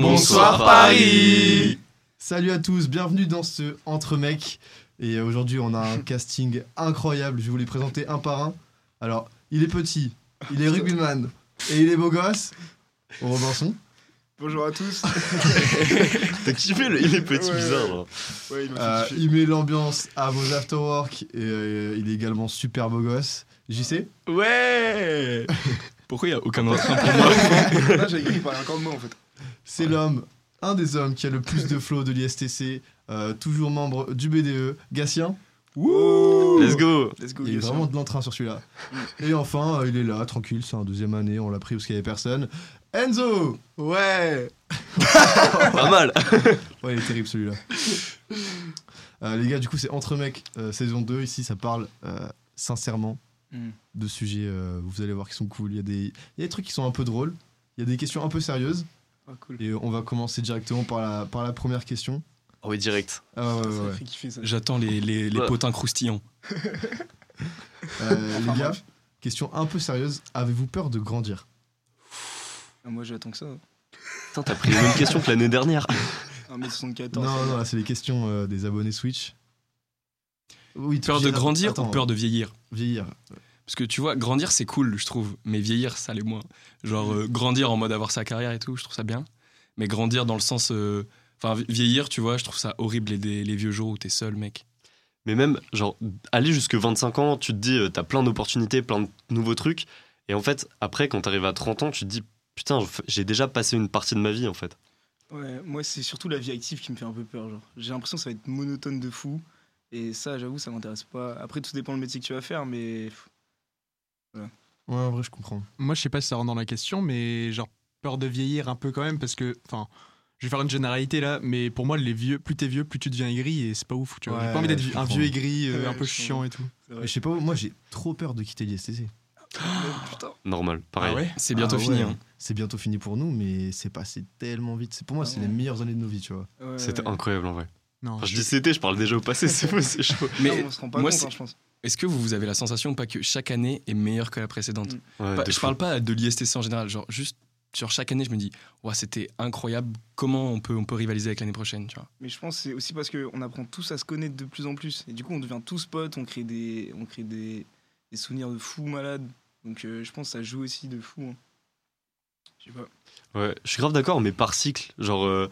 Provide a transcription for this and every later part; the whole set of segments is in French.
Bonsoir Paris Salut à tous, bienvenue dans ce Entre Mecs. Et aujourd'hui, on a un casting incroyable. Je vais vous les présenter un par un. Alors, il est petit, il est rugbyman et il est beau gosse. Au Robinson. Bonjour à tous. T'as kiffé le il est petit Ouais, bizarre. là. Ouais, il m'a Euh, fait kiffer. il met l'ambiance à vos afterwork et euh, il est également super beau gosse. JC Ouais Pourquoi il y a aucun autre Là, j'ai écrit, il parlait encore de moi en fait. C'est l'homme, un des hommes qui a le plus de flow de l'ISTC, euh, toujours membre du BDE, Gatien. Wouh Let's go Let's go, Il y a eu Gaston. vraiment de l'entrain sur celui-là. Et enfin, euh, il est là, tranquille, c'est un deuxième année, on l'a pris parce qu'il n'y avait personne. Enzo Ouais Pas mal Ouais, il est terrible celui-là. Euh, les gars, du coup, c'est Entre Mecs, euh, saison 2. Ici, ça parle euh, sincèrement Mm. de sujets, euh, vous allez voir, qui sont cool. Il y, a des... il y a des trucs qui sont un peu drôles, il y a des questions un peu sérieuses. Ah, cool. Et euh, on va commencer directement par la, par la première question. Ah oui, direct. Ah ouais, ouais, Ça ouais. me fait kiffer ça. J'attends les, les, les Ouais. potins croustillants. Euh, Enfin, les gars, bref. question un peu sérieuse. Avez-vous peur de grandir Ah, moi, j'attends que ça. Putain, t'as pris la même question que l'année dernière. 1m74. Non, non, là, c'est les questions euh, des abonnés Switch. Oui, Peur j'ai de la- grandir Attends, ou peur de vieillir vieillir Parce que tu vois, grandir c'est cool, je trouve, mais vieillir ça l'est moins. Genre euh, grandir en mode avoir sa carrière et tout, je trouve ça bien. Mais grandir dans le sens. euh, Enfin, vi- vieillir, tu vois, je trouve ça horrible les, dé- les vieux jours où t'es seul, mec. Mais même, genre, aller jusque 25 ans, tu te dis, euh, t'as plein d'opportunités, plein de nouveaux trucs. Et en fait, après, quand t'arrives à 30 ans, tu te dis, putain, j'ai déjà passé une partie de ma vie en fait. Ouais, moi, c'est surtout la vie active qui me fait un peu peur. genre. J'ai l'impression que ça va être monotone de fou. Et ça, j'avoue, ça m'intéresse pas. Après, tout dépend le métier que tu vas faire, mais. Ouais, en vrai, je comprends. Moi, je sais pas si ça rentre dans la question, mais genre peur de vieillir un peu quand même, parce que, enfin, je vais faire une généralité là, mais pour moi, les vieux, plus t'es vieux, plus tu deviens aigri et c'est pas ouf, tu vois. Ouais, J'ai pas envie d'être je un comprends. vieux aigri, euh, Ouais, un peu je comprends. chiant et tout. c'est Mais vrai. Je sais pas, moi, j'ai trop peur de quitter l'ISTC. Ouais, putain. Normal, pareil. C'est bientôt Ah fini. ouais, hein. C'est bientôt fini pour nous, mais c'est passé tellement vite. C'est- Pour moi, Ah c'est ouais. les meilleures années de nos vies, tu vois. Ouais, C'était ouais. incroyable en vrai. Non. Enfin, je dis c'était, je parle déjà au passé, c'est faux, c'est chaud. Mais Ah, on se rend pas moi, compte, c'est- hein, je pense. est-ce que vous vous avez la sensation pas que chaque année est meilleure que la précédente Mm. Ouais, Pas- de Je fou. parle pas de l'ISTC en général, genre juste sur chaque année, je me dis, ouais, c'était incroyable, comment on peut, on peut rivaliser avec l'année prochaine, tu vois Mais je pense que c'est aussi parce qu'on apprend tous à se connaître de plus en plus. Et du coup, on devient tous potes, on crée des, on crée des, des souvenirs de fous malades. Donc euh, je pense que ça joue aussi de fou. hein. Je sais pas. Ouais, je suis grave d'accord, mais par cycle. Genre, euh,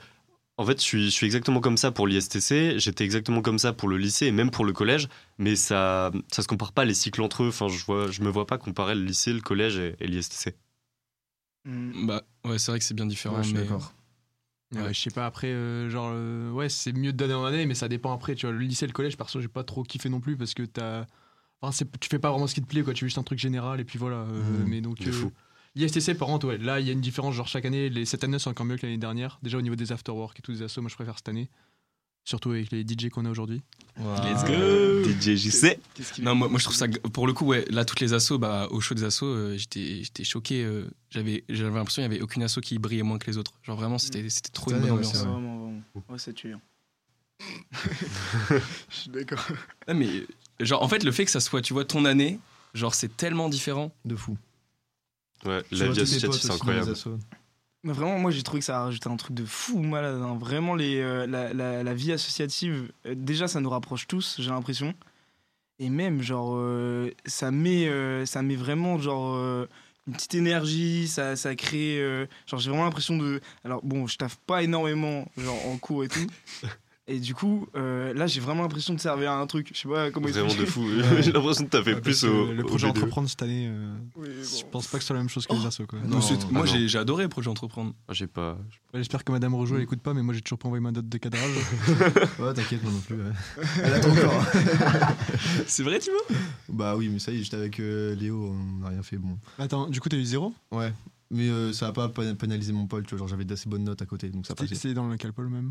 en fait, je suis, je suis exactement comme ça pour l'ISTC, j'étais exactement comme ça pour le lycée et même pour le collège, mais ça, ça se compare pas les cycles entre eux. Enfin, je, vois, je me vois pas comparer le lycée, le collège et, et l'ISTC. Mm. Bah ouais, c'est vrai que c'est bien différent. Ouais, je suis mais- d'accord. Ouais, Ouais. Je sais pas, après, euh, genre, euh, ouais, c'est mieux d'année en année, mais ça dépend après, tu vois. Le lycée, le collège, perso, j'ai pas trop kiffé non plus parce que t'as. Enfin, c'est- tu fais pas vraiment ce qui te plaît, quoi. Tu fais juste un truc général et puis voilà. euh, Mhm. mais donc. De euh, fou. ISTC, par contre, ouais, là, il y a une différence. Genre, chaque année, les, cette année, c'est encore mieux que l'année dernière. Déjà, au niveau des afterwork et tout, des assos, moi, je préfère cette année. Surtout avec les DJ qu'on a aujourd'hui. Let's go. DJ JC. Qu'est-ce qu'il Non, est- moi, moi, je trouve ça. g- Pour le coup, ouais, là, toutes les assos, bah, au show des assos, euh, j'étais j'étais choqué. euh, J'avais j'avais l'impression qu'il n'y avait aucune asso qui brillait moins que les autres. Genre, vraiment, c'était c'était trop une Putain, bonne ouais, ambiance. c'est Ouais, vrai. Vraiment, vraiment. Ouais, ça tue. hein. je suis d'accord. Ouais, mais, euh, genre, en fait, le fait que ça soit, tu vois, ton année, genre, c'est tellement différent. De fou. Ouais, Tu la vois vie tous tes potes associative, aussi c'est dans les incroyable. assos. Mais vraiment, moi j'ai trouvé que ça a rajouté un truc de fou malade. hein. Vraiment, les, euh, la, la- la vie associative, euh, déjà ça nous rapproche tous, j'ai l'impression. Et même, genre, euh, ça, met, euh, ça met vraiment, genre, euh, une petite énergie, ça, ça crée. euh, genre, j'ai vraiment l'impression de. Alors, bon, je taffe pas énormément, genre, en cours et tout. Et du coup, euh, là, j'ai vraiment l'impression de servir à un truc. Je sais pas comment Vraiment de expliquer. fou. J'ai l'impression que t'as fait plus au. Ah, le au E. projet BDE. entreprendre cette année, euh, Oui, bon. je pense pas que ce soit la même chose que les assos. quoi. Non. Nous, c'est- Ah moi, non. j'ai j'ai adoré le projet Entreprendre. Ah, J'ai pas. Ouais, J'espère que Madame Rougeau, elle écoute pas, mais moi, j'ai toujours pas envoyé ma note de cadrage. Ouais, t'inquiète, moi non plus. ouais. Elle attend encore. C'est vrai, Thibaut bah oui, mais ça y est, j'étais avec euh, Léo, on n'a rien fait. Bon. Attends, du coup, t'as eu zéro Ouais. Mais euh, ça a pas pen- pénalisé mon Paul, tu vois. Genre, j'avais d'assez bonnes notes à côté, donc ça C'était- passait. C'était dans le Calpol même.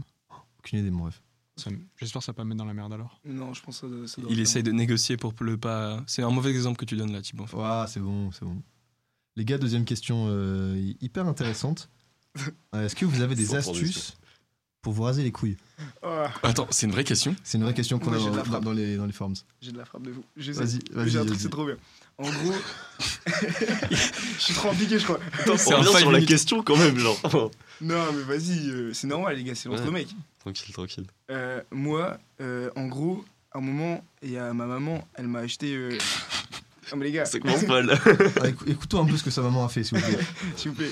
Aucune idée, mon ref. Ça me- J'espère que ça va pas me mettre dans la merde alors. Non, je pense que ça, doit- ça doit Il faire. essaye de négocier pour le pas. C'est un mauvais exemple que tu donnes là, Thibaut. en fait. Ouah, Ah, c'est bon, c'est bon. Les gars, deuxième question euh, hy- hyper intéressante. Euh, Est-ce que vous avez des Sans transition. astuces pour vous raser les couilles Oh, Attends, c'est une vraie question C'est une vraie question qu'on Moi, j'ai de a la dans, frappe. dans les, dans les forums. j'ai de la frappe de vous. J'ai ça. Vas-y, vas-y. J'ai un truc, vas-y. c'est trop bien. En gros, je suis trop impliqué, je crois. C'est un bien five sur la minutes. question quand même, genre. Non, mais vas-y, euh, c'est normal, les gars, c'est l'entre Ouais. mec. tranquille, tranquille. Euh, moi, euh, en gros, à un moment, il y a ma maman, elle m'a acheté. euh, Non, mais les gars, Ça commence mal. Ah, écou- Écoutons un peu ce que sa maman a fait, s'il vous plaît. s'il vous plaît.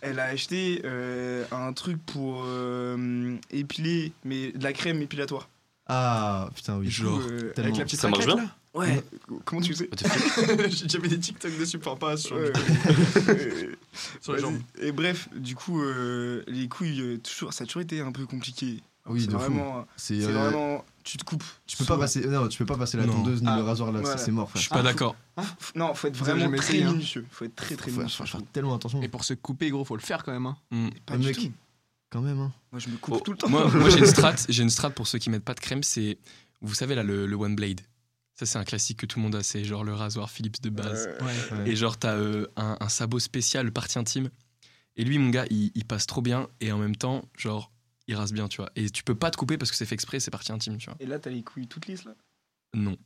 Elle a acheté euh, un truc pour euh, épiler, mais de la crème épilatoire. Ah, putain, oui. Genre, Euh, tellement. avec la petite Ça marche raquette, bien Ah, là Ouais. Comment tu sais J'ai déjà fait des TikTok dessus par pas sur, Ouais. Euh, sur les vas-y. jambes. Et bref, du coup, euh, les couilles, euh, toujours, ça a toujours été un peu compliqué. Oui, c'est de fou. vraiment, C'est, c'est euh, vraiment, tu te coupes. Tu peux pas souvent. passer, non, tu peux pas passer la Non. tondeuse ni Ah, le rasoir là, voilà. c'est- c'est mort, je frère. suis pas Ah, d'accord. Non, faut être Vous avez vraiment jamais très essayé, hein minutieux. Faut être très très Faut faire- minutieux. faut faire tellement attention. Et pour se couper, gros, faut le faire quand même. Hein. Hmm. Pas Ah, du mec. tout. Quand même, hein. Moi, je me coupe Oh, tout le temps. Moi, moi, j'ai une strat, j'ai une strat pour ceux qui mettent pas de crème, c'est vous savez là le, le one blade. Ça c'est un classique que tout le monde a, c'est genre le rasoir Philips de base. Euh, Ouais. Et genre t'as euh, un, un sabot spécial partie intime. Et lui mon gars, il, il passe trop bien et en même temps genre il rase bien tu vois. Et tu peux pas te couper parce que c'est fait exprès, c'est partie intime tu vois. Et là, t'as les couilles toutes lisses, là. Hmm. Non.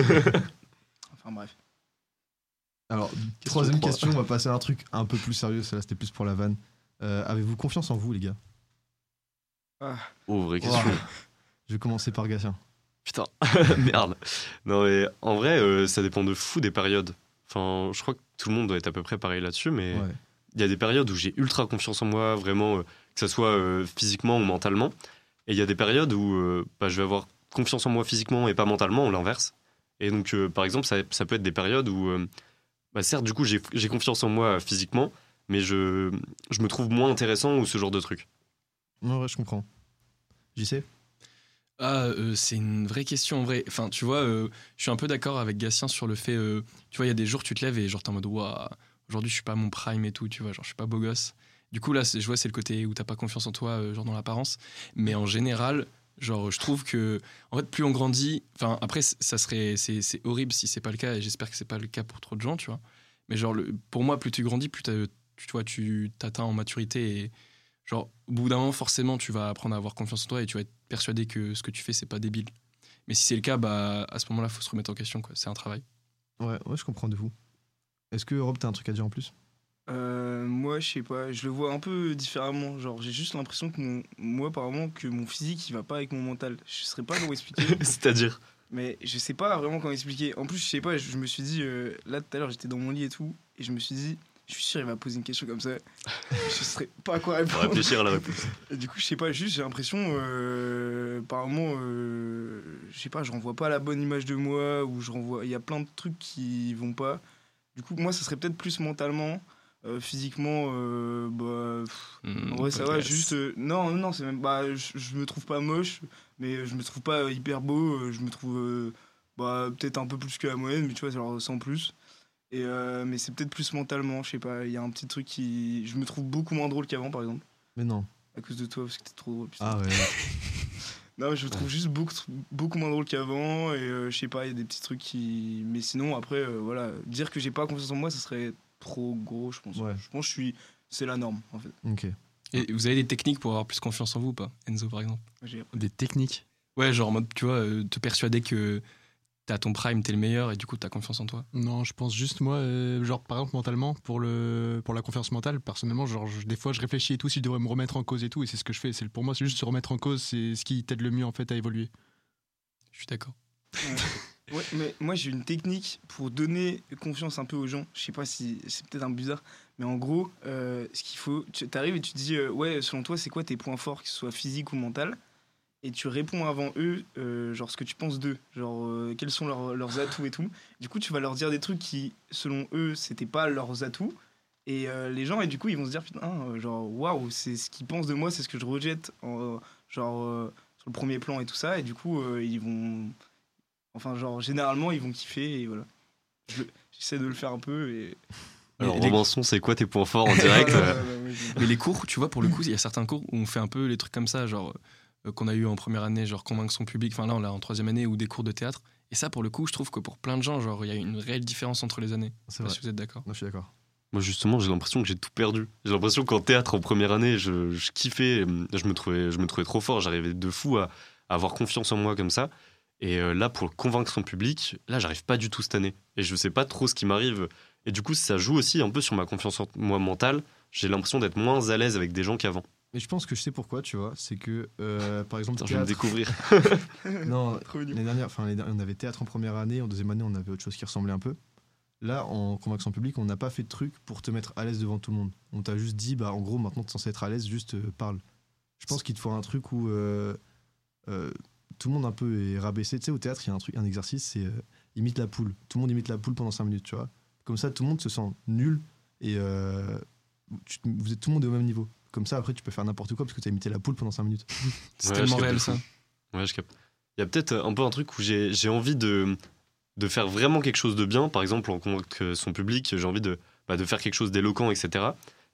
Enfin, bref. Alors, troisième trois. question, on va passer à un truc un peu plus sérieux, celle-là c'était plus pour la vanne. Euh, Avez-vous confiance en vous, les gars Oh, Ouah. vraie question. Je vais commencer par Gatien. Putain, merde. Non, mais en vrai, euh, ça dépend de fou des périodes. Enfin, je crois que tout le monde doit être à peu près pareil là-dessus, mais Ouais. il y a des périodes où j'ai ultra confiance en moi, vraiment, euh, que ce soit euh, physiquement ou mentalement. Et il y a des périodes où euh, bah, je vais avoir confiance en moi physiquement et pas mentalement, ou l'inverse. Et donc, euh, par exemple, ça, ça peut être des périodes où, euh, bah, certes, du coup, j'ai j'ai confiance en moi euh, physiquement, mais je, je me trouve moins intéressant ou ce genre de truc. Non, ouais, je comprends. J'y sais Ah, euh, c'est une vraie question en vrai. Enfin, tu vois, euh, je suis un peu d'accord avec Gatien sur le fait. euh, tu vois, il y a des jours, tu te lèves et genre, t'es en mode, waouh, aujourd'hui, je suis pas à mon prime et tout, tu vois, genre, je suis pas beau gosse. Du coup, là, c'est- je vois, c'est le côté où t'as pas confiance en toi, euh, genre, dans l'apparence. Mais en général, genre, je trouve que, en fait, plus on grandit. Enfin, après, c- ça serait. C'est c'est horrible si c'est pas le cas et j'espère que c'est pas le cas pour trop de gens, tu vois. Mais genre, le- pour moi, plus tu grandis, plus t'as- tu, tu vois, tu t'atteins en maturité et genre au bout d'un moment forcément tu vas apprendre à avoir confiance en toi et tu vas être persuadé que ce que tu fais c'est pas débile mais si c'est le cas bah à ce moment là faut se remettre en question quoi c'est un travail Ouais, ouais, je comprends de vous. Est-ce que Rob, t'as un truc à dire en plus Euh, moi, je sais pas, je le vois un peu différemment. Genre, j'ai juste l'impression que mon, moi, apparemment, que mon physique, il va pas avec mon mental. Je saurais pas comment expliquer, C'est-à-dire, mais je sais pas vraiment comment expliquer. En plus, je sais pas, je, je me suis dit, euh, là tout à l'heure, j'étais dans mon lit et tout, et je me suis dit, je suis sûr, il va poser une question comme ça. je saurais pas à quoi faut répondre. réfléchir à la réponse. Et du coup, je sais pas, juste j'ai l'impression, euh, par moment, euh, je sais pas, je renvoie pas la bonne image de moi, ou je renvoie. Il y a plein de trucs qui vont pas. Du coup, moi, ça serait peut-être plus mentalement, euh, physiquement, euh, bah. pff, Hmm, en vrai, ça va, juste. euh, non, non, c'est même. Bah, je, je me trouve pas moche, mais je me trouve pas euh, hyper beau, euh, je me trouve. euh, bah, peut-être un peu plus que la moyenne, mais tu vois, genre sans plus. Et, euh, mais c'est peut-être plus mentalement, je sais pas, il y a un petit truc qui. Je me trouve beaucoup moins drôle qu'avant, par exemple Mais non. à cause de toi parce que t'es trop drôle. putain. Ah ouais. Non, mais je me trouve juste beaucoup, beaucoup moins drôle qu'avant et euh, je sais pas, il y a des petits trucs qui. Mais sinon, après, euh, voilà, dire que j'ai pas confiance en moi, ça serait trop gros, je pense. Ouais, Je pense que je suis. C'est la norme en fait. ok. et vous avez des techniques pour avoir plus confiance en vous ou pas Enzo par exemple J'ai- Des techniques. ouais genre en mode tu vois euh, te persuader que t'as ton prime t'es le meilleur et du coup t'as confiance en toi Non, je pense juste moi, euh, genre par exemple mentalement, pour, le, pour la confiance mentale, personnellement, genre je- des fois je réfléchis et tout, si je devrais me remettre en cause et tout, et c'est ce que je fais. C'est Pour moi, c'est juste se remettre en cause, c'est ce qui t'aide le mieux en fait à évoluer. je suis d'accord Ouais, mais moi j'ai une technique pour donner confiance un peu aux gens. Je sais pas si c'est peut-être un bizarre, mais en gros, euh, ce qu'il faut, tu arrives et tu te dis, euh, ouais, selon toi, c'est quoi tes points forts, que ce soit physique ou mental, et tu réponds avant eux, euh, genre ce que tu penses d'eux, genre euh, quels sont leurs, leurs atouts et tout. Du coup, tu vas leur dire des trucs qui, selon eux, c'était pas leurs atouts. Et euh, les gens, et du coup, ils vont se dire, putain, euh, genre, waouh, c'est ce qu'ils pensent de moi, c'est ce que je rejette, en, genre, euh, sur le premier plan et tout ça. Et du coup, euh, ils vont Enfin, genre, généralement, ils vont kiffer et voilà. Je- J'essaie de le faire un peu et. Alors, Mais les- Romanson, c'est quoi tes points forts en direct Ah, euh, non, non, non, mais je- Mais les cours, tu vois, pour le coup, il y a certains cours où on fait un peu les trucs comme ça, genre euh, qu'on a eu en première année, genre convaincre son public. Enfin là, on l'a en troisième année ou des cours de théâtre. Et ça, pour le coup, je trouve que pour plein de gens, genre il y a une réelle différence entre les années. Je C'est sais pas vrai. si vous êtes d'accord. Non, je suis d'accord. Moi, justement, j'ai l'impression que j'ai tout perdu. J'ai l'impression qu'en théâtre, en première année, je, je kiffais, euh, je me, trouvais, je me trouvais trop fort, j'arrivais de fou à, à avoir confiance en moi comme ça. Et euh, là, pour convaincre son public, là, j'arrive pas du tout cette année. Et je sais pas trop ce qui m'arrive. Et du coup, ça joue aussi un peu sur ma confiance en moi mentale. J'ai l'impression d'être moins à l'aise avec des gens qu'avant. Mais je pense que je sais pourquoi, tu vois. C'est que, euh, par exemple, Putain, je vais me théâtre- découvrir. Non, Trop mignon. l'année dernière, enfin, les dernières- on avait théâtre en première année, en deuxième année, on avait autre chose qui ressemblait un peu. Là, en convainction publique, on n'a pas fait de truc pour te mettre à l'aise devant tout le monde. On t'a juste dit, bah, en gros, maintenant, t'es censé être à l'aise, juste euh, parle. Je pense qu'il te faut un truc où euh, euh, tout le monde un peu est rabaissé. Tu sais, au théâtre, il y a un truc, un exercice, c'est euh, imite la poule. Tout le monde imite la poule pendant 5 minutes, tu vois. Comme ça, tout le monde se sent nul et euh, tu te- vous êtes tout le monde est au même niveau. Comme ça, après, tu peux faire n'importe quoi parce que t'as imité la poule pendant 5 minutes. C'est Ouais, tellement je capte réel le ça. fond. Ouais, je capte. Il y a peut-être un peu un truc où j'ai j'ai envie de, de faire vraiment quelque chose de bien. Par exemple, en convaincre son public, j'ai envie de, bah, de faire quelque chose d'éloquent, etc.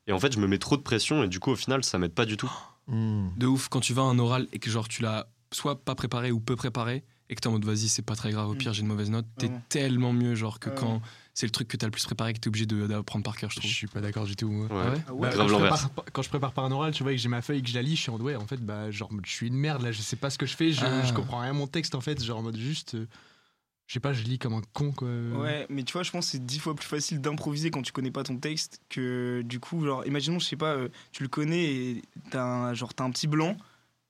Et en fait, je me mets trop de pression et du coup, au final, ça m'aide pas du tout. Hmm. De ouf, quand tu vas à un oral et que genre tu l'as soit pas préparé ou peu préparé et que t'es en mode vas-y, c'est pas très grave, au Mm. pire j'ai une mauvaise note, t'es Vraiment. tellement mieux genre que Ouais. quand c'est le truc que t'as le plus préparé que t'es obligé de- d'apprendre par cœur, je Je trouve. suis pas d'accord du tout. moi. Ouais. Ah ouais Ah Bah, ouais, grave quand, je l'envers. prépare, par- quand je prépare par un oral, tu vois, et que j'ai ma feuille, et que je la lis, je suis en mode ouais, en fait, bah, genre, je suis une merde là, je sais pas ce que je fais, je, Ah. je comprends rien à mon texte en fait, genre en mode juste, euh, je sais pas, je lis comme un con quoi. Ouais, mais tu vois, je pense que c'est dix fois plus facile d'improviser quand tu connais pas ton texte que du coup, genre, imaginons, je sais pas, euh, tu le connais et t'as un, genre, t'as un petit blanc,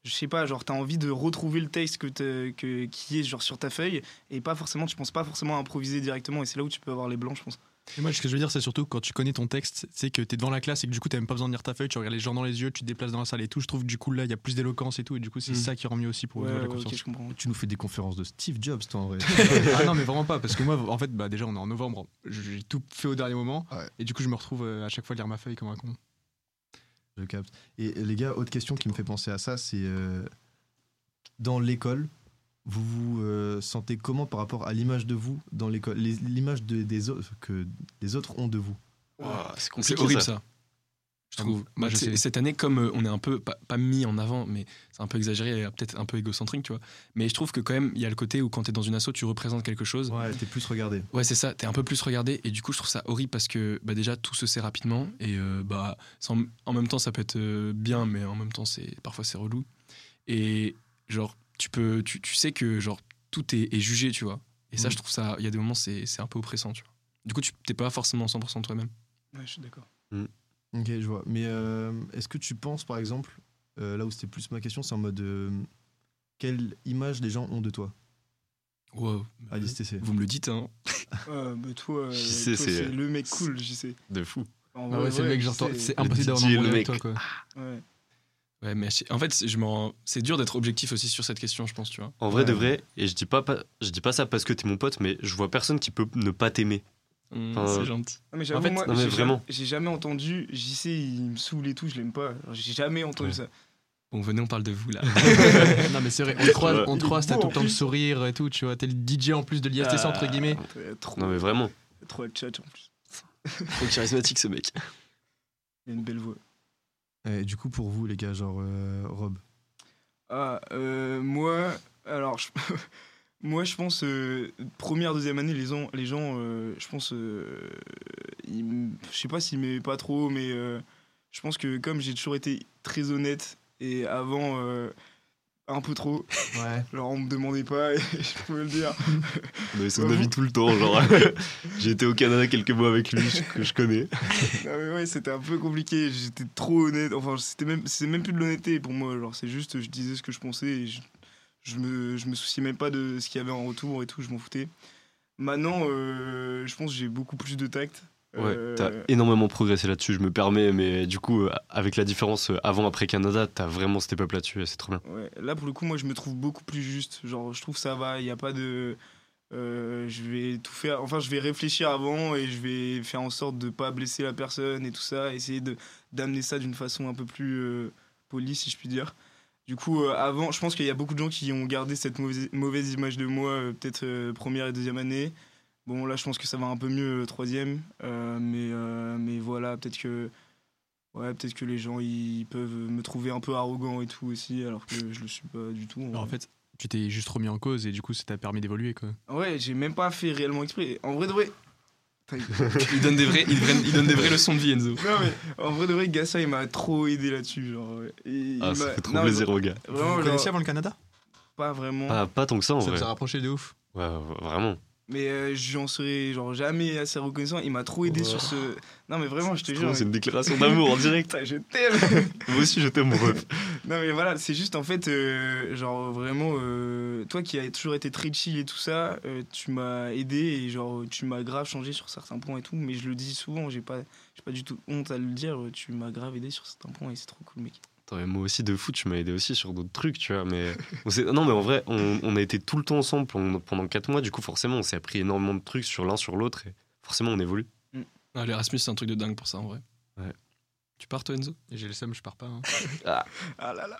je sais pas, genre, t'as envie de retrouver le texte que t'as- que, qui est genre sur ta feuille et pas forcément, tu penses pas forcément à improviser directement et c'est là où tu peux avoir les blancs, je pense. Et moi, ce que je veux dire, c'est surtout quand tu connais ton texte, c'est que t'es devant la classe et que du coup, t'as même pas besoin de lire ta feuille, tu regardes les gens dans les yeux, tu te déplaces dans la salle et tout. Je trouve que du coup, là, il y a plus d'éloquence et tout, et du coup, c'est Mm. ça qui rend mieux aussi pour ouvrir la ok, confiance. je comprends. Tu nous fais des conférences de Steve Jobs, toi, en vrai. ah non, mais vraiment pas, parce que moi, en fait, bah, déjà, on est en novembre, j'ai tout fait au dernier moment, Ouais. et du coup, je me retrouve euh, à chaque fois à lire ma feuille comme un con. Je capte. Et les gars, autre question qui me fait penser à ça, c'est euh, dans l'école, vous vous euh, sentez comment par rapport à l'image de vous dans l'école, les- l'image de- des autres que des autres ont de vous. Ouah, c'est C'est compliqué, horrible ça. ça. Je trouve. Moi, Moi, je c'est- sais. Cette année, comme euh, on est un peu, pas, pas mis en avant, mais c'est un peu exagéré et euh, peut-être un peu égocentrique, tu vois. Mais je trouve que quand même, il y a le côté où quand t'es dans une asso, tu représentes quelque chose. Ouais, t'es plus regardé. Ouais, c'est ça, t'es un peu plus regardé et du coup je trouve ça horrible parce que bah, déjà tout se sait rapidement et euh, bah sans- en même temps ça peut être euh, bien mais en même temps c'est parfois c'est relou. Et genre tu peux tu, tu sais que genre tout est, est jugé, tu vois. Et ça Mhm. je trouve ça il y a des moments c'est c'est un peu oppressant, tu vois. Du coup tu t'es pas forcément 100% toi-même. Ouais, je suis d'accord. Ok, je vois. Mais euh, est-ce que tu penses, par exemple, euh, là où c'était plus ma question, c'est en mode euh, quelle image les gens ont de toi Wow. à l'ISTC Vous me le dites hein. Euh, bah, toi, euh, J'y sais, toi, c'est- c'est le mec cool, j'y sais. De fou. En Ah ouais, vrai, c'est le ouais, mec, j'y genre, sais. c'est Le impossible d'avoir un DJ, bon le avec mec. toi, quoi. Ouais. Ouais, mais je- en fait je me rends- c'est dur d'être objectif aussi sur cette question, je pense, tu vois. En vrai de Ouais. vrai, et je dis pas, pas- je dis pas ça parce que t'es mon pote, mais je vois personne qui peut ne pas t'aimer. Hum, Enfin, c'est gentil. Non, mais j'avoue, fait, moi, non, mais j'ai vraiment. j'ai jamais entendu JC, il me saoule et tout, je l'aime pas. Genre, J'ai jamais entendu Ouais. ça. Bon, venez on parle de vous là. non, mais c'est vrai, on te croise, Ouais. on te croise, t'as Il est tout beau, le temps en de plus. sourire et tout, tu vois, t'es le DJ en plus de l'ISTC, entre guillemets. Euh, Trop, Non mais vraiment. trop tchatch en plus. Trop charismatique ce mec. Il a une belle voix. Et du coup, pour vous, les gars, genre euh, Rob. Ah, euh, moi, alors, je, moi, je pense, euh, première, deuxième année, les, gens- les gens, euh, je pense, euh, ils m- je sais pas s'ils m'aimaient pas trop, mais euh, je pense que comme j'ai toujours été très honnête, et avant, euh, un peu trop, Ouais. alors on me demandait pas, et je pouvais le dire. On avait son avis tout le temps, genre. J'ai été au Canada quelques mois avec lui, je- que je connais. Non, mais Ah ouais, c'était un peu compliqué, j'étais trop honnête, enfin, c'était même, c'est même plus de l'honnêteté pour moi, genre, c'est juste, je disais ce que je pensais, et je, je me, je me souciais même pas de ce qu'il y avait en retour et tout, je m'en foutais. Maintenant, euh, je pense que j'ai beaucoup plus de tact. Ouais, Euh, t'as énormément progressé là-dessus, je me permets, mais du coup, euh, avec la différence euh, avant-après Canada, t'as vraiment step up là-dessus, et c'est trop bien. ouais. Là, pour le coup, moi, je me trouve beaucoup plus juste. Genre, je trouve ça va, il n'y a pas de. euh, je vais tout faire. Enfin, je vais réfléchir avant et je vais faire en sorte de pas blesser la personne et tout ça. Essayer de- d'amener ça d'une façon un peu plus euh, polie, si je puis dire. Du coup, euh, avant, je pense qu'il y a beaucoup de gens qui ont gardé cette mauvaise, mauvaise image de moi, euh, peut-être euh, première et deuxième année. Bon, là, je pense que ça va un peu mieux, euh, troisième. Euh, mais, euh, mais voilà, peut-être que. Ouais, peut-être que les gens ils peuvent me trouver un peu arrogant et tout aussi, alors que je le suis pas du tout. en Alors, en vrai. fait, tu t'es juste remis en cause et du coup, ça t'a permis d'évoluer, quoi. Ouais, j'ai même pas fait réellement exprès. En vrai, de vrai, Ta gueule. Il donne des vraies, il donne- il donne des vraies leçons de vie, Enzo. Non, mais en vrai de vrai, Gassa, il m'a trop aidé là-dessus. Genre, euh, il- Ah, il ça m'a- fait trop non, plaisir aux gars. Vous Vraiment, genre, connaissiez avant le Canada pas vraiment. Pas, pas tant que ça en Ça vrai. vous a rapproché de ouf. Ouais, ouais, vraiment. Mais euh, j'en serai genre, jamais assez reconnaissant. Il m'a trop aidé Wow. sur ce. Non, mais vraiment, je te jure. Oh. C'est mais- une déclaration d'amour en direct. Putain, je t'aime. Moi aussi, je t'aime, ref. Non mais voilà, c'est juste en fait, euh, genre vraiment, euh, toi qui as toujours été très chill et tout ça, euh, tu m'as aidé et genre tu m'as grave changé sur certains points et tout, mais je le dis souvent, j'ai pas, j'ai pas du tout honte à le dire, euh, tu m'as grave aidé sur certains points et c'est trop cool mec. Attends, mais moi aussi de fou, tu m'as aidé aussi sur d'autres trucs, tu vois. Mais on s'est- non, mais en vrai, on, on a été tout le temps ensemble pendant, pendant 4 mois. Du coup, forcément, on s'est appris énormément de trucs sur l'un sur l'autre. Et forcément, on évolue. Ah, L'Erasmus, c'est un truc de dingue pour ça, en vrai. Ouais. Tu pars, toi, Enzo Et j'ai le seum, je pars pas. hein. Ah là là,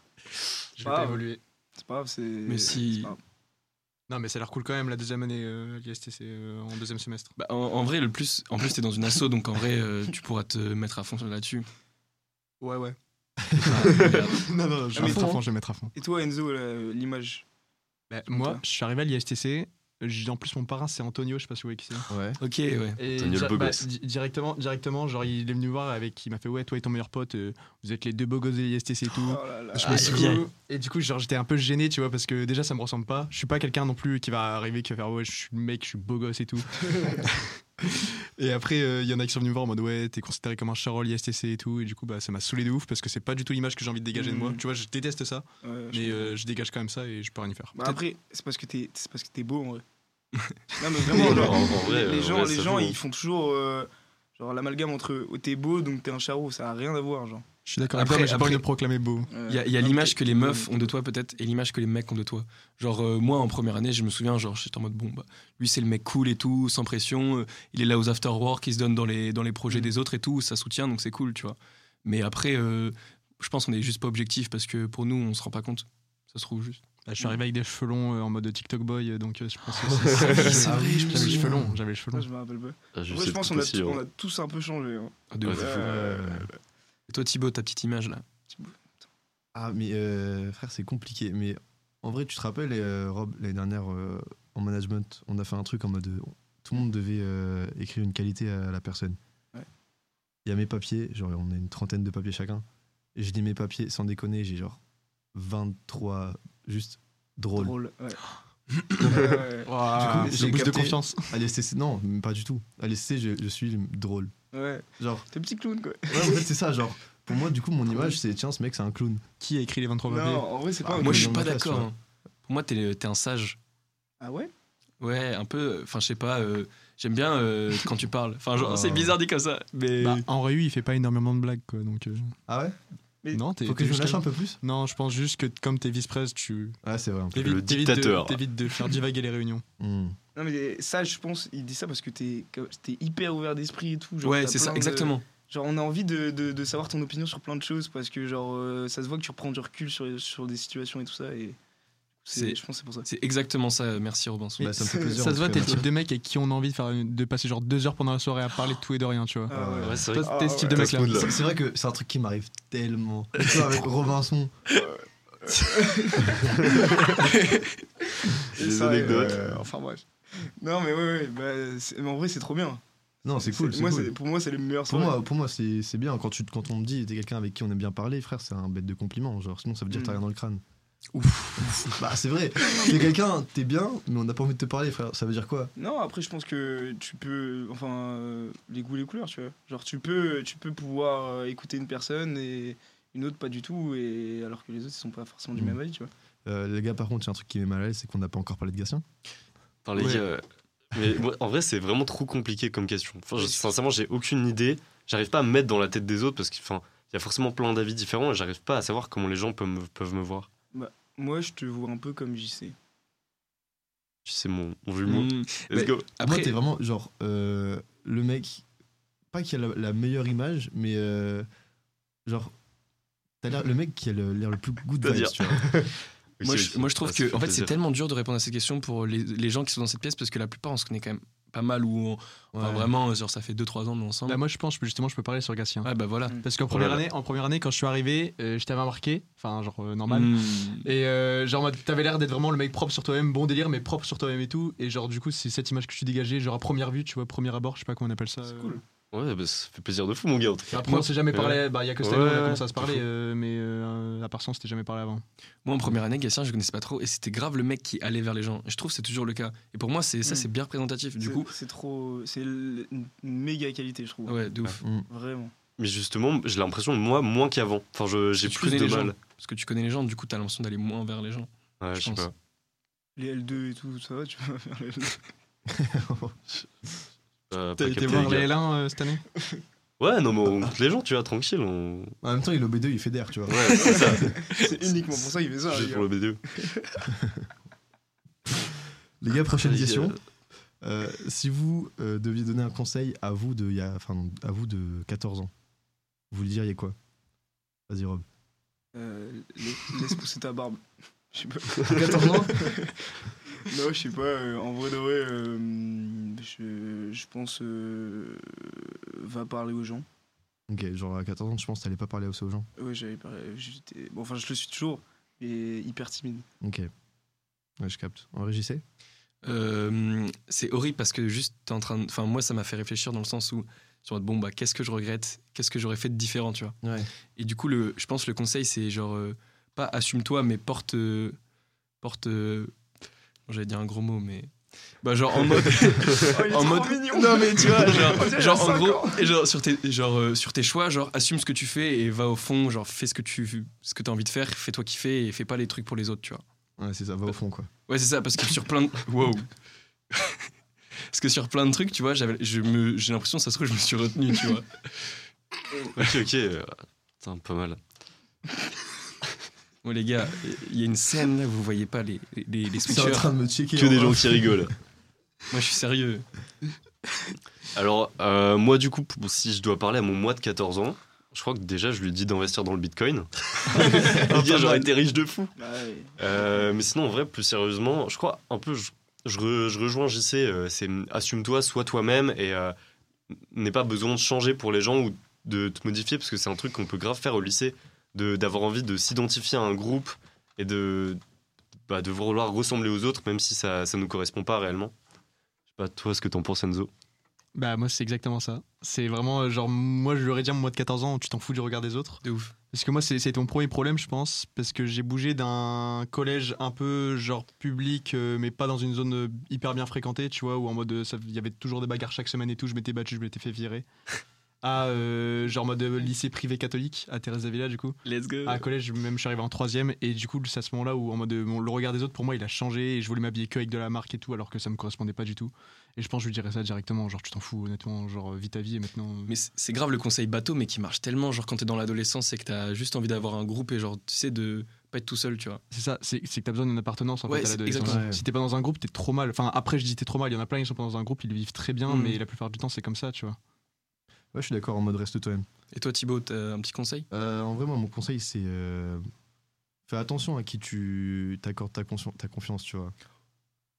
Je Ah, vais pas ouais. évoluer. c'est pas grave, c'est... Mais si- c'est pas grave. Non, mais ça a l'air cool quand même la deuxième année euh, à l'ISTC euh, en deuxième semestre. Bah, en, en vrai, le plus, en plus, t'es dans une asso, donc en vrai, euh, tu pourras te mettre à fond là-dessus. Ouais, ouais. Ah, merde. non, non, je Ah, mais vais mettre à toi- fond, je vais mettre à fond. Et toi Enzo, là, euh, l'image Bah, Toi moi, je suis arrivé à l'ISTC. j'ai- En plus, mon parrain, c'est Antonio, je sais pas si vous voyez qui c'est. Ouais. Ok, ouais. Et Antonio le beau bah, gosse. di- directement, directement, genre il est venu me voir avec, il m'a fait ouais, toi et ton meilleur pote, euh, vous êtes les deux beaux gosses de l'ISTC et tout. Oh là là. Je Ah, me suis il dit- vient. et du coup, genre j'étais un peu gêné, tu vois, parce que déjà ça me ressemble pas. Je suis pas quelqu'un non plus qui va arriver qui va faire ouais, je suis le mec, je suis beau gosse et tout. et après, euh, il y en a qui sont venus me voir en mode ouais, t'es considéré comme un charol ISTC et tout. Et du coup, bah ça m'a saoulé de ouf parce que c'est pas du tout l'image que j'ai envie de dégager de moi. Mhm. Tu vois, je déteste ça, Ouais, je mais comprends. euh, Hmm. je dégage quand même ça et je peux rien y faire. Bah, Peut-être- après, c'est parce que t'es, c'est parce que t'es beau en vrai. non mais vraiment, Non, genre, en- en vrai, les, les en gens, vrai, les ça gens joue, hein. ils font toujours euh, genre l'amalgame entre oh, t'es beau donc t'es un charreau, ça a rien à voir genre. je suis d'accord. Après, Après, j'ai pas après- envie de me proclamer beau. Euh, Il y a, il y a non, l'image t'es- que les non, meufs mais- ont de toi peut-être et l'image que les mecs ont de toi. Genre euh, moi en première année, je me souviens, genre j'étais en mode bon bah lui c'est le mec cool et tout, sans pression, euh, il est là aux after work, il se donne dans les dans les Mm. projets des autres et tout, ça soutient donc c'est cool, tu vois. Mais après euh, je pense qu'on est juste pas objectif parce que pour nous on se rend pas compte. Ça se trouve juste. Bah, je suis arrivé avec des cheveux longs euh, en mode TikTok boy, euh, donc euh, je pense que c'est- c'est- Ah oui, je me j'avais les souviens. cheveux longs, j'avais les cheveux Ah, longs. je me rappelle pas. Ah, je Après, sais je pense tout qu'on a, aussi, tout- hein. on a tous un peu changé. hein. Ah, de Ouais, ouf. c'est fou. Euh, Et toi Thibaut, ta petite image là. Ah, mais euh, frère, c'est compliqué. Mais en vrai, tu te rappelles, euh, Rob, l'année dernière, euh, en management, on a fait un truc en mode. euh, tout le monde devait euh, écrire une qualité à la personne. Ouais. Il y a mes papiers, genre on a une trentaine de papiers chacun. Et je lis mes papiers, sans déconner, j'ai genre 23 juste drôles. drôle. ouais. Ouais, ouais, ouais. Ouah, Du coup, le j'ai boost de capté- confiance. À l'ESTC, non, même pas du tout. À l'ESTC, je, je suis drôle. Ouais. Genre, T'es petit clown quoi. ouais, en fait, c'est ça, genre. Pour moi, du coup, mon image, c'est tiens, ce mec, c'est un clown. Qui a écrit les 23 Non, papiers en vrai, c'est Bah, Ah, pas un moi je dans suis ma pas classe, d'accord. ouais. hein. Pour moi t'es t'es un sage. Ah ouais Ouais, un peu. Enfin, je sais pas. euh, J'aime bien euh, quand tu parles. Enfin, genre, Oh. c'est bizarre dit comme ça. Mais Bah, en réu, il fait pas énormément de blagues, quoi. Donc, euh, Ah ouais Et non, t'es Faut que t'es je me juste lâche un peu calme. plus Non, je pense juste que comme t'es vice-presse, tu Ah, c'est vrai. un peu. t'évites Le t'évites de- dictateur. t'évites de, faire divaguer les réunions. Hmm. Non, mais ça, je pense, il dit ça parce que t'es que- t'es hyper ouvert d'esprit et tout. genre, ouais, t'as c'est ça, plein de- exactement. Genre, on a envie de, de, de savoir ton opinion sur plein de choses parce que, genre, euh, ça se voit que tu reprends du recul sur, sur des situations et tout ça. Et c'est- C'est- je pense que c'est pour ça. C'est exactement ça. euh, Merci Robinson. Bah, ça me fait plaisir. ça en se tout voit, cas, t'es le merci. type de mec avec qui on a envie de, faire une- de passer genre deux heures pendant la soirée à parler de tout et de rien, tu vois. Ah ouais. Ouais. Ouais, c'est Toi, vrai. T'es ce type de Ah, mec t'as ce là. mood-là. C'est c'est vrai que c'est un truc qui m'arrive tellement. Tu vois, avec Robinson. Des ça, anecdotes. euh, enfin, bref. Non, mais ouais, ouais, bah, c'est- mais en vrai, c'est trop bien. Non, c'est cool. c'est Moi, cool. c'est- Pour moi, c'est le meilleur Pour soirée. moi, pour moi c'est c'est bien. Quand, tu, quand on me dit t'es quelqu'un avec qui on aime bien parler, frère, c'est un bête de compliment. Genre, sinon, ça veut dire que t'as Mm. rien dans le crâne. Ouf. bah, c'est vrai. T'es quelqu'un, t'es bien, mais on n'a pas envie de te parler, frère. Ça veut dire quoi Non, après je pense que tu peux, enfin, euh, les goûts, les couleurs, tu vois. Genre tu peux, tu peux pouvoir euh, écouter une personne et une autre pas du tout, et alors que les autres ils sont pas forcément du Mm. même avis, tu vois. Euh, Les gars, par contre, il y a un truc qui m'est mal à l'aise, c'est qu'on n'a pas encore parlé de Gatien. Par les Ouais. gars, euh, Mais moi, en vrai, c'est vraiment trop compliqué comme question. Enfin, je- sincèrement, j'ai aucune idée. J'arrive pas à me mettre dans la tête des autres parce qu'il y a forcément plein d'avis différents et j'arrive pas à savoir comment les gens peuvent me, peuvent me voir. Moi je te vois un peu comme JC. Tu sais, mon, mon vu Mm. Let's Mais- go. Moi, Après, t'es vraiment genre euh, le mec, pas qui a la, la meilleure image, mais euh, genre, t'as l'air le mec qui a le- l'air le plus good vibes, C'est-à-dire tu vois. moi, je, moi, je trouve Ah, ça que en fait, plaisir. c'est tellement dur de répondre à cette question pour les, les gens qui sont dans cette pièce parce que la plupart on se connaît quand même pas mal où on, enfin, Ouais. vraiment euh, genre ça fait 2-3 ans ensemble. Bah, moi, je pense, justement, je peux parler sur Gatien. ouais bah voilà. Parce qu'en Oh là première, là. année, en première année, quand je suis arrivé, euh, j'étais marqué, enfin, genre euh, normal. Mm. Et euh, genre, en mode, t'avais l'air d'être vraiment le mec propre sur toi-même, bon délire, mais propre sur toi-même et tout. Et genre, du coup, c'est cette image que tu dégageais, genre à première vue, tu vois, premier abord, je sais pas comment on appelle ça. Euh, euh, C'est cool. Ouais, bah, ça fait plaisir de fou, mon gars. en tout cas. Après, on s'est jamais parlé, bah, il y a que cette année, Ouais, on a ouais, commencé à c'est se parler, fou. euh, mais euh, à part ça, on s'était jamais parlé avant. Moi en première année Gatien je connaissais pas trop et c'était grave le mec qui allait vers les gens. Et je trouve que c'est toujours le cas. Et pour moi c'est ça Mm. c'est bien représentatif du C'est- coup. c'est trop. C'est l- une méga qualité, je Ah trouve. Ouais de ouf. Vraiment. Mais justement, j'ai l'impression, moi, moins qu'avant. Enfin, je- j'ai Tu plus connais de les gens. mal. Parce que tu connais les gens du coup t'as l'impression d'aller moins vers les gens. Ouais, Je je sais pense. pas. Les L2 et tout, ça va, tu vas faire les L2. Euh, pas T'as été capté, voir les les gars. L1 euh, cette année Ouais, non, mais on compte les gens, tu vois, tranquille. On... Bah, En même temps, il est au B2, il fait d'air, tu vois. Ouais, c'est ça. C'est uniquement pour ça qu'il fait ça. les Juste gars. pour le E. BDE. Les gars, prochaine Vas-y, question. Euh, si vous euh, deviez donner un conseil à vous de, il y a- enfin, à vous de 14 ans, vous lui diriez quoi Vas-y, Rob. Euh, la- laisse pousser ta barbe. Je sais pas. 14 ans Non, je sais pas. euh, en vrai de vrai, euh, je, je pense. euh, va parler aux gens. Ok, genre à 14 ans, je pense que t'allais pas parler aussi aux gens. Ouais, j'avais parlé. j'étais- Bon, enfin, je le suis toujours, mais hyper timide. Ok. Ouais, je capte. En régissait Euh, c'est horrible parce que juste t'es en train de... Enfin moi ça m'a fait réfléchir dans le sens où sur bon bah qu'est-ce que je regrette Qu'est-ce que j'aurais fait de différent tu vois Ouais. Et du coup, le, je pense que le conseil, c'est genre, euh, pas assume-toi, mais porte. euh, porte. euh, bon, J'allais dire un gros mot, mais. Bah, genre en mode. Oh, en mode. Non, mais tu vois, genre, genre, en gros, et genre, sur, tes, genre, euh, sur tes choix, genre, assume ce que tu fais et va au fond, genre, fais ce que tu ce que as envie de faire, fais-toi kiffer et fais pas les trucs pour les autres, tu vois. Ouais, c'est ça, va au fond, quoi. Ouais, c'est ça, parce que sur plein de. Wow! Parce que sur plein de trucs, tu vois, j'avais- je me- j'ai l'impression, ça se trouve, je me suis retenu, tu vois. Ok, ok. euh, Putain, pas mal. Bon, les gars, il y a une scène, là, vous voyez pas les, les, les C'est en switchers. train de me checker. Que en des gens off. qui rigolent. Moi, je suis sérieux. Alors, euh, moi, du coup, pour- si je dois parler à mon moi de 14 ans, je crois que déjà, je lui dis d'investir dans le bitcoin. Le gars, j'aurais été riche de fou. Bah Ouais. Euh, mais sinon, en vrai, plus sérieusement, je crois un peu, je, je re- je rejoins JC, euh, c'est assume-toi, sois toi-même et euh, n'aie pas besoin de changer pour les gens ou de te modifier parce que c'est un truc qu'on peut grave faire au lycée, de- d'avoir envie de s'identifier à un groupe et de, bah, de vouloir ressembler aux autres même si ça ne nous correspond pas réellement. Je sais pas, toi, ce que t'en penses, Enzo Bah, moi, c'est exactement ça. C'est vraiment, euh, genre, moi, je lui aurais dit à mon moi de 14 ans, tu t'en fous du regard des autres. De ouf. Parce que moi, c'est- c'était mon premier problème, je pense, parce que j'ai bougé d'un collège un peu genre public, euh, mais pas dans une zone euh, hyper bien fréquentée, tu vois, où en mode euh, ça- il y avait toujours des bagarres chaque semaine et tout, je m'étais battu, je m'étais fait virer. À euh, genre mode euh, lycée privé catholique, à Thérèse Davila, du coup. Let's go. À un collège, même je suis arrivé en troisième, et du coup, c'est à ce moment-là où en mode euh, mon- le regard des autres, pour moi, il a changé, et je voulais m'habiller que avec de la marque et tout, alors que ça me correspondait pas du tout. Et je pense que je lui dirais ça directement, genre tu t'en fous, honnêtement, genre vis ta vie, et maintenant. euh, Mais c'est c'est grave le conseil bateau, mais qui marche tellement. Genre, quand t'es dans l'adolescence, c'est que t'as juste envie d'avoir un groupe et genre, tu sais, de pas être tout seul, tu vois. C'est ça, c'est c'est que t'as besoin d'une appartenance en Ouais, fait à c'est- l'adolescence. exactement. Ouais. Si t'es pas dans un groupe, t'es trop mal. Enfin, après, je dis t'es trop mal. Il y en a plein, ils sont pas dans un groupe, ils le vivent très bien, Mm. mais la plupart du temps, c'est comme ça, tu vois. Ouais, je suis d'accord en mode reste toi-même. Et toi, Thibaut, t'as un petit conseil Euh, en vrai, moi, mon conseil, c'est. euh, Fais attention à qui tu t'accordes ta, conscien- ta confiance, tu vois.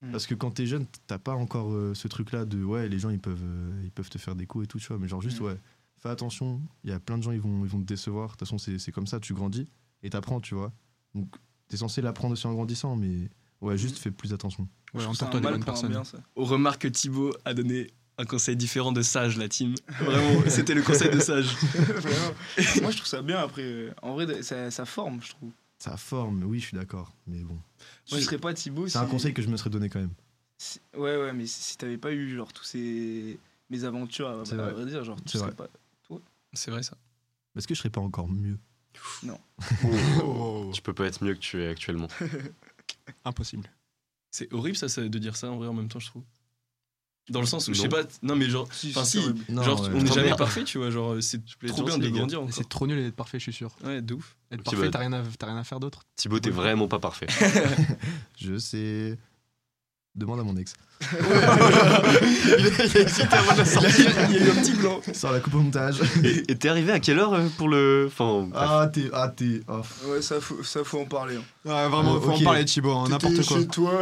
Mm. Parce que quand t'es jeune, t'as pas encore euh, ce truc-là de ouais, les gens ils peuvent, euh, ils peuvent te faire des coups et tout, tu vois. Mais genre, juste, Mm. ouais, fais attention, il y a plein de gens, ils vont, ils vont te décevoir. De toute façon, c'est c'est comme ça, tu grandis et t'apprends, tu vois. Donc, t'es censé l'apprendre aussi en grandissant, mais ouais, juste Mm. fais plus attention. Je trouve entoure-toi ça un des mal bonnes pour un personnes. bien, ça. On remarque que Thibaut a donné un conseil différent de sage, la team. Vraiment, c'était le conseil de sage. Vraiment. Moi, je trouve ça bien après. euh, En vrai, ça, ça forme, je trouve. Ça forme, oui, je suis d'accord, mais bon. Tu Ouais. serais pas Thibaut. C'est un si- conseil que je me serais donné quand même. si- Ouais, ouais, mais si si t'avais pas eu, genre, tous ces. Mes aventures, à, C'est à vrai. vrai dire, genre, tu C'est serais vrai. pas. C'est vrai, ça. Est-ce que je serais pas encore mieux Tu peux pas être mieux que tu es actuellement. Impossible. C'est horrible, ça, ça, de dire ça en vrai en même temps, je trouve. Dans le sens où, je sais Non. pas. Non, mais genre. Enfin, c'est si. horrible. Non, genre, ouais. on n'est jamais Merde. parfait, tu vois. Genre, euh, c'est plais trop bien gentil, de les gars. grandir. encore. C'est trop nul d'être parfait, je suis sûr. Ouais, de ouf. Être Ok, parfait, bah- t'as rien, à- t'as rien à faire d'autre. Thibaut, t'es vraiment pas parfait. Je sais. Demande à mon ex. Il y a eu un petit blanc. Sors la coupe au montage. Et et t'es arrivé à quelle heure euh, pour le. Enfin, bref. Ah, t'es. Ah, t'es. oh, f- Ouais, ça faut, ça faut en parler. hein. Ah, vraiment, Euh, faut ok. en parler, Thibaut, hein, n'importe T'étais quoi. chez toi.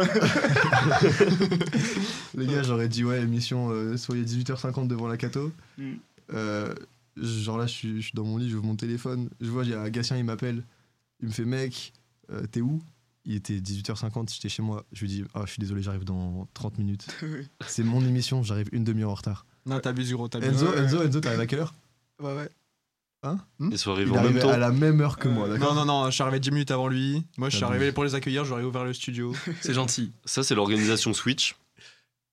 Les gars, j'aurais dit, ouais, émission, euh, soyez 18h50 devant la Cato. Mm. Euh, genre là, je suis, je suis dans mon lit, j'ouvre mon téléphone. Je vois, il y a Gatien, il m'appelle. Il me fait, mec, euh, t'es où Il était 18h50, j'étais chez moi. Je lui dis, ah, je suis désolé, j'arrive dans 30 minutes. Oui. C'est mon émission, j'arrive une demi-heure en retard. Non, t'abuses, gros, t'abuses. Enzo, Enzo, Enzo, t'arrives à quelle heure Hein Ouais, ouais. Hmm Ils sont arrivés Il en même arrive temps. à la même heure que Euh, moi, d'accord Non, non, non, je suis arrivé 10 minutes avant lui. Moi, je suis T'abuses. arrivé pour les accueillir, j'aurais ouvert le studio. C'est gentil. Ça, c'est l'organisation Switch.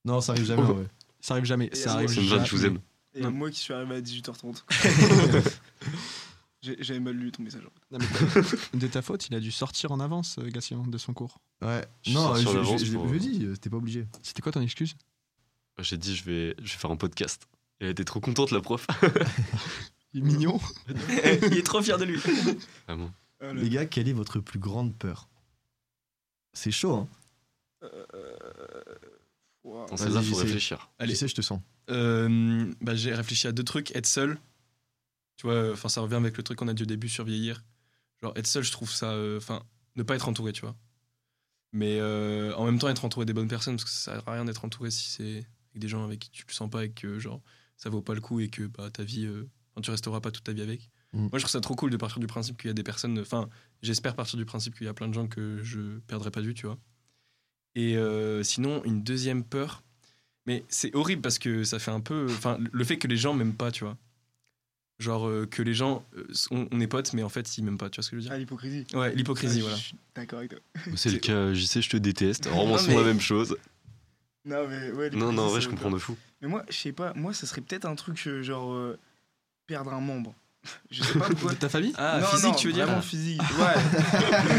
Non, ça arrive jamais, Oh. en vrai. Ça arrive jamais, Et ça arrive C'est une vanne, jamais. je vous aime. Et Non. moi qui suis arrivé à 18h30. J'ai- J'avais mal lu ton message. Non, mais De ta faute, il a dû sortir en avance, euh, Gatien, de son cours. Ouais. Je suis non, sorti je, en je, avance je- pour- je dis, euh, t'es pas obligé. C'était quoi ton excuse J'ai dit, je vais, je vais faire un podcast. Elle était trop contente, la prof. Il est mignon. Il est trop fier de lui. Vraiment. Ah, là. Les gars, quelle est votre plus grande peur C'est chaud, hein Wow. Dans Vas-y, celle-là, faut j'essaie. réfléchir. Allez. Tu sais, je te sens. Euh, bah, j'ai réfléchi à deux trucs. Être seul, tu vois, enfin ça revient avec le truc qu'on a dit au début sur vieillir. Genre être seul, je trouve ça, euh, enfin ne pas être entouré, tu vois. Mais euh, en même temps être entouré des bonnes personnes parce que ça sert à rien d'être entouré si c'est avec des gens avec qui tu le sens pas et que genre ça vaut pas le coup et que bah, ta vie, euh, 'fin, tu resteras pas toute ta vie avec. Mm. Moi je trouve ça trop cool de partir du principe qu'il y a des personnes, enfin j'espère partir du principe qu'il y a plein de gens que je perdrai pas de vue, tu vois. Et euh, sinon une deuxième peur, mais c'est horrible parce que ça fait un peu. Enfin, le fait que les gens m'aiment pas, tu vois. Genre euh, que les gens. euh, on, on est potes, mais en fait, ils m'aiment pas, tu vois ce que je veux Ah, l'hypocrisie. dire Ouais, l'hypocrisie, Ah, voilà. Je suis d'accord avec toi. C'est le cas, JC, je te déteste. Remonçons mais- la même chose. Non, mais ouais, Non, non, en vrai, l'hypocrisie, je ça comprends me de fou. fait peur. Mais moi, je sais pas, moi, ça serait peut-être un truc euh, genre euh, perdre un membre. Je sais pas pourquoi. De ta famille Ah, Non, physique, non, tu veux dire Vraiment physique. Ouais.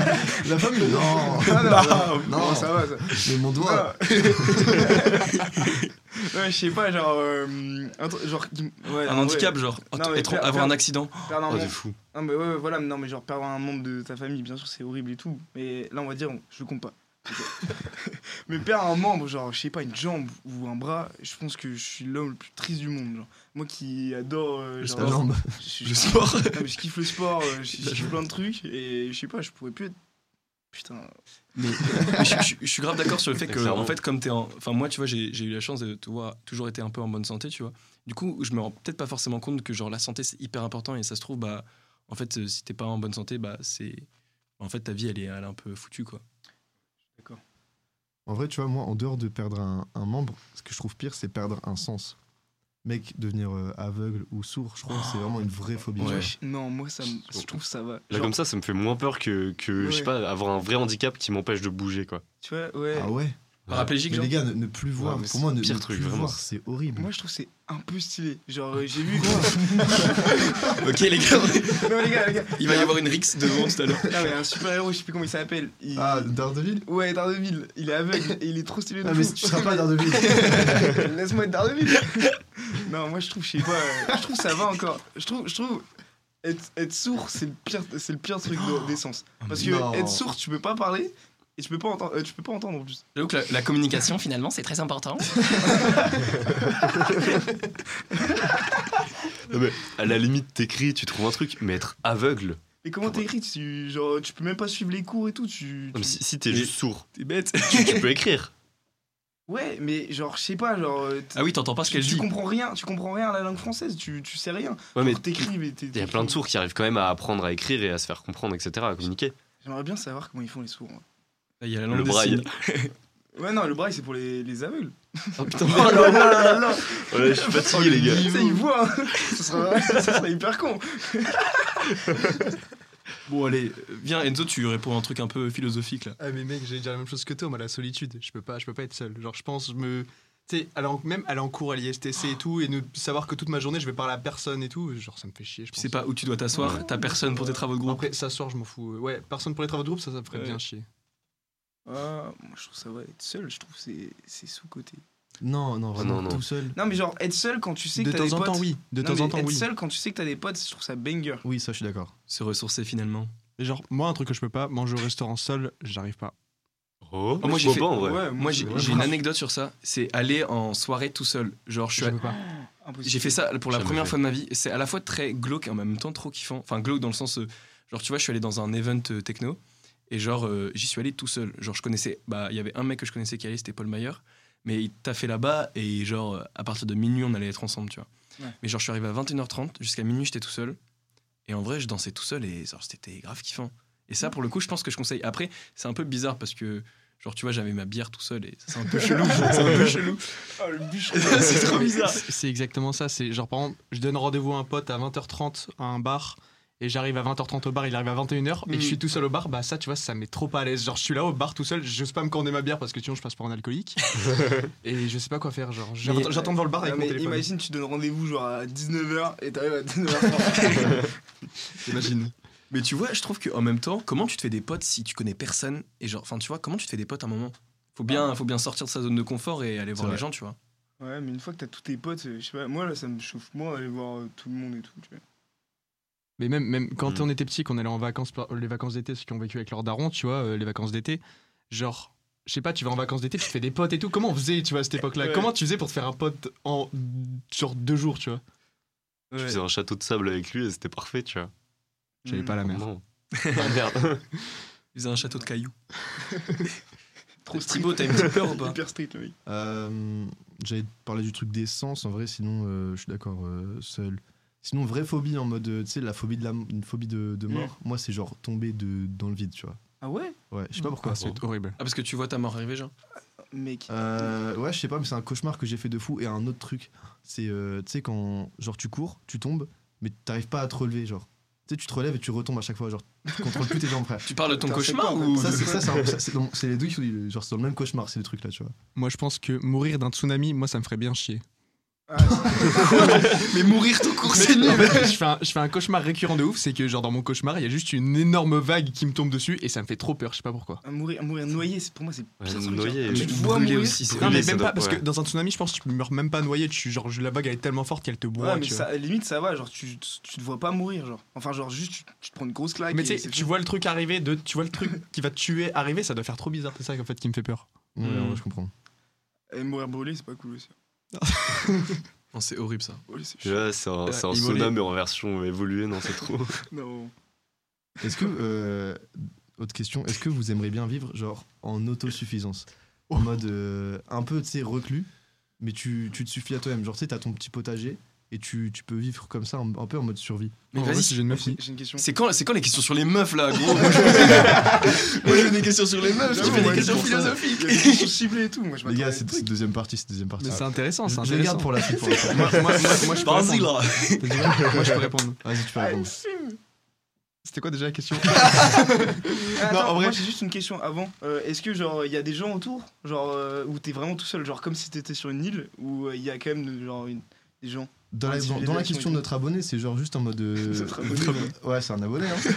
La famille Non Ah, Bah, non, Non. non, ça va, ça. Mais mon doigt Non. ouais, je sais pas, genre. euh, un truc- genre qui m- ouais, Un en handicap, vrai, genre. Non, mais être- faire- avoir un faire- accident. perdre un Oh, membre. de fou. Non, mais ouais, ouais, voilà, mais non, mais genre perdre un membre de ta famille, bien sûr, c'est horrible et tout. Mais là, on va dire, on- je le compte pas. Ok. mais perdre un membre, genre, je sais pas, une jambe ou un bras, je pense que je suis l'homme le plus triste du monde. Genre. Moi qui adore. euh, Ta Oh. genre, jambe je- je- Le sport. non, mais je kiffe le sport, euh, je je kiffe plein de trucs, et je sais pas, je pourrais plus être. Putain. Mais, mais je, je- je suis grave d'accord sur le fait que, Clairement. en fait, comme t'es en. Enfin, moi, tu vois, j'ai j'ai eu la chance de tu vois, toujours été un peu en bonne santé, tu vois. Du coup, je me rends peut-être pas forcément compte que, genre, la santé, c'est hyper important et ça se trouve, bah, en fait, euh, si t'es pas en bonne santé, bah, c'est. En fait, ta vie, elle est, elle est un peu foutue, quoi. En vrai, tu vois, moi, en dehors de perdre un, un membre, ce que je trouve pire, c'est perdre un sens. Mec, devenir euh, aveugle ou sourd, je crois que c'est vraiment une vraie phobie. Ouais. tu Je- Non, moi, ça me- je trouve ça va. Là, Genre, comme ça, ça me fait moins peur que, que je sais Ouais. pas, avoir un vrai handicap qui m'empêche de bouger, quoi. tu vois, ouais. vois. Ah ouais Paraplégique, Mais genre. les gars, ne, ne plus voir, Ouais, mais pour moi, c'est ne, le pire ne truc, plus vraiment. voir, c'est horrible. Moi, je trouve que c'est un peu stylé. Genre, euh, j'ai vu. Ok, les gars, non, les gars, les gars. il va y avoir une rixe devant tout à l'heure. Non, mais un super héros, je sais plus comment il s'appelle. Il- Ah, Daredevil Ouais, Daredevil, il est aveugle et il est trop stylé de Ah, fou. mais tu seras pas Daredevil Laisse-moi être Daredevil. non, moi je trouve, je sais pas, euh, je trouve ça va encore. Je trouve, je trouve être, être sourd, c'est le pire, c'est le pire truc de- des sens. Parce que Non. être sourd, tu peux pas parler et tu peux pas entendre, euh, tu peux pas entendre en plus. J'avoue que la, la communication, finalement, c'est très important. Non, mais à la limite, t'écris, tu trouves un truc, mais être aveugle. Et comment t'écris tu, Genre, tu peux même pas suivre les cours et tout. Tu, Comme tu- si, si t'es Mais- juste sourd, T'es bête. tu, tu peux écrire. Ouais, mais genre, je sais pas, genre. euh, t- Ah oui, t'entends pas ce tu, qu'elle tu dit. comprends rien, tu comprends rien à la langue française, tu, tu sais rien. Ouais, mais Genre, T'écris, mais t'es. il y a plein de sourds qui arrivent quand même à apprendre à écrire et à se faire comprendre, etc., à communiquer. J'aimerais bien savoir comment ils font les sourds. hein. Ah, Il y a la Le langue des braille. signes. Ouais, non, le braille c'est pour les, les aveugles. Oh putain, Oh là là là là oh là, je suis fatigué, les gars. Tu sais, ils voient hein. ça, serait, ça serait hyper con Bon, allez, viens, Enzo, tu réponds à un truc un peu philosophique, là. Ah mais mec, j'ai dire la même chose que toi, moi la solitude, je peux pas, je peux pas être seul. Genre je pense, je me, tu sais, alors même aller en cours à l'ISTC et tout, et ne savoir que toute ma journée je vais parler à personne et tout, genre ça me fait chier. Je Tu pense. sais pas où tu dois t'asseoir, t'as personne pour tes travaux de Bon, groupe. Après ça sort, je m'en fous. Ouais, personne pour les travaux de groupe, ça, ça me ferait Ouais. bien chier. ah, moi je trouve ça va être seul je trouve c'est c'est sous côté Non, non, vraiment, Non, non. tout seul. non mais genre être seul quand tu sais que De t'as des temps en potes temps oui, de Non, temps mais en temps être oui. seul quand tu sais que t'as des potes je trouve ça banger Oui, ça, je suis d'accord. Se ressourcer, finalement. Et Genre moi un truc que je peux pas, manger au restaurant seul, j'arrive pas. Oh, moi, j'ai Boban, fait- en vrai. Ouais, Moi, j'ai ouais, j'ai grave. une anecdote sur ça. C'est aller en soirée tout seul. Genre, je suis à- peux pas. Impossible. j'ai fait ça pour la Jamais première fait. fois de ma vie. C'est à la fois très glauque et en même temps trop kiffant. Enfin, glauque dans le sens, euh, genre, tu vois, je suis allé dans un event euh, techno et genre, euh, j'y suis allé tout seul. Genre, je connaissais, bah, il y avait un mec que je connaissais qui allait, c'était Paul Mayer. Mais il t'a fait là-bas et genre, euh, à partir de minuit, on allait être ensemble, tu vois. Ouais. Mais genre, je suis arrivé à 21h30, jusqu'à minuit, j'étais tout seul. Et en vrai, je dansais tout seul et genre, c'était grave kiffant. Et ça, pour le coup, je pense que je conseille. Après, c'est un peu bizarre parce que, genre, tu vois, j'avais ma bière tout seul et ça, c'est un peu chelou. c'est un peu chelou. Oh, le bûcheron. c'est trop bizarre. C'est exactement ça. C'est genre, par exemple, je donne rendez-vous à un pote à 20h30 à un bar. Et j'arrive à 20h30 au bar, il arrive à 21h, et que je suis tout seul au bar, bah ça, tu vois, ça met trop pas à l'aise. Genre, je suis là au bar tout seul, j'ose pas me commander ma bière parce que sinon je passe pour un alcoolique. et je sais pas quoi faire, genre, j'attends j'attends devant le bar avec Ah, mon mais téléphone. imagine, tu donnes rendez-vous genre à 19h et t'arrives à 19h30. Imagine. Mais tu vois, je trouve qu'en même temps, comment tu te fais des potes si tu connais personne Et genre, enfin, tu vois, comment tu te fais des potes à un moment faut bien, Ah. faut bien sortir de sa zone de confort et aller voir vrai. les gens, tu vois. ouais, mais une fois que t'as tous tes potes, euh, je sais pas, moi là ça me chauffe moi d'aller voir euh, tout le monde et tout. Tu vois. Mais même, même quand Mm. on était petit, qu'on allait en vacances, par- les vacances d'été, ceux qui ont vécu avec leur daron, tu vois, euh, les vacances d'été, genre, je sais pas, tu vas en vacances d'été, tu te fais des potes et tout. Comment on faisait, tu vois, à cette époque-là Ouais. Comment tu faisais pour te faire un pote en sur deux jours, tu vois Je Ouais. faisais un château de sable avec lui et c'était parfait, tu vois. J'allais Mm. pas à la mer. Non. Ah, merde. Ils faisaient un château de cailloux. Trop Thibaut, t'as une petite peur ou pas Hyper street le mec. Euh, J'allais parler du truc des sens en vrai, sinon euh, je suis d'accord euh, seul. Sinon, vraie phobie en mode, euh, tu sais, la phobie de la une phobie de, de mort. Moi, c'est genre tomber de, dans le vide, tu vois. Ah ouais Ouais, je sais pas pourquoi. Ah, C'est horrible. Ah, parce que tu vois ta mort arriver, genre. Mec. Euh, ouais, je sais pas, mais c'est un cauchemar que j'ai fait de fou. Et un autre truc, c'est, euh, tu sais, quand genre tu cours, tu tombes, mais t'arrives pas à te relever, genre. Tu sais, tu te relèves et tu retombes à chaque fois, genre, tu contrôles plus tes jambes, frère. Tu parles de ton Putain, c'est cauchemar quoi, ou Ça, c'est ça, c'est un- ça, c'est dans- c'est les deux qui sont genre, c'est dans le même cauchemar, c'est le truc là, tu vois. Moi, je pense que mourir d'un tsunami, moi, ça me ferait bien chier. Ah, Mais mourir tout court, Mais- en fait, je, fais un, je fais un cauchemar récurrent de ouf, c'est que genre dans mon cauchemar, il y a juste une énorme vague qui me tombe dessus et ça me fait trop peur, je sais pas pourquoi. c'est- Ah, mourir, mourir noyé, c'est- pour moi c'est Ouais, pire. sur le noyé. cœur. Tu Mais te vois brûler mourir aussi, c'est Non Brûler, mais ça même doit- pas parce que ouais. dans un tsunami je pense que tu meurs même pas noyé, tu genre la vague elle est tellement forte qu'elle te Ouais, boit. mais tu vois. ça, limite ça va, genre tu, tu te vois pas mourir, genre. Enfin, genre juste tu, tu te prends une grosse claque. Mais et tu sais, c'est tu fini. vois le truc arriver, de, tu vois le truc qui va te tuer arriver, ça doit faire trop bizarre, c'est ça en fait qui me fait peur. Ouais, Hmm. ouais, je comprends. Et mourir brûlé, c'est pas cool aussi. Non, c'est horrible ça. Brûlé, c'est Tu chiant. vois, c'est un, Ouais, c'est un immolé. sauna, mais en version évoluée, non, c'est trop. Non. Est-ce que, euh, autre question, est-ce que vous aimeriez bien vivre genre en autosuffisance En mode euh, un peu, tu sais, reclus, mais tu, tu te suffis à toi-même. Genre, tu sais, t'as ton petit potager et tu, tu peux vivre comme ça, un, un peu en mode survie. Mais En vrai, vas-y, si j'ai une meuf qui- J'ai une question. c'est quand, c'est quand les questions sur les meufs là, gros Moi j'ai des questions sur les meufs, tu J'avoue, fais des moi, questions pour ça. philosophiques. Il y a des questions ciblées et tout, moi je Les gars, m'attendais- c'est c'est deuxième partie, c'est deuxième partie. Mais c'est intéressant, je c'est je le intéressant. garde pour la suite. pour la suite. moi, moi, moi, moi, je peux Vas-y répondre. là moi je peux répondre. Vas-y, tu peux Ah, elle répondre. fume. C'était quoi déjà la question Bah, Ah, Non, attends, en vrai- moi j'ai juste une question avant. Euh, Est-ce que genre il y a des gens autour, genre euh, où t'es vraiment tout seul, genre comme si t'étais sur une île, où euh, il y a quand même euh, genre une- des gens. Dans la, dans- dans la question de notre abonné, c'est genre juste en mode. euh, Notre abonné, vivre- ouais, c'est un abonné, hein.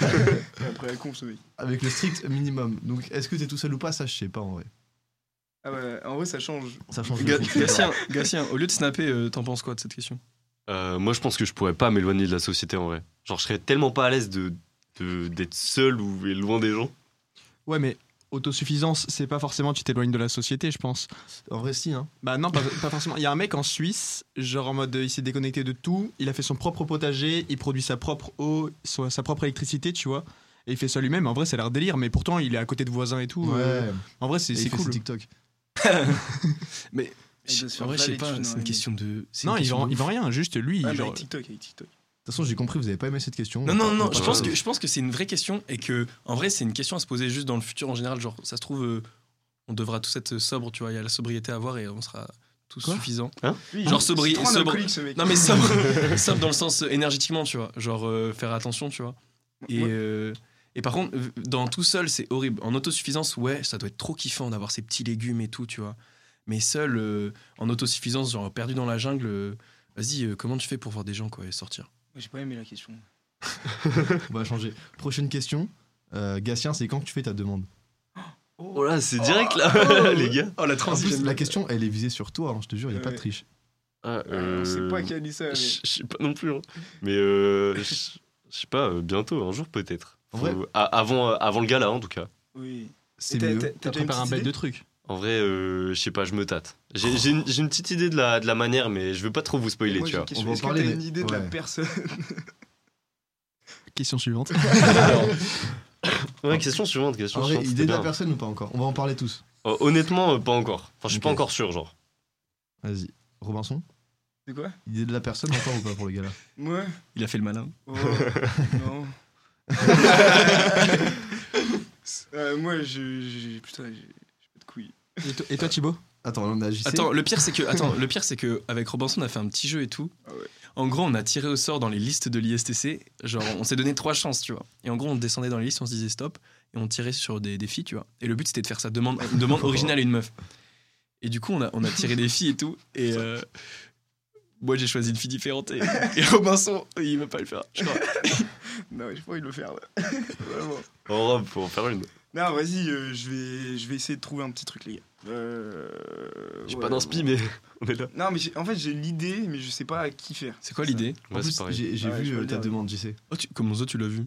Et après la con, ce mec. Avec le strict minimum. Donc, est-ce que t'es tout seul ou pas Ça, je sais pas en vrai. Ah ouais, en vrai ça change. Ça change. Ga- le fond. Gatien, Gatien, au lieu de snapper, euh, t'en penses quoi de cette question Euh, moi, je pense que je pourrais pas m'éloigner de la société en vrai. Genre, je serais tellement pas à l'aise de de- d'être seul ou et loin des gens. Ouais mais autosuffisance, c'est pas forcément tu t'éloignes de la société, je pense. En vrai, si, hein. Bah non, pas, pas forcément. Il y a un mec en Suisse, genre en mode euh, il s'est déconnecté de tout, il a fait son propre potager, il produit sa propre eau, son- sa propre électricité, tu vois. Et il fait ça lui-même. En vrai, ça a l'air délire, mais pourtant il est à côté de voisins et tout. euh, En vrai, c'est Et il c'est fait ses cool. TikTok. Et de se faire En vrai, je sais valer pas, dessus, non, c'est mais- une question de. c'est une Non, il question vend, de il vend rien, juste lui. Ah, mais genre- avec TikTok, avec TikTok. De toute façon, j'ai compris, vous avez pas aimé cette question. Non, On non, va- on non, va je Ouais. pense pas- que, je pense que c'est une vraie question et que, en vrai, c'est une question à se poser juste dans le futur en général. Genre, ça se trouve, euh, on devra tous être sobre, tu vois, il y a la sobriété à voir et on sera tous Quoi suffisants. Oui, Genre c'est sobri- trop un sobre- alcoolique, ce mec. Non, mais sobre, sobre dans le sens euh, énergétiquement, tu vois, genre euh, faire attention, tu vois. Et, Ouais. euh, et par contre, euh, dans tout seul, c'est horrible. En autosuffisance, ouais, ça doit être trop kiffant d'avoir ces petits légumes et tout, tu vois. Mais seul, euh, en autosuffisance, genre perdu dans la jungle, euh, vas-y, euh, comment tu fais pour voir des gens, quoi, et sortir J'ai pas aimé la question. On va changer. Prochaine question. Euh, Gatien, c'est quand que tu fais ta demande Oh là, c'est direct là, les gars. Oh, la En plus, transition la question, elle est visée sur toi, hein, je te jure, il n'y a pas de Ah, Ouais. triche. Ah, On sait euh, pas qui a dit ça. Je mais- je sais pas non plus. hein. Mais euh, je je sais pas, euh, bientôt, un jour peut-être. En vrai- Faut- a- avant, euh, avant le gala en tout cas. Oui. c'est t'as- mieux. t'as- T'as t'as une préparé un petite bête idée de trucs. En vrai, euh, je sais pas, je me tâte. J'ai j'ai une, j'ai une petite idée de la, de la manière, mais je veux pas trop vous spoiler, Moi, tu j'ai une vois. question. On va en Est-ce que parler, t'as une mais- idée de la ouais. personne Question suivante. Ouais, question suivante, question En vrai, suivante. idée c'était de la bien. personne ou pas encore On va en parler tous. Euh, Honnêtement, euh, pas encore. Enfin, je suis pas Ok. encore sûr, genre. Vas-y. Robinson, C'est quoi idée de la personne encore ou pas pour le gars là Ouais. Il a fait le malin. Oh, non. Euh, moi, je, je- Putain, j'ai j'ai pas de couilles. Et, toi- et toi, Thibaut Attends, on a JC. Attends, le pire c'est que attends, le pire c'est que avec Robinson on a fait un petit jeu et tout. Ah ouais. En gros, on a tiré au sort dans les listes de l'ISTC, genre on s'est donné trois chances, tu vois. Et en gros, on descendait dans les listes, on se disait stop et on tirait sur des, des filles, tu vois. Et le but c'était de faire ça demande une demande originale à une meuf. Et du coup, on a on a tiré des filles et tout et euh, moi j'ai choisi une fille différente et, et Robinson, il veut pas le faire. je crois. Non, j'ai pas envie de le faire. là. Vraiment. En robe, faut en faire une. Non, vas-y, euh, je vais, je vais essayer de trouver un petit truc, les gars. Euh, J'ai ouais, pas d'inspi, mais on est là. bon. Non, mais j'ai- en fait, j'ai l'idée, mais je sais pas à qui faire. C'est quoi l'idée En Ouais, plus, c'est pareil. j'ai j'ai Ah ouais, je vu peux euh, le ta dire. demande, JC. oh, tu, Comment ça tu l'as vu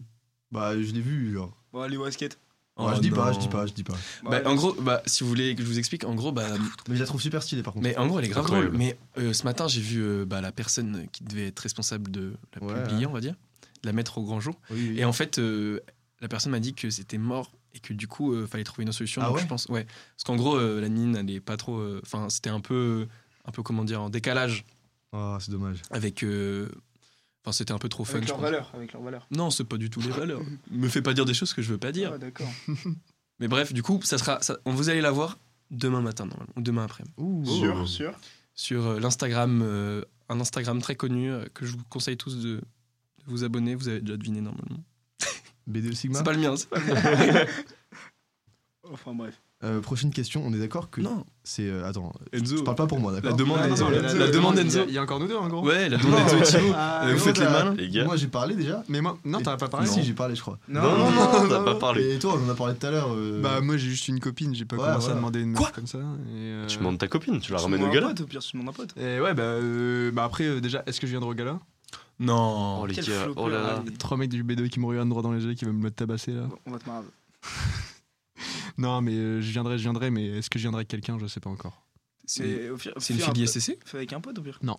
Bah, je l'ai vu, genre. Bon, allez, basket. Oh, Ouais, je dis pas, non. je dis pas, je dis pas. Bon, Bah, allez. en gros, bah, si vous voulez que je vous explique, en gros, bah, Mais je la trouve super stylée par contre. mais en gros, elle est grave drôle. Incroyable. Mais euh, ce matin, j'ai vu euh, bah, la personne qui devait être responsable de la Ouais, publier, on va dire, de la mettre au grand jour. Oui, oui. Et en fait, euh, la personne m'a dit que c'était mort et que du coup, euh, fallait trouver une autre solution. Ah donc ouais je pense, ouais, parce qu'en gros, euh, la mine, elle est pas trop. euh, Enfin, c'était un peu, un peu comment dire, en décalage Oh, c'est dommage. avec. euh, Enfin, c'était un peu trop fun. avec je leur pense. valeur. Avec leur valeur. Non, c'est pas du tout les valeurs. Me fais pas dire des choses que je veux pas dire. Ah, d'accord. Mais bref, du coup, ça sera. ça- on vous allez la voir demain matin normalement, ou demain après. Ouh. Sûr, Oh, sûr. sur euh, l'Instagram, euh, un Instagram très connu euh, que je vous conseille tous de, de vous abonner. Vous avez déjà deviné normalement. BD Sigma. C'est pas le mien, c'est pas le mien. Enfin, bref. Euh, prochaine question, on est d'accord que Non, c'est. euh, attends, je Enzo. parle pas pour moi, La d'accord demande Ah, non, Enzo. la- La, la- la demande Enzo. Il y a encore nous deux, en gros. Ouais, la demande Enzo et Thibaut. Euh, Vous faites les malins. Les gars. Moi j'ai parlé déjà. Mais moi, non, t'en as pas Ah parlé. si, j'ai parlé, je crois. Non, non, non, on n'a pas parlé. Et toi, on en a parlé tout à l'heure. euh, Bah, moi, j'ai juste une copine, j'ai pas Ouais, commencé voilà. à demander une Quoi meuf comme ça. Et, euh, Tu demandes ta copine, tu la Tu ramènes au demandes un gala. pote, au pire, tu demandes un pote. et ouais, bah, euh, bah après, euh, déjà, est-ce que je viendrai au gala Oh Non. les Quel gars, flopper, oh là Ah. là. allez. Ah, Trois mecs du B2 qui me regardent droit dans les yeux, qui veulent me tabasser là. Bon, On va te marrer. Non, mais euh, je viendrai, je viendrai, mais est-ce que je viendrai avec quelqu'un Je sais pas encore. C'est Mais au pire- au c'est une pire, fille un de pote- l'ISCC Fais avec un pote, au pire. Non.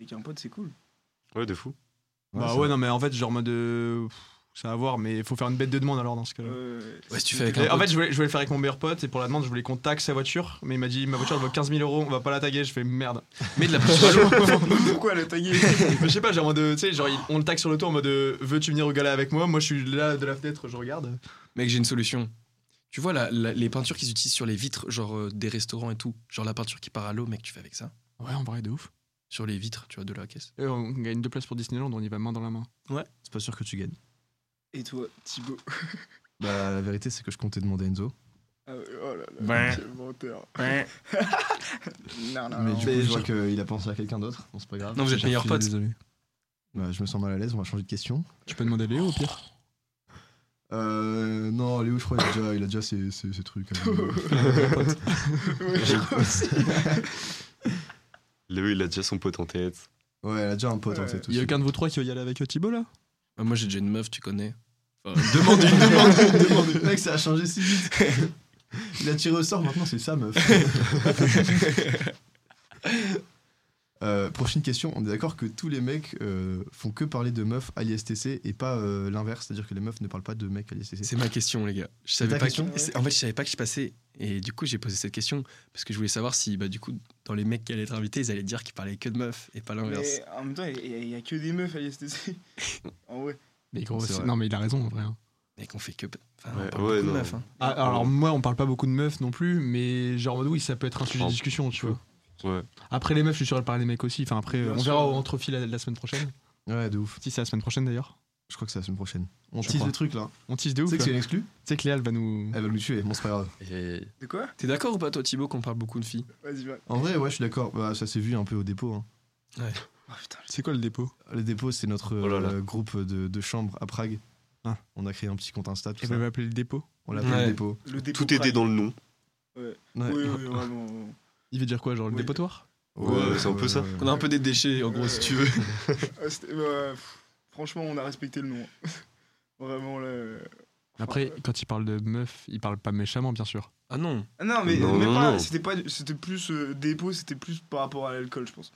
Avec un pote, c'est cool. Ouais, de fou. Ouais, bah, ça ouais, va. non, mais en fait, genre, mode. euh, pff, Ça va voir, mais il faut faire une bête de demande alors dans ce cas-là. Euh, Ouais, si tu c'est- fais avec Et un en pote. fait, je voulais, je voulais le faire avec mon meilleur pote et pour la demande, je voulais qu'on taxe sa voiture, mais il m'a dit ma voiture elle vaut 15 000 euros, on va pas la taguer. Je fais merde. Mais de la pression. Pourquoi le taguer Mais je sais pas, genre en mode, euh, tu sais, genre il- on le taxe sur le tour en mode euh, veux-tu venir au gala avec moi Moi je suis là de la fenêtre, je regarde. Mec, j'ai une solution. Tu vois la- la- les peintures qu'ils utilisent sur les vitres, genre euh, des restaurants et tout. Genre la peinture qui part à l'eau, mec, tu fais avec ça. Ouais, en vrai, de ouf. Sur les vitres, tu vois, de la caisse. Et on gagne deux places pour Disneyland, on y va main dans la main. C'est pas sûr que tu gagnes. Et toi, Thibaut Bah, la vérité, c'est que je comptais demander à Enzo. Ah ouais, Oh là là, Ouais. quel menteur. Non, non, mais non. du coup, je vois qu'il a pensé à quelqu'un d'autre. Bon, c'est pas grave. Non, vous êtes meilleur pote. Bah, je me sens mal à l'aise, on va changer de question. Tu peux demander à Léo au pire Euh. Non, Léo, je crois, il a déjà, il a déjà ses, ses- ses trucs. à lui. Léo, il a déjà son pote en tête. ouais, il a déjà un pote hein, en Ouais. tête Il y aussi. a aucun de vous trois qui veut y aller avec Thibaut là Bah, Moi, j'ai déjà une meuf, tu connais. Demande une demande une demande. Mec, ça a changé si vite. Il a tiré au sort, maintenant c'est sa meuf. Euh, prochaine question, on est d'accord que tous les mecs euh, font que parler de meufs à l'ISTC et pas euh, l'inverse, c'est-à-dire que les meufs ne parlent pas de mecs à l'ISTC. C'est ma question, les gars. Je savais ta pas question que- c'est- En fait, je savais pas que je passais. Et du coup, j'ai posé cette question parce que je voulais savoir si, bah, du coup, dans les mecs qui allaient être invités, ils allaient dire qu'ils parlaient que de meufs et pas l'inverse. Mais en même temps, il y a- il y a que des meufs à l'ISTC. En vrai. Mais gros, C'est c'est- vrai. non, mais il a raison en vrai. hein. Et qu'on fait que. Enfin, Ouais, on parle ouais, beaucoup de non. meufs. hein. Ah, alors moi on parle pas beaucoup de meufs non plus, mais genre en mode, oui ça peut être un sujet de Oh. discussion, tu vois. Ouais. Après les meufs, je suis sûr qu'elles parlent des mecs aussi. Enfin après, Bien on sûr. verra au entre la, la semaine prochaine. Ouais, de ouf. Si c'est la semaine prochaine d'ailleurs. Je crois que c'est la semaine prochaine. On Je tease crois. le truc là. On tease de Tu ouf. sais que c'est là. Tu une exclue sais que Léa elle va nous. Elle va nous tuer, bon, c'est pas grave. Et- De quoi T'es d'accord ou pas, toi, Thibaut, qu'on parle beaucoup de filles Vas-y, va. En vrai, ouais, je suis d'accord. Bah, ça s'est vu un peu au dépôt. hein. Oh putain, C'est quoi le dépôt Le dépôt, c'est notre Oh là là. euh, groupe de, de chambre à Prague. Hein, Ah. On a créé un petit compte Insta, tout Elle ça. va appeler le dépôt. On l'appelle Ouais. le dépôt. le dépôt Tout était Prague. dans le nom. Ouais. Oui, oui, vraiment. Il veut dire quoi, genre le Oui. dépotoir Ouais, c'est un peu ça. On a un peu des déchets, en gros, Ouais. si tu veux. Ah, c'était- bah, pff, franchement, on a respecté le nom. Vraiment, là. euh, Après, quand il parle de meuf, il parle pas méchamment, bien sûr. Ah non. Ah Non, mais, Non, mais non, pas- non. c'était pas, c'était plus euh, dépôt, c'était plus par rapport à l'alcool, je pense.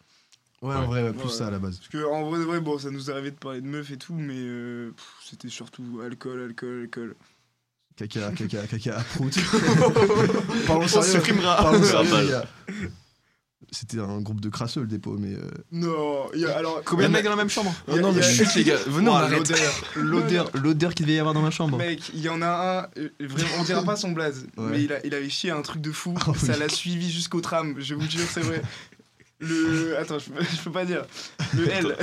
Ouais, en vrai, ouais, plus Ouais. ça à la base. Parce que en vrai, de vrai, bon, ça nous arrivait de parler de meufs et tout, mais euh, pff, c'était surtout alcool, alcool, alcool. Caca, caca, caca, prout. On Parlons sérieux. supprimera. Parlons sérieux, Rampage. les gars. C'était un groupe de crasseux le dépôt, mais euh, Non, il y a- alors. Combien de il y a- mecs dans la même chambre il Oh y a- il y a- Chut, les gars, venez, on Ouah, arrête. l'odeur, L'odeur, l'odeur qu'il devait y avoir dans ma chambre. Mec, il y en a un, euh, vraiment, on dira pas son blaze, Ouais. mais il, a- il avait chié un truc de fou, Ah, Oh, ça oui. l'a suivi jusqu'au tram, je vous jure, c'est vrai. Le. Attends, je, peux- je peux pas dire. Le L.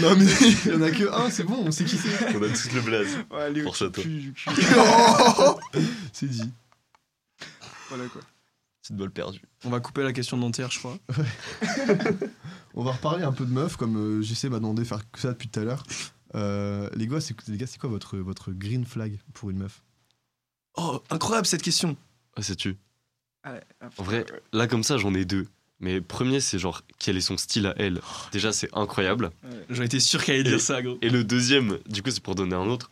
Non mais il y en a que un, c'est bon, on sait qui c'est. On a tous le blaze. Ouais, Léo, Force à toi. cul, cul. C'est dit. Voilà quoi. Petite balle perdue. On va couper la question dentaire, je crois. On va reparler un peu de meufs, comme euh, JC m'a demandé de faire que ça depuis tout à l'heure. Euh, les gars, c'est les gars, c'est quoi votre, votre green flag pour une meuf Oh, incroyable cette question. Ah, c'est tu. Ah ouais, ah, En vrai, là comme ça, j'en ai deux. Mais premier, c'est genre quel est son style à elle. Déjà, c'est incroyable. J'aurais été sûr qu'elle allait dire ça, gros. Et le deuxième, du coup, c'est pour donner un autre.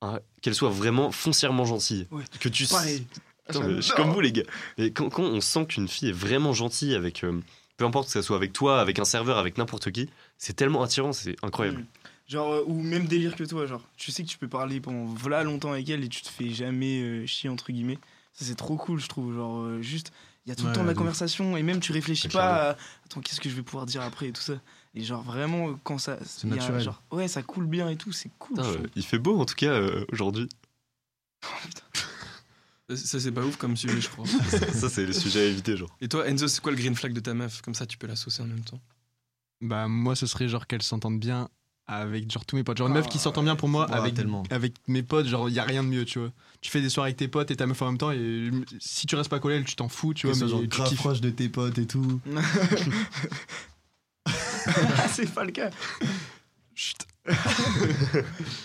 hein, qu'elle soit vraiment foncièrement gentille. Ouais. Que tu s- Pareil. Putain, mais je suis comme vous, les gars. Mais quand, quand on sent qu'une fille est vraiment gentille avec. euh, peu importe que ça soit avec toi, avec un serveur, avec n'importe qui, c'est tellement attirant, c'est incroyable. Mm. Genre, euh, ou même délire que toi, genre, tu sais que tu peux parler pendant voilà longtemps avec elle et tu te fais jamais euh, chier, entre guillemets. Ça, c'est trop cool, je trouve. Genre, euh, juste, il y a tout le Ouais, temps de la de ouf. conversation et même tu réfléchis Ouais, pas à, attends, qu'est-ce que je vais pouvoir dire après et tout ça. Et genre, vraiment, euh, quand ça. il y a, naturel. genre, ouais, ça coule bien et tout, c'est cool. Putain, je euh, trouve. il fait beau en tout cas euh, aujourd'hui. Ça, Ça, c'est pas ouf comme sujet, je crois. ça, c'est le sujet à éviter, genre. Et toi, Enzo, c'est quoi le green flag de ta meuf Comme ça, tu peux la saucer en même temps. Bah, moi, ce serait genre qu'elle s'entende bien avec genre tous mes potes. Genre une meuf qui Ah, s'entend bien pour moi Ah, avec, tellement. avec mes potes, genre y a rien de mieux, tu vois. Tu fais des soirées avec tes potes et ta meuf en même temps, et si tu restes pas collé, elle, tu t'en fous, tu vois. Qu'elle soit genre Mais tu grave kiffes. proche de tes potes et tout. c'est pas le cas. Chut.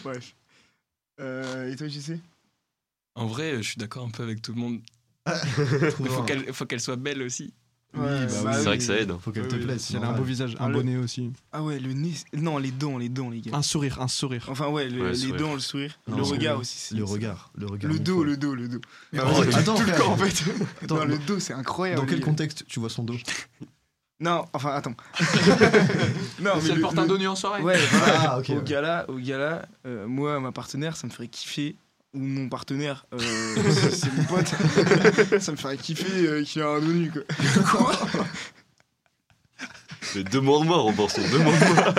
Bref. Euh, et toi, tu sais En vrai, euh, je suis d'accord un peu avec tout le monde. Trop Mais faut fort. qu'elle faut qu'elle soit belle aussi. Ouais, bah bah c'est oui. vrai que ça aide. hein. Faut qu'elle Oui, te oui, plaise. Si elle a un beau visage, Ah, un le- bonnet aussi. Ah ouais, le nez. c'est- Non, les dents, les dents, les gars. Ah. Un sourire, un sourire. Enfin, ouais, le- Ouais, les sourire. dents, le sourire. Non, le parce que regard aussi. c'est- Le c'est- regard, le regard. Le il dos, faut- le dos, le dos. Oh, Ouais, attends, tout le frère. corps en fait. Attends, Non, le dos, c'est incroyable. Dans quel les gars. contexte tu vois son dos Non, enfin, attends. non, Si elle le- porte le- un donné en soirée. Ouais, voilà. Ah, ok. au ouais. gala, au gala euh, moi, ma partenaire, ça me ferait kiffer. Ou mon partenaire, euh, c'est c'est mon pote, ça me ferait kiffer euh, qu'il y a un ONU, quoi. Mais deux mois de mort en portion, deux mois de mort.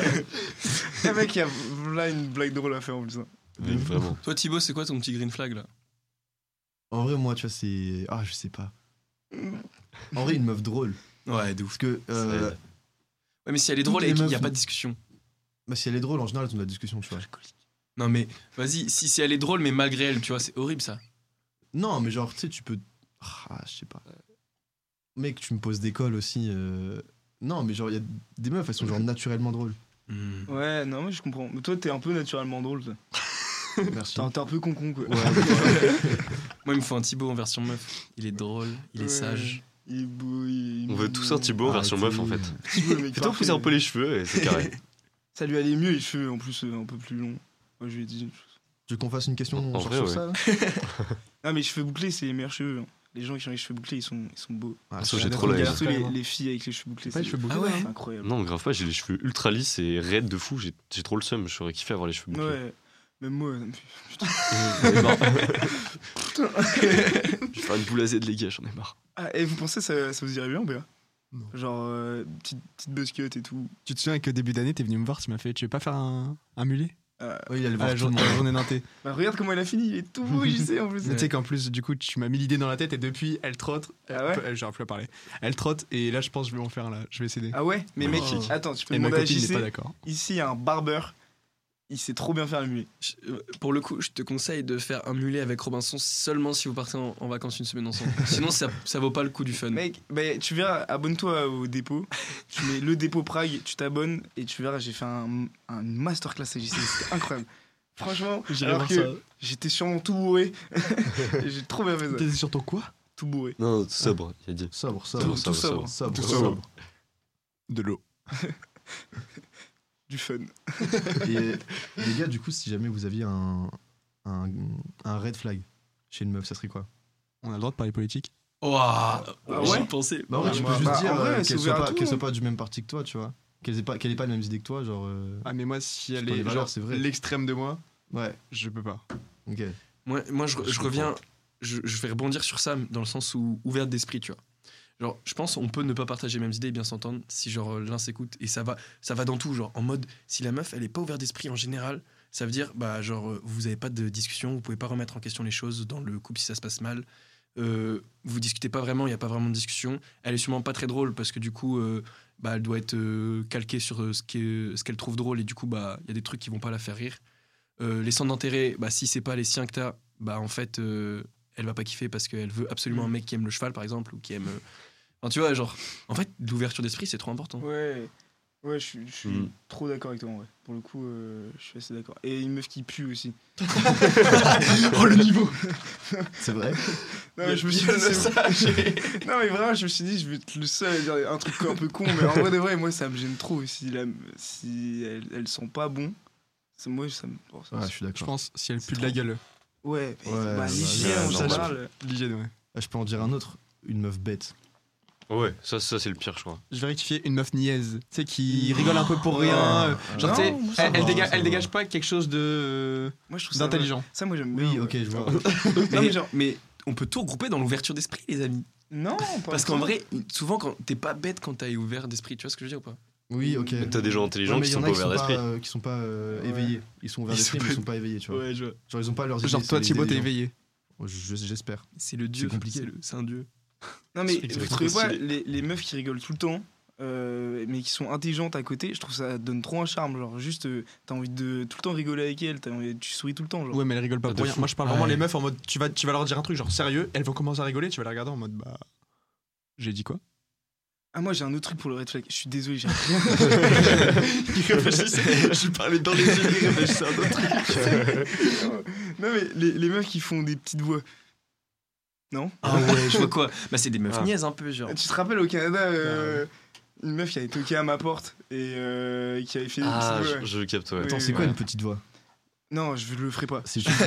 Eh mec, il y a là une blague drôle à faire en plus. hein. Mais vraiment. Toi, Thibaut, c'est quoi ton petit green flag là En vrai, moi, tu vois, c'est. Ah, je sais pas. En vrai, une meuf drôle. Ouais, de ouf. Parce que. euh, C'est- Ouais, mais si elle est drôle Toutes les et qu'il n'y a meufs- pas de discussion. bah, si elle est drôle, en général, elles ont de la discussion, tu vois. Non, mais vas-y, si, si elle est drôle, mais malgré elle, tu vois, c'est horrible ça. Non, mais genre, tu sais, tu peux. Ah, je sais pas. Mec, tu me poses des cols aussi. euh, Non, mais genre, il y a des meufs, elles sont genre naturellement drôles. Ouais, non, mais je comprends. Mais toi, t'es un peu naturellement drôle, toi. Merci. T'es un- t'es un peu con-con, quoi. Moi, il me faut un Thibaut en version meuf. Il est drôle, il est Ouais. sage. Il est beau, il est On veut tous un Thibaut Arrêtez. version meuf en fait. Thibaut, le mec Fais-toi parfait. pousser un peu les cheveux et c'est carré. Ça lui allait mieux, les cheveux, en plus, euh, un peu plus longs. Moi, je lui ai dit. Tu veux qu'on fasse une question En genre, vrai, sur ouais. ça là Ah mais les cheveux bouclés c'est les meilleurs cheveux. hein. Les gens qui ont les cheveux bouclés ils sont, ils sont beaux. Ah, Perso, c'est j'ai la trop la date, haine. gars. Surtout les, les filles avec les cheveux bouclés. Pas les c'est- cheveux bouclés, Ah ouais, hein. c'est incroyable. Non, grave pas, j'ai les cheveux ultra lisses et raides de fou, j'ai j'ai trop le seum, j'aurais kiffé avoir les cheveux bouclés. Ouais. Même moi, ça me fait- J'en ai marre. Je vais faire une boule à Z, les gars, j'en ai marre. Ah, et vous pensez ça, ça vous irait bien, Béa Non. Genre, euh, petite, petite buzzcut et tout. Tu te souviens qu'au début d'année, t'es venu me voir, tu m'as fait Tu veux pas faire un, un mulet Ouais, il allait à voir tout la, le journée- monde. à la journée d'intérêt. Bah, regarde comment il a fini, il est tout beau, j'y sais en plus. Mais Tu sais qu'en plus, du coup, tu m'as mis l'idée dans la tête et depuis, elle trotte. Elle, Ah ouais elle- j'arrive plus à parler. Elle trotte et là, je pense, que je vais en faire là. Je vais céder. Ah ouais Mais mec, Magnifique. attends, tu peux Oh. et ma demander à copine n'est JC. pas d'accord. Ici, il y a un barbeur. Il sait trop bien faire le mulet. Je- euh, Pour le coup, je te conseille de faire un mulet avec Robinson seulement si vous partez en, en vacances une semaine ensemble. Sinon, ça, ça vaut pas le coup du Ah fun. Mec, bah, tu verras, abonne-toi au dépôt. tu mets le dépôt Prague, tu t'abonnes et tu verras, j'ai fait un, un masterclass à JC, c'était incroyable. Franchement, alors que- J'étais sûrement tout bourré. Et J'ai trop bien fait ça. T'es sur ton quoi Tout bourré. Non, non, sobre, il a Ah, dit. Sobre, Sobre, sobre, tout sobre. sobre, sobre, Tout sobre. De l'eau. Du fun. Et les gars, du coup, si jamais vous aviez un, un, un red flag chez une meuf, ça serait quoi On a le droit de parler politique Ouah, ouais j'y pensais. Bah, en vrai, tu peux moi- juste bah, dire en vrai, euh, c'est qu'elle soit, ouvert à pas- tout, qu'elle hein. soit pas du même parti que toi, tu vois. Qu'elle ait pas, qu'elle ait pas les mêmes idées que toi, genre. euh, Ah, mais moi, si elle elle est est genre l'extrême de moi, Ouais, je peux pas. ok. Moi, moi je, Je je reviens, je, je vais rebondir sur ça dans le sens où ouverte d'esprit, tu vois. Genre, je pense on peut ne pas partager les mêmes idées et bien s'entendre si genre euh, l'un s'écoute et ça va, ça va dans tout. Genre en mode, si la meuf elle est pas ouverte d'esprit en général, ça veut dire bah genre euh, vous avez pas de discussion, vous pouvez pas remettre en question les choses dans le couple si ça se passe mal. Euh, vous discutez pas vraiment, il y a pas vraiment de discussion. Elle est sûrement pas très drôle parce que du coup, euh, bah elle doit être euh, calquée sur euh, ce qu'est- ce qu'elle trouve drôle et du coup bah il y a des trucs qui vont pas la faire rire. Euh, les centres d'intérêt, bah, si c'est pas les siens que t'as, bah en fait, euh, elle va pas kiffer parce qu'elle veut absolument un mec qui aime le cheval, par exemple, ou qui aime. euh, Enfin, tu vois, genre, en fait, l'ouverture d'esprit, c'est trop important. Ouais, ouais, je suis, je suis Mm. trop d'accord avec toi en vrai. Pour le coup, euh, je suis assez d'accord. Et une meuf qui pue aussi. oh le niveau C'est vrai. Non, mais je me suis dit, c'est- non, mais vraiment, je me suis dit, je vais être le seul à dire un truc un peu con, mais en vrai de vrai, moi ça me gêne trop. Si, la, si elle, elle sent pas bon, c'est moi ça me. bon, ça- Ouais, je suis Je d'accord. pense, si elle C'est pue de la trop. gueule, Ouais, mais Ouais, bah, bah, l'hygiène ouais, en normal. général. l'hygiène, ouais. Ah, Je peux en dire un autre. Une meuf bête. Ouais, ça, ça c'est le pire, je crois. Je vais rectifier une meuf niaise, tu sais, qui rigole un peu pour rien. euh, Ah, Genre, non, tu sais, moi, ça elle, elle va, dégage, ça elle va. dégage pas quelque chose de euh, Moi je trouve ça. d'intelligent. Ça, moi j'aime bien. Oui, ouais. ok, je vois. Non, mais mais, genre- mais on peut tout regrouper dans l'ouverture d'esprit, les amis. Non, pas Parce qu'en autant. vrai, souvent, quand t'es pas bête quand t'as ouvert d'esprit, tu vois ce que je veux dire ou pas Oui, ok. T'as des gens Ouais, intelligents mais qui y en sont a pas ouverts d'esprit. euh, qui sont pas euh, Ouais. éveillés. Ils sont ouverts Ils d'esprit, sont mais ils pas- sont pas éveillés, tu vois. je vois. Genre, ils ont pas leurs idées. Genre, c'est toi, les Thibaut, idées t'es des gens. éveillé. Oh, je- je- J'espère. C'est le dieu. C'est compliqué. C'est le- C'est un dieu. Non mais C'est vous exactement trouvez pas stylé. les, les meufs qui rigolent tout le temps, euh, mais qui sont intelligentes à côté, je trouve ça donne trop un charme. Genre juste, euh, t'as envie de tout le temps rigoler avec elle, t'as envie- tu souris tout le temps. Genre. Ouais, mais elle rigole pas Ah, de pour rien. fou. Moi, je parle vraiment Ouais. les meufs en mode, tu vas, tu vas leur dire un truc, genre sérieux, elles vont commencer à rigoler, tu vas les regarder en mode, bah. J'ai dit quoi Ah moi j'ai un autre truc pour le red flag. Je suis désolé, j'ai je parlais dans les yeux, c'est un autre truc. Non mais les, les meufs qui font des petites voix. Ah ouais, je vois quoi Bah, c'est des meufs Ah. niaises un peu, genre. Tu te rappelles au Canada euh, une meuf qui avait toqué à ma porte et euh, qui avait fait des Ah, petites voix. je, je capte, ouais. Oui, Attends, oui, c'est quoi voilà. une petite voix Non, je le ferai pas. C'est juste.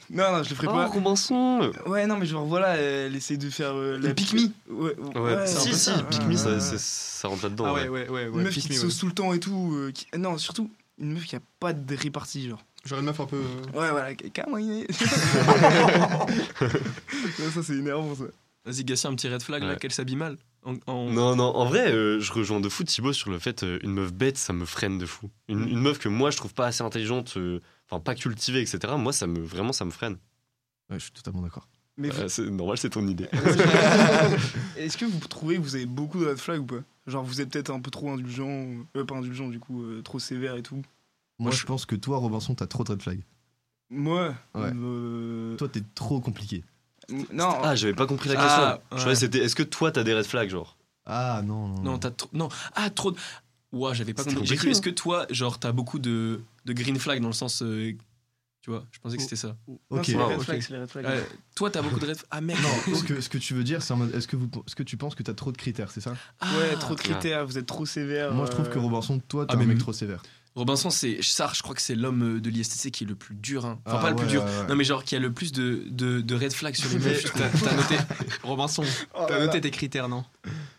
Non, non, je le ferai Oh, pas. Robinson Ouais, non mais genre voilà, elle essaie de faire euh, la pick me. Ouais, Ouais, ouais, c'est un si, peu si, ça, Pick ouais, Me, ça, ouais, c'est- ouais. ça rentre là-dedans. Ah ouais. ouais, ouais, ouais. Une meuf pick qui te me, sauce tout le temps et tout. euh, qui- Non, surtout une meuf qui a pas de répartie, genre. Genre une meuf un peu. euh, Ouais, voilà, camoinée. ça, c'est énervant, ça. Vas-y, Gatien, un petit red flag là, Ouais. qu'elle s'habille mal. En, en- Non, non, en vrai, euh, je rejoins de fou Thibaut sur le fait euh, une meuf bête, ça me freine de fou. Une, une meuf que moi, je trouve pas assez intelligente, euh, enfin, pas cultivée, etc. Moi, ça me, vraiment, ça me freine. Ouais, je suis totalement d'accord. Mais Euh, c'est normal, c'est ton idée. Ah. est-ce que vous trouvez que vous avez beaucoup de red flags ou pas Genre, vous êtes peut-être un peu trop indulgent, ou- euh, pas indulgent du coup, euh, trop sévère et tout. Moi, Moi, je je- pense que toi, Robinson, t'as trop de red flags. Moi, Ouais. euh, Toi, t'es trop compliqué. m- non, Ah, j'avais pas compris la question. Ah, Je ouais. croyais que c'était est-ce que toi, t'as des red flags, genre Ah non, non. Non, t'as trop. Non, ah, trop. de- Ouah, j'avais pas C'était compris. J'ai cru, compliqué, est-ce que toi, genre, t'as beaucoup de, de green flag dans le sens. euh, tu vois, je pensais que Oh. c'était ça. non, Ok. c'est les wow, red ok. flags, c'est les red flags. Euh, toi, t'as beaucoup de red Ah merde, Non, ce que, ce que tu veux dire, c'est en mode est-ce que, vous, ce que tu penses que t'as trop de critères, c'est ça Ah, ouais, trop de critères, vous êtes trop sévère. Moi, je trouve que euh, Robinson, toi, t'es Ah, un mais mec m- trop sévère. Robinson, c'est. Sarr, je crois que c'est l'homme euh, de l'ISTC qui est le plus dur. hein. Enfin, Ah, pas le plus ouais, dur. ouais, ouais. Non, mais genre, qui a le plus de, de, de red flags sur les Mais meufs. je trouve. t'as t'as noté. Robinson, oh là Bah, t'as là. noté tes critères, non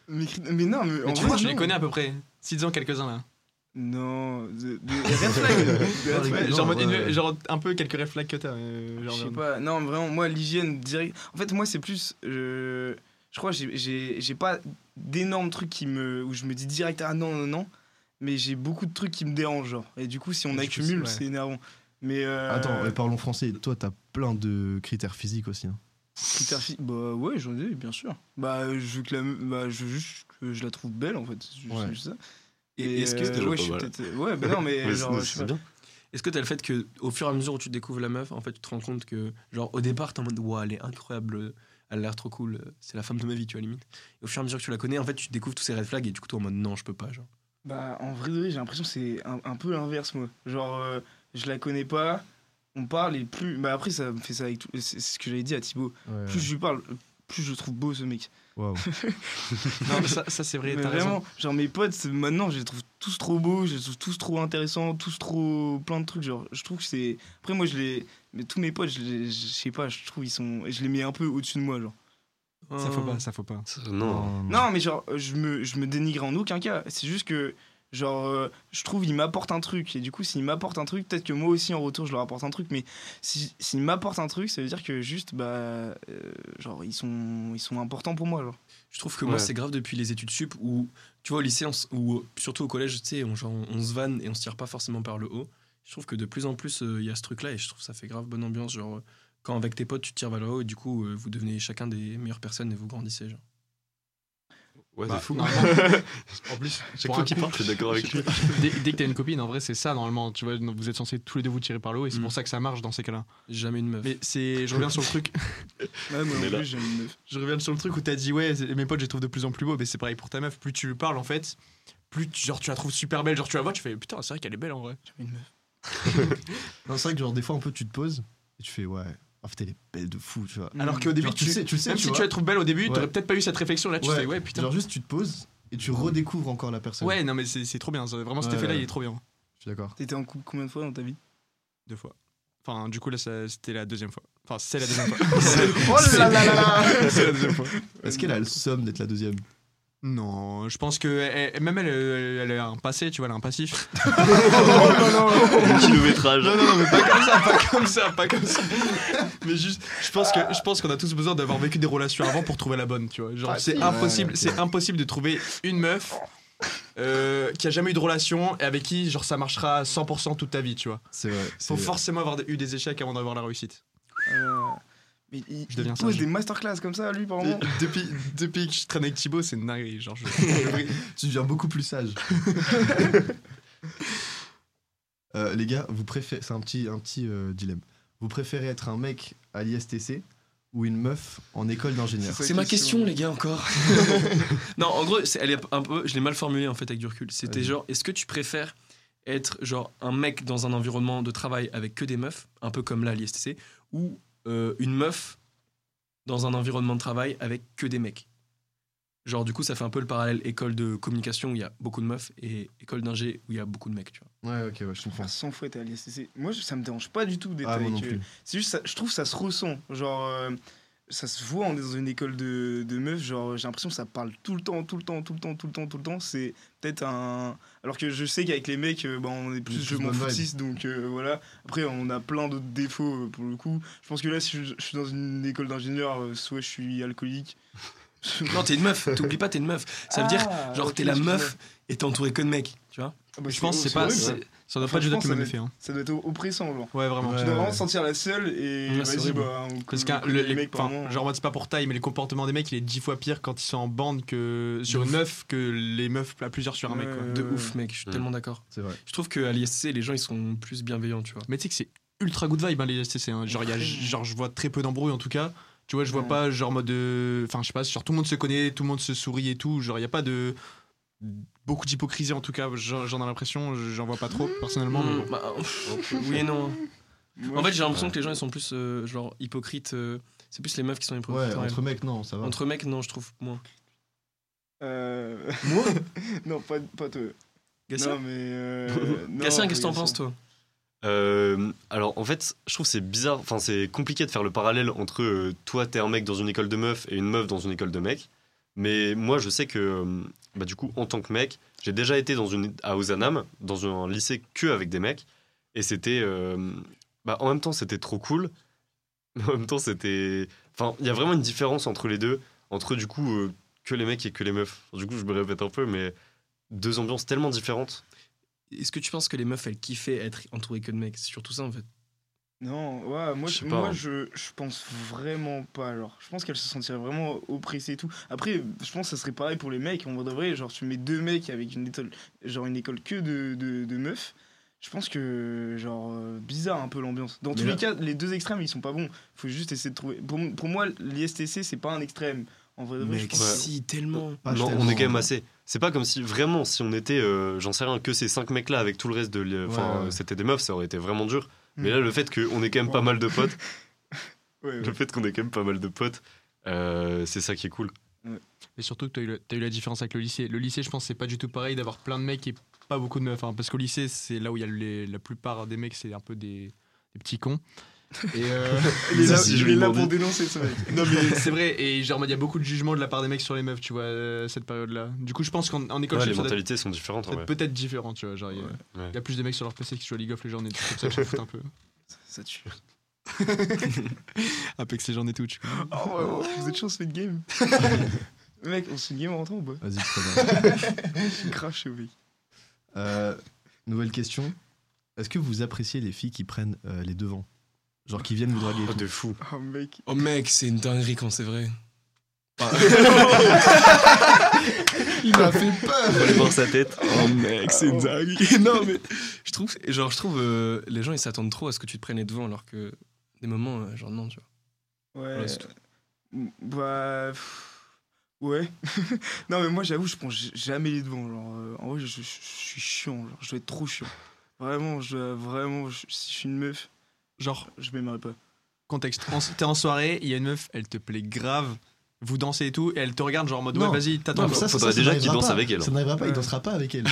Mais, cri- mais non, mais, en Mais tu vrai, vois, je les non. connais à peu près. Cites-en quelques-uns là. Non, de- de- des red flags. des red Ouais, flags. Ouais, non, genre, ouais, une- ouais. genre un peu quelques red flags que t'as. euh, genre, Je sais pas, non, vraiment, moi, l'hygiène direct. En fait, moi, c'est plus. euh, je crois, que j'ai- j'ai j'ai pas d'énormes trucs qui me, où je me dis direct, ah non, non, non. Mais j'ai beaucoup de trucs qui me dérangent, genre. Et du coup, si on Du coup, accumule, c'est- ouais. c'est énervant. Mais. Euh, Attends, mais parlons français. Toi, t'as plein de critères physiques aussi. hein. critères fi- Bah ouais, j'en ai, bien sûr. Bah, euh, je veux que la. me- Bah, je veux juste que je la trouve belle, en fait. C'est juste- Ouais. c'est juste ça. Et Et, est-ce que- euh, C'est déjà ouais, pas je suis mal. peut-être- ouais, bah non, mais, Mais genre, c'est- je sais c'est pas. bien. Est-ce que t'as le fait que, au fur et à mesure où tu découvres la meuf, en fait, tu te rends compte que, genre, au départ, t'es en mode, waouh, elle est incroyable, euh, elle a l'air trop cool, euh, c'est la femme de ma vie, tu vois, limite. Et au fur et à mesure que tu la connais, en fait, tu découvres tous ces red flags et du coup, t'es en mode, non, je peux pas, genre. Bah, en vrai, de vrai, j'ai l'impression que c'est un, un peu l'inverse, moi. Genre, euh, je la connais pas, on parle et plus. Bah, après, ça me fait ça avec tout. C'est c'est ce que j'avais dit à Thibaut. Ouais. Plus je lui parle, plus je le trouve beau, ce mec. Waouh. Non, mais ça, ça, c'est vrai, Mais t'as raison. vraiment, genre, mes potes, c'est- maintenant, je les trouve tous trop beaux, je les trouve tous trop intéressants, tous trop plein de trucs. Genre, je trouve que c'est. Après, moi, je les. Mais tous mes potes, je, les... je sais pas, je trouve ils sont. Je les mets un peu au-dessus de moi, genre. Ça faut pas, ça faut pas. Non. Non, mais genre, euh, je me, je me dénigre en aucun cas. C'est juste que, genre, euh, je trouve il m'apporte un truc. Et du coup, s'il m'apporte un truc, peut-être que moi aussi, en retour, je leur apporte un truc. Mais si- s'il m'apporte un truc, ça veut dire que juste, bah, euh, genre, ils sont, ils sont importants pour moi, genre. Je trouve que Ouais. moi, c'est grave depuis les études sup où, tu vois, au lycée, on s- ou surtout au collège, tu sais, on, genre, on se vanne et on se tire pas forcément par le haut. Je trouve que de plus en plus, euh, il y a ce truc-là et je trouve que ça fait grave bonne ambiance. Genre, euh, quand avec tes potes, tu te tires vers le haut et du coup, euh, vous devenez chacun des meilleures personnes et vous grandissez. Genre. Ouais, Bah, de fou. normalement, En plus, Chaque fois qu'il parle, je suis d'accord avec lui. dès, dès que t'as une copine, en vrai, c'est ça normalement. Tu vois, donc vous êtes censés tous les deux vous tirer par le haut et c'est Mm. pour ça que ça marche dans ces cas-là. Jamais une meuf. Mais c'est, je reviens sur le truc. Ouais, moi, On en est là. plus, j'aime une meuf. Je reviens sur le truc où t'as dit ouais, c'est- mes potes, je les trouve de plus en plus beaux. Mais c'est pareil pour ta meuf. Plus tu lui parles en fait, plus tu, genre tu la trouves super belle. Genre tu la vois, tu fais putain, c'est vrai qu'elle est belle en vrai. J'aime une meuf. Non, c'est vrai que genre des fois un peu tu te poses et tu fais ouais, oh putain elle est belle de fou, tu vois. Alors qu'au début, Genre, tu sais, tu le sais, même tu si vois. tu la trouves belle au début, Ouais. t'aurais peut-être pas eu cette réflexion. Là, tu Ouais. fais ouais putain. Genre juste tu te poses et tu redécouvres encore la personne. ouais, non mais c'est c'est trop bien. ça. Vraiment, cet Ouais, effet-là, ouais. il est trop bien. Je suis d'accord. T'étais en couple combien de fois dans ta vie Deux fois. Enfin, du coup là, ça- c'était la deuxième fois. Enfin, c'est la deuxième fois. Oh là là là là c'est la deuxième fois. Est-ce qu'elle a le somme d'être la deuxième Non, je pense que elle- elle- même elle, euh, elle a un passé, tu vois, elle a un passif. Le kilométrage. Non, non, non, mais pas comme ça, pas comme ça, pas comme ça. Mais juste, je pense que je pense qu'on a tous besoin d'avoir vécu des relations avant pour trouver la bonne, tu vois. Genre, Ah, c'est si. impossible, Ouais, ok. c'est impossible de trouver une meuf euh, qui a jamais eu de relation et avec qui genre ça marchera à 100% toute ta vie, tu vois. C'est vrai. Faut c'est- forcément avoir des- eu des échecs avant d'avoir la réussite. Euh, Mais il, Je deviens il pose sage. des masterclass comme ça, lui, par moment. Depuis, depuis que je traîne avec Thibaut, c'est une dinguerie, genre. je- Tu deviens beaucoup plus sage. Euh, les gars, vous préférez. C'est un petit, un petit euh, dilemme. Vous préférez être un mec à l'ISTC ou une meuf en école d'ingénieur C'est C'est ma question, les gars, encore. non, en gros, c'est- elle est un peu, je l'ai mal formulée en fait avec du recul. C'était Vas-y. genre, est-ce que tu préfères être genre un mec dans un environnement de travail avec que des meufs, un peu comme là à l'ISTC, ou euh, une meuf dans un environnement de travail avec que des mecs Genre, du coup, ça fait un peu le parallèle école de communication où il y a beaucoup de meufs et école d'ingé où il y a beaucoup de mecs, tu vois. Ouais, ok, ouais, je comprends. Sans fouette à l'ISCC. Moi, je- ça me dérange pas du tout d'être Ah, moi non avec euh, plus. Ah, C'est juste, ça- je trouve ça se ressent. Genre, euh, ça se voit, on est dans une école de, de meufs. Genre, j'ai l'impression que ça parle tout le temps, tout le temps, tout le temps, tout le temps, tout le temps. C'est peut-être un. Alors que je sais qu'avec les mecs, euh, bah, on est plus, Plus je m'en bonne foutiste, donc euh, voilà. Après, on a plein d'autres défauts euh, pour le coup. Je pense que là, si je, je suis dans une école d'ingénieur, euh, soit je suis alcoolique. Non, t'es une meuf, t'oublies pas, t'es une meuf. Ça veut dire, Ah, genre, ok, t'es la excuse-moi. meuf et t'es entouré que de mecs, tu vois. Ah bah, je pense que c'est c'est pas, horrible, c'est- ouais. ça doit Enfin, pas je du tout pense le que même ça effet. hein. Ça doit être oppressant, genre. Ouais, vraiment. Tu Ouais, ouais, dois vraiment ouais. te sentir la seule et Ouais, c'est vas-y, horrible. bah, on Parce que connaît- on le- connaît les les- mecs par enfin, moment. genre, en mode, c'est pas pour taille, mais le comportement des mecs, il est dix fois pire quand ils sont en bande que sur une meuf que les meufs à plusieurs sur un mec. quoi. Ouais. De ouf, mec, je suis Mm. tellement d'accord. C'est vrai. Je trouve qu'à l'ISC, les gens, ils sont plus bienveillants, tu vois. Mais tu sais que c'est ultra good vibe, hein, les STC. hein. Genre, il y a- Vraiment. genre, je vois très peu d'embrouilles en tout cas. Tu vois, je vois Ouais. pas genre mode. euh, Enfin, je sais pas, genre tout le monde se connaît, tout le monde se sourit et tout. Genre, il y a pas de. Beaucoup d'hypocrisie en tout cas, j'en j'en ai l'impression, j'en vois pas trop personnellement. mais Mm, bon. bah, euh, oui et non. Moi, En fait, j'ai l'impression que les gens ils sont plus euh, genre hypocrites. euh, c'est plus les meufs qui sont hypocrites. Ouais, en réalité. entre mecs, non, ça va. Entre mecs, non, je trouve moins. Euh... Moi non, pas, pas toi. Gatien, Non, mais. Euh... non, Gatien, pas qu'est-ce que t'en Gatien. penses, toi Euh, alors en fait, je trouve que c'est bizarre, enfin c'est compliqué de faire le parallèle entre euh, toi t'es un mec dans une école de meufs et une meuf dans une école de mecs. Mais moi je sais que euh, bah, du coup en tant que mec, j'ai déjà été dans une à Ozanam dans un lycée que avec des mecs et c'était euh, bah, en même temps c'était trop cool, mais en même temps c'était enfin il y a vraiment une différence entre les deux, entre du coup euh, que les mecs et que les meufs. Du coup je me répète un peu mais deux ambiances tellement différentes. Est-ce que tu penses que les meufs elles kiffaient être entourées que de mecs C'est surtout ça en fait. Non, ouais, moi, Je je, sais pas, moi hein. je, je pense vraiment pas. Genre, je pense qu'elle se sentirait vraiment oppressée et tout. Après, je pense que ça serait pareil pour les mecs. On de vrai, genre, tu mets deux mecs avec une école, genre une école que de, de, de meufs. Je pense que, genre, euh, bizarre un peu l'ambiance. Dans tous là- les cas, les deux extrêmes, ils sont pas bons. Faut juste essayer de trouver. Pour, pour moi, l'ISTC, c'est pas un extrême. En vrai, de vrai, je Mec, pense. ouais. si, tellement. Pas non, tellement. hein. on est quand même assez. C'est pas comme si vraiment, si on était, euh, j'en sais rien, que ces cinq mecs-là avec tout le reste de. l'é- Enfin, Ouais, ouais. euh, c'était des meufs, ça aurait été vraiment dur. Mm. Mais là, le fait qu'on est quand même pas Ouais. mal de potes, Ouais, ouais. le fait qu'on est quand même pas mal de potes, euh, c'est ça qui est cool. Et surtout que t'as eu, le- t'as eu la différence avec le lycée. Le lycée, je pense, c'est pas du tout pareil d'avoir plein de mecs et pas beaucoup de meufs, hein, parce qu'au lycée, c'est là où il y a les- la plupart des mecs, c'est un peu des, des petits cons. Et euh, Il est là- Ça, c'est il est joliment là dit. pour dénoncer ce mec. non mais c'est vrai, et genre il y a beaucoup de jugements de la part des mecs sur les meufs, tu vois, euh, cette période-là. Du coup, je pense qu'en en école, Ouais, sup, les ça doit mentalités sont différentes en être vrai. peut-être différent, tu vois. Genre, il y a- Ouais. il y a plus de mecs sur leur PC qui jouent à League of Legends et tout, c'est pour ça que je fout un peu. Ça tue. Apex Legends et tout, tu vois. Oh, ouais, ouais, vous êtes chaud, on se fait une game. Mec, on se fait une game en rentrant ou pas Vas-y, très bien. Crash, oui. Euh, nouvelle question. Est-ce que vous appréciez les filles qui prennent euh, les devants Genre qui viennent vous draguer et Oh, tout de fou. Oh, mec. Oh mec, c'est une dinguerie quand c'est vrai. Bah. Il m'a fait peur On va aller voir sa tête. Oh Ah, mec, c'est dingue. non mais je trouve, genre je trouve euh, les gens ils s'attendent trop à ce que tu te prennes les devants alors que des moments euh, genre non tu vois. Ouais. Voilà, c'est tout. M- bah. pff, Ouais. non, mais moi, j'avoue, je prends j- jamais les devants. Genre, euh, en vrai, je, je- je suis chiant. Genre, je dois être trop chiant. Vraiment, je, dois- vraiment, je- si je suis une meuf, Genre, je m'aimerais pas. contexte, en- t'es en soirée, il y a une meuf, elle te plaît grave, vous dansez et tout, et elle te regarde genre en mode Non. ouais, vas-y, Non, t'attends. mais ça, Faudrait ça, ça déjà n'arrivera qu'il danse pas. avec elle. hein. Ça n'arrivera pas, il Ouais. dansera pas avec elle.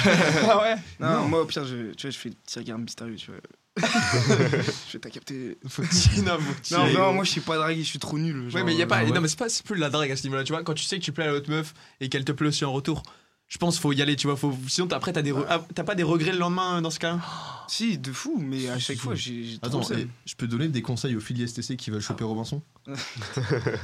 ah ouais non, Non. moi, au pire, je, tu vois, je fais des petits regards mystérieux, tu vois. je vais t'as capté. Faut tirer, non, faut tirer, Non, non, gros. moi, je sais pas draguer, je suis trop nul. Ouais, genre, mais y a euh, pas. ouais. Non, mais c'est pas c'est plus de la drague à ce niveau-là, tu vois. Quand tu sais que tu plais à l'autre meuf et qu'elle te plaît aussi en retour, je pense faut y aller, tu vois. Faut, sinon, t'as- après, t'as des re- ah, t'as pas des regrets le lendemain euh, dans ce cas. Si, de fou, mais à Si, chaque si. fois, j'ai j'ai trop Attends, le seum. et je peux donner des conseils aux filles STC qui veulent choper Robinson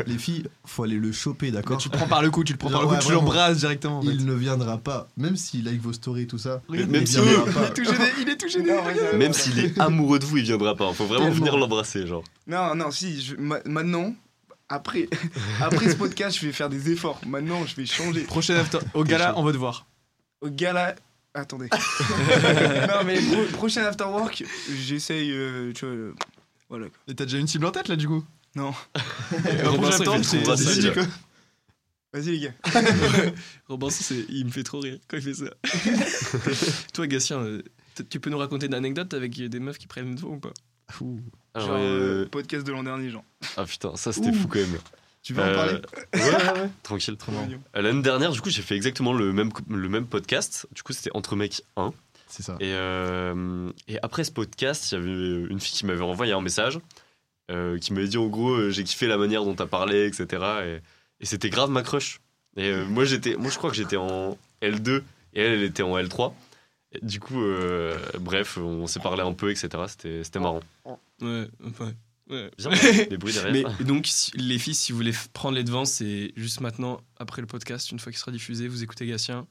Les filles, faut aller le choper, Là, d'accord Bah, tu le prends par le cou, tu le prends par le Ouais, cou, tu vraiment. l'embrasses directement. en fait. Il ne viendra pas, même s'il like vos stories et tout ça. Même il si- viendra Il est pas. tout gêné, il est tout gêné. Non, ouais, regarde. ça- Même s'il est amoureux de vous, il viendra pas. Faut vraiment venir Tellement. l'embrasser, genre. Non, non, si, je- ma- maintenant, après, après ce podcast, je vais faire des efforts. Maintenant, je vais changer. Prochaine after. Au gala, on va te voir. Au gala. Attendez. non, mais pro- prochain after work, j'essaye, euh, tu vois. euh, voilà. quoi. Et t'as déjà une cible en tête là, du coup Non. Robinson, il fait c'est trop facile. dit, quoi. Vas-y, les gars. Robinson, c'est- il me fait trop rire quand il fait ça. Toi, Gatien, euh, t- tu peux nous raconter une anecdote avec euh, des meufs qui prennent les devants ou pas Ouh. Genre, Genre, euh, euh, podcast de l'an dernier, genre. Ah putain, ça c'était fou quand même. Tu veux en Euh, parler ouais, ouais, Tranquille, Trop mignon. Euh, L'année dernière, du coup, j'ai fait exactement le même, le même podcast. Du coup, c'était Entre Mecs 1. C'est ça. Et, euh, et après ce podcast, il y avait une fille qui m'avait envoyé un message euh, qui m'avait dit en gros, euh, j'ai kiffé la manière dont t'as parlé, etc. Et, et c'était grave ma crush. Et euh, moi, j'étais, moi, je crois que j'étais en L2 et elle, elle était en L3. Et du coup, euh, bref, on s'est parlé un peu, etc. C'était, c'était marrant. Ouais, enfin, ouais. Bien, les bruits Mais derrière. donc, si- les filles, si vous voulez f- prendre les devants, c'est juste maintenant, après le podcast, une fois qu'il sera diffusé, vous écoutez Gatien,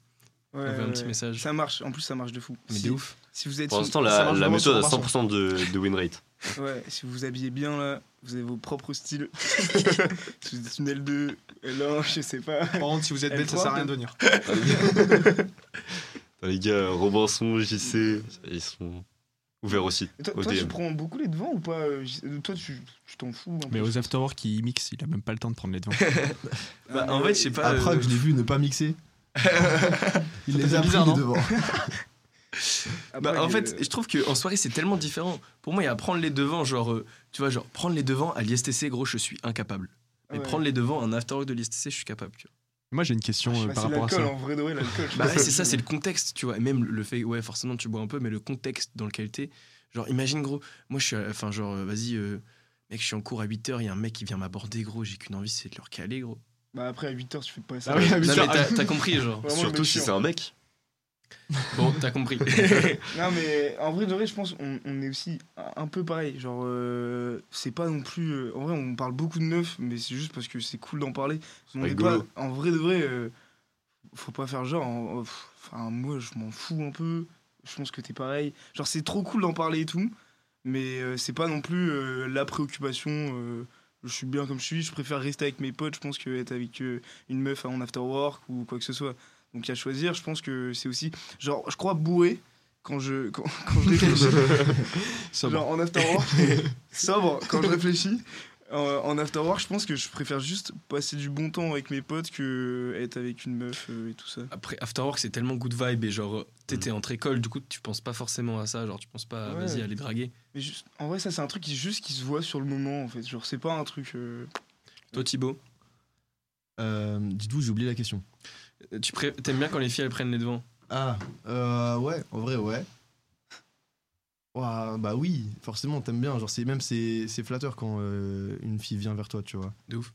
Ouais, on fait un ouais, petit ouais. message. Ça marche, en plus, ça marche de fou. Mais si, de ouf. si vous êtes. Pour une- l'instant, ça la, marche la vraiment sur méthode a Robinson. 100% de, de win rate. Ouais, si vous vous habillez bien, là, vous avez vos propres styles. si vous êtes une L2, L1, je sais pas. Par contre, si vous êtes Elle belle, ça croit sert à que- rien de venir. Putain, Les gars, Robinson, JC, ils sont ouverts aussi. Et Toi, au toi, tu DM. prends beaucoup les devants ou pas euh, j- euh, Toi, tu tu t'en fous. un peu. afterwork, il mixe, il a même pas le temps de prendre les devants. Ah, Bah, en fait, je sais pas. Après euh, que je l'ai vu ne pas mixer. Il Ça les fait a pris bizarre, les non devants. Après, euh, Bah, en que- fait, je trouve qu'en soirée, c'est tellement différent. Pour moi, il y a prendre les devants, genre, euh, tu vois, genre, prendre les devants à l'ISTC, gros, je suis incapable. Mais Ouais. prendre les devants à un afterwork de l'ISTC, je suis capable, tu vois. Moi, j'ai une question euh, Bah, c'est l'alcool, en vrai de vrai, l'alcool. je Bah, ouais, pense. c'est ça, c'est le contexte, tu vois. Et même le fait, ouais, forcément, tu bois un peu, mais le contexte dans lequel t'es. Genre, imagine, gros, moi, je suis. à- Enfin, genre, euh, vas-y, euh, mec, je suis en cours à 8h, il y a un mec qui vient m'aborder, gros, j'ai qu'une envie, c'est de le recaler, gros. Bah, après, à 8h, tu fais pas ça. Ah oui, Non, à 8 mais heures. t'as t'as compris, genre. Vraiment le Surtout mec si chiant. c'est un mec. Bon, t'as compris. Non, mais en vrai de vrai, je pense on, on est aussi un peu pareil. Genre, euh, c'est pas non plus. euh, en vrai, on parle beaucoup de neuf, mais c'est juste parce que c'est cool d'en parler. Mais on est pas, rigolo. en vrai de vrai, euh, faut pas faire genre. en- pff, Enfin, moi, je m'en fous un peu. Je pense que t'es pareil. Genre, c'est trop cool d'en parler et tout, mais euh, c'est pas non plus euh, la préoccupation. euh, je suis bien comme je suis, je préfère rester avec mes potes, je pense, que être avec euh, une meuf en after work ou quoi que ce soit. Donc, à choisir, je pense que c'est aussi. Genre, je crois bourré quand je, quand, quand je réfléchis. Genre en after work, sobre quand je réfléchis. En, en after work, je pense que je préfère juste passer du bon temps avec mes potes que être avec une meuf euh, et tout ça. Après, Afterwork, c'est tellement good vibe et genre, euh, t'étais Mm. entre école, du coup, tu penses pas forcément à ça, genre, tu penses pas, à, Ouais. vas-y, aller draguer. Mais juste, en vrai, ça c'est un truc qui juste qui se voit sur le moment en fait. Genre c'est pas un truc. euh, Toi, Thibaut, Euh, Dites-vous, j'ai oublié la question. euh, tu pré- t'aimes bien quand les filles, elles prennent les devants Ah, euh, ouais, en vrai, ouais. Ouah, bah oui, forcément, t'aimes bien. Genre, c'est même c'est, c'est flatteur quand euh, une fille vient vers toi, tu vois. De ouf.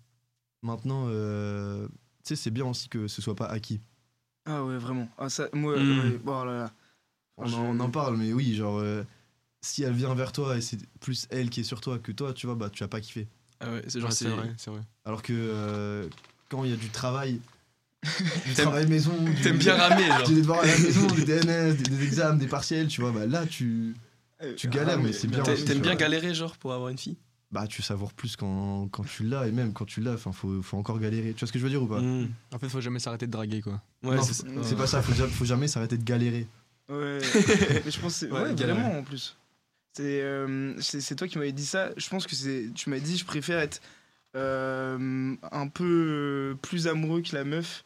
Maintenant, euh, tu sais, c'est bien aussi que ce soit pas acquis. Ah ouais, vraiment. Ah, ça, moi, Mm. euh, bon, oh là là. On, en, on en parle, mais oui, genre, euh, si elle vient vers toi et c'est plus elle qui est sur toi que toi, tu vois, bah tu as pas kiffé. Ah hein. ouais, c'est Ouais, genre, c'est c'est- vrai, c'est vrai. Alors que euh, quand il y a du travail, du travail maison, du- T'aimes bien ramer, genre. des devoirs à la maison, des DNS, des, des examens, des partiels, tu vois, bah là tu, Euh, tu galères, ah, mais c'est bien. T'a- aussi, T'aimes tu bien vois. galérer, genre, pour avoir une fille Bah tu savoures plus quand, quand tu l'as, et même quand tu l'as, enfin faut, faut encore galérer. Tu vois ce que je veux dire ou pas Mm. En fait, faut jamais s'arrêter de draguer, quoi. Ouais, Non, c'est c'est ça. c'est pas ça, faut, ja- faut jamais s'arrêter de galérer. Ouais, mais je pense que c'est Ouais, ouais, galère. vraiment en plus. C'est euh, c'est c'est toi qui m'avais dit ça. Je pense que c'est tu m'as dit je préfère être euh, un peu euh, plus amoureux que la meuf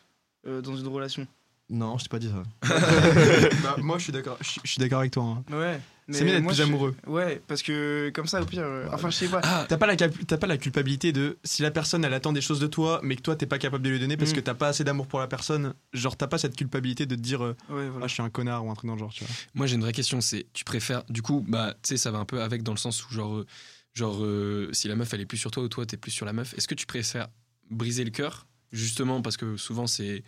euh, dans une relation. Non, je t'ai pas dit ça. Euh, bah, moi, je suis d'accord. Je je suis d'accord avec toi. hein. Ouais. mais C'est mieux d'être moi, plus je- amoureux. Ouais, parce que comme ça au pire. euh, Ouais. Enfin je sais pas. Ah, T'as pas, la cap- t'as pas la culpabilité de si la personne elle attend des choses de toi mais que toi t'es pas capable de lui donner parce Mm. que t'as pas assez d'amour pour la personne, genre t'as pas cette culpabilité de te dire euh, Ouais ah voilà. je suis un connard ou un truc dans le genre, tu vois. Moi, j'ai une vraie question. C'est, tu préfères, du coup, bah, tu sais, ça va un peu avec dans le sens où, genre, euh, genre, euh, si la meuf elle est plus sur toi ou toi t'es plus sur la meuf, est-ce que tu préfères briser le cœur, justement parce que souvent c'est,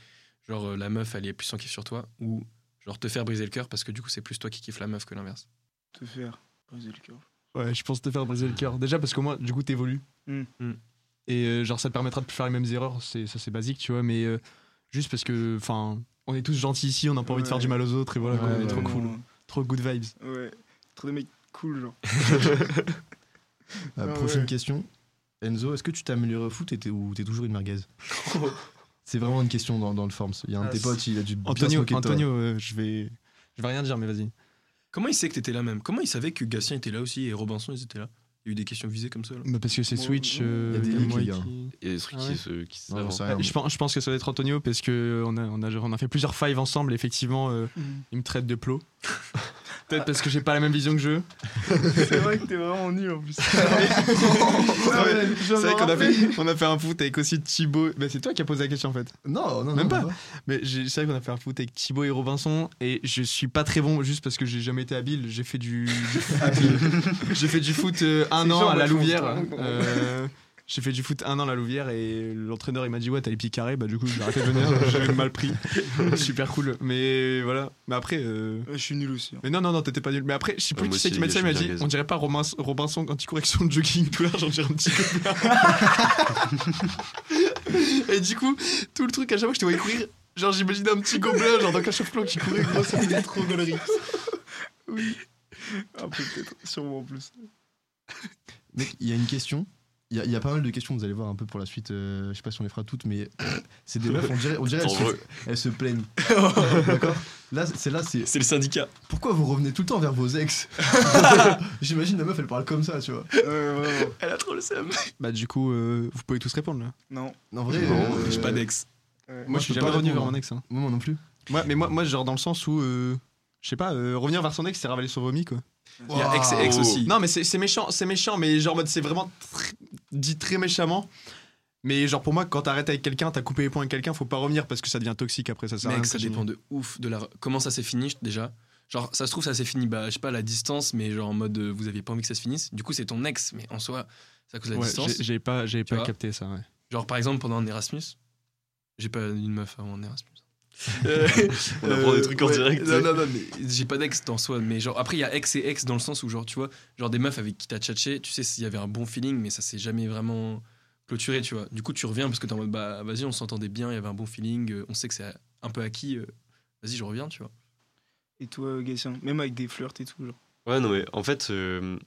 genre, euh, la meuf elle est plus en kiff sur toi, ou genre te faire briser le cœur parce que du coup c'est plus toi qui kiffe la meuf que l'inverse. Te faire. briser le cœur. Ouais, je pense te faire briser le cœur. Déjà parce que moi, du coup, t'évolues. Mm. Mm. Et euh, genre ça te permettra de plus faire les mêmes erreurs, c'est, ça c'est basique, tu vois, mais euh, juste parce que, enfin, on est tous gentils ici, on a pas envie de faire Ouais. du mal aux autres et voilà, quoi, Ouais, on est trop ouais. cool, trop good vibes. Ouais. Trop de mecs cool genre. Euh, Ah prochaine ouais. question. Enzo, est-ce que tu t'es amélioré au foot et t'es- ou t'es toujours une merguez C'est vraiment une question dans, dans le forms. Il y a un de Ah, tes potes, il a dû bien se Antonio, moquer de toi. Antonio euh, je vais je vais rien dire mais vas-y. Comment il sait que t'étais là même Comment il savait que Gatien était là aussi et Robinson ils étaient là Il y a eu des questions visées comme ça. Là. Bah, parce que c'est Bon, Switch il y a euh, des y a leaks, moi les gars. qui- Il y a des trucs Ah qui ouais. se qui se Non, j'en avancent. sais rien, Ah, Je pense, je pense que ça doit être Antonio parce que on a, on a, on a fait plusieurs fives ensemble. Effectivement, euh, il me traite de plot. Peut-être parce que j'ai pas la même vision que je. c'est vrai que t'es vraiment nul en plus. C'est C'est vrai qu'on a fait, on a fait un foot avec aussi Thibaut. Bah, c'est toi qui as posé la question en fait. Non, non, Même non, pas. Mais j'ai- c'est vrai qu'on a fait un foot avec Thibaut et Robinson et je suis pas très bon juste parce que j'ai jamais été habile. J'ai fait du, j'ai fait du foot euh, un C'est an genre, à la ouais, je pense, Louvière. hein. Euh, j'ai fait du foot un an à la Louvière et l'entraîneur il m'a dit ouais t'as les pieds carrés bah du coup j'ai arrêté de venir. J'avais mal pris. Super cool. Mais voilà. Mais après. euh, Je suis nul aussi. hein. Mais non, non, non, t'étais pas nul. Mais après, je sais plus Ouais, moi qui c'est aussi, qui m'a dit ça. Il je m'a suis dit, merguez. on dirait pas Romain- Robinson quand il courait avec son jogging tout large, on dirait un petit gobelin. Et du coup, tout le truc, à chaque fois que je te voyais courir, genre j'imaginais un petit gobelin, genre dans Cachoflon qui courait, gros, c'était trop galerie. Ah, Un peu peut-être. Sûrement en plus. Mec, il y a une question. Il y, a- il y a pas mal de questions, vous allez voir un peu pour la suite. euh, je sais pas si on les fera toutes, mais euh, c'est des meufs, on dirait, on dirait elles, se, Dangereux. elles se plaignent. D'accord Là, c'est là, c'est. C'est le syndicat. Pourquoi vous revenez tout le temps vers vos ex J'imagine la meuf, elle parle comme ça, tu vois. Euh, vraiment. Elle a trop le seum. Bah, du coup, euh, vous pouvez tous répondre là. Non. En vrai, Non, euh, J'ai pas d'ex. ouais. Moi, je suis peux pas jamais revenu vers répondre. mon ex. hein. Moi moi non plus. Moi, mais moi, moi, genre dans le sens où. euh, Je sais pas, euh, revenir vers son ex, c'est ravaler son vomi quoi. Il y a ex et ex Wow. aussi. Non, mais c'est c'est méchant, c'est méchant, mais genre, en mode, c'est vraiment tr- dit très méchamment. Mais genre, pour moi, quand t'arrêtes avec quelqu'un, t'as coupé les points avec quelqu'un, faut pas revenir parce que ça devient toxique après, ça sert à rien Mec, de ça continuer. dépend de ouf de la comment ça s'est fini déjà. Genre ça se trouve ça s'est fini bah je sais pas à la distance mais genre en mode euh, vous aviez pas envie que ça se finisse. Du coup c'est ton ex mais en soi c'est à cause de la Ouais, distance. j'ai- j'ai pas, j'ai pas vois. capté ça, ouais. Genre par exemple pendant un Erasmus, j'ai pas une meuf avant un Erasmus. On apprend des trucs en direct. Euh, Non, non, non, mais j'ai pas d'ex en soi, mais genre après il y a ex et ex dans le sens où genre tu vois, genre des meufs avec qui t'as tchatché, tu sais s'il y avait un bon feeling, mais ça s'est jamais vraiment clôturé, tu vois. Du coup tu reviens parce que t'es en mode bah vas-y, on s'entendait bien, il y avait un bon feeling, euh, on sait que c'est un peu acquis, euh, vas-y, je reviens, tu vois. Et toi, euh, Gatien, même avec des flirts et tout, genre. Ouais, non, mais en fait, euh,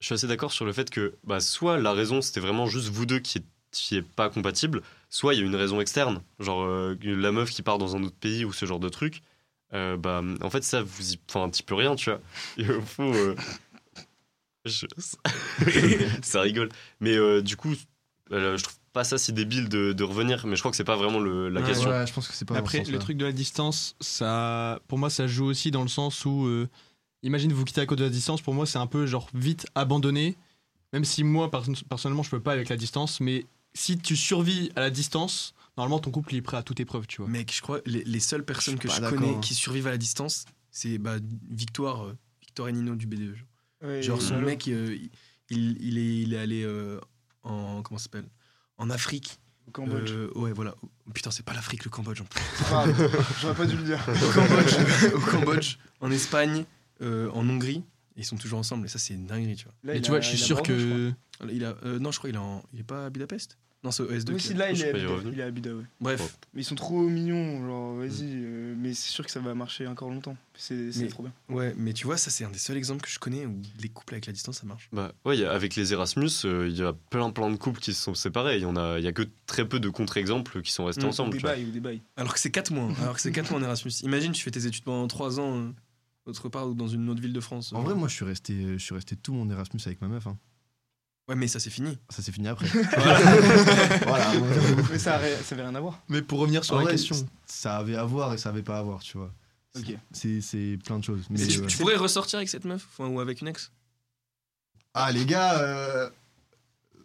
je suis assez d'accord sur le fait que bah, soit la raison, c'était vraiment juste vous deux qui n'étiez pas compatibles, soit il y a une raison externe, genre euh, la meuf qui part dans un autre pays ou ce genre de truc. euh, bah, en fait, ça, vous y enfin un petit peu rien, tu vois. Et au fond, euh, je- ça rigole. Mais euh, du coup, euh, je trouve pas ça si débile de, de revenir, mais je crois que c'est pas vraiment le- la Ouais, question. Ouais, je pense que c'est pas dans Après, ce sens-là. le truc de la distance, ça, pour moi, ça joue aussi dans le sens où, euh, imagine vous quittez à cause de la distance, pour moi, c'est un peu genre vite abandonné. Même si moi, perso- personnellement, je peux pas avec la distance, mais si tu survis à la distance, normalement, ton couple, il est prêt à toute épreuve, tu vois. Mec, je crois les, les seules personnes Je suis que je pas connais d'accord, hein. qui survivent à la distance, c'est bah, Victoire, euh, Victoire et Nino du BDE. Genre, Ouais, Genre, son voilà. mec, euh, il, il est, il est allé euh, en comment ça s'appelle En Afrique. Au Cambodge. Euh, ouais, voilà. Oh, Putain, c'est pas l'Afrique, le Cambodge. en plus. Ah, J'aurais pas dû le dire. Au Cambodge, au Cambodge, en Espagne, euh, en Hongrie. Et Ils sont toujours ensemble et ça c'est une dinguerie, tu vois. Là, Mais il tu vois, a- je suis il a sûr Bordeaux, je que. Alors, Il a, euh, non, je crois il est, en- il est pas à Budapest. Non, c'est au crois. S2. Oui, qu'il si, est. là, Je il sais est, pas, à il est Bida- revenu. il est à Bida, ouais. Ouais. Bref, Mais ils sont trop mignons, genre, vas-y. euh, mais c'est sûr que ça va marcher encore longtemps. C'est c'est Mais- trop bien. ouais, mais tu vois, ça c'est un des seuls exemples que je connais où les couples avec la distance ça marche. Bah, ouais, il y a- avec les Erasmus, euh, il y a plein plein de couples qui se sont séparés. Il y en a, il y a que très peu de contre-exemples qui sont restés Mm, ensemble. Des tu vois. bails ou des bails. Alors que c'est 4 mois, hein. alors que c'est 4 mois en Erasmus. Imagine, tu fais tes études pendant 3 ans euh, autre part ou dans une autre ville de France. En euh. vrai, moi, je suis resté, je suis resté tout mon Erasmus avec ma meuf. hein. Ouais, mais ça c'est fini. Ça s'est fini après. Voilà. mais ça, a- ça avait rien à voir. Mais pour revenir sur En la vrai, question. c- Ça avait à voir et ça avait pas à voir, tu vois. Ok. C'est c'est plein de choses. Mais, euh, Mais tu, ouais. tu pourrais ressortir avec cette meuf enfin, ou avec une ex Ah, les gars. euh,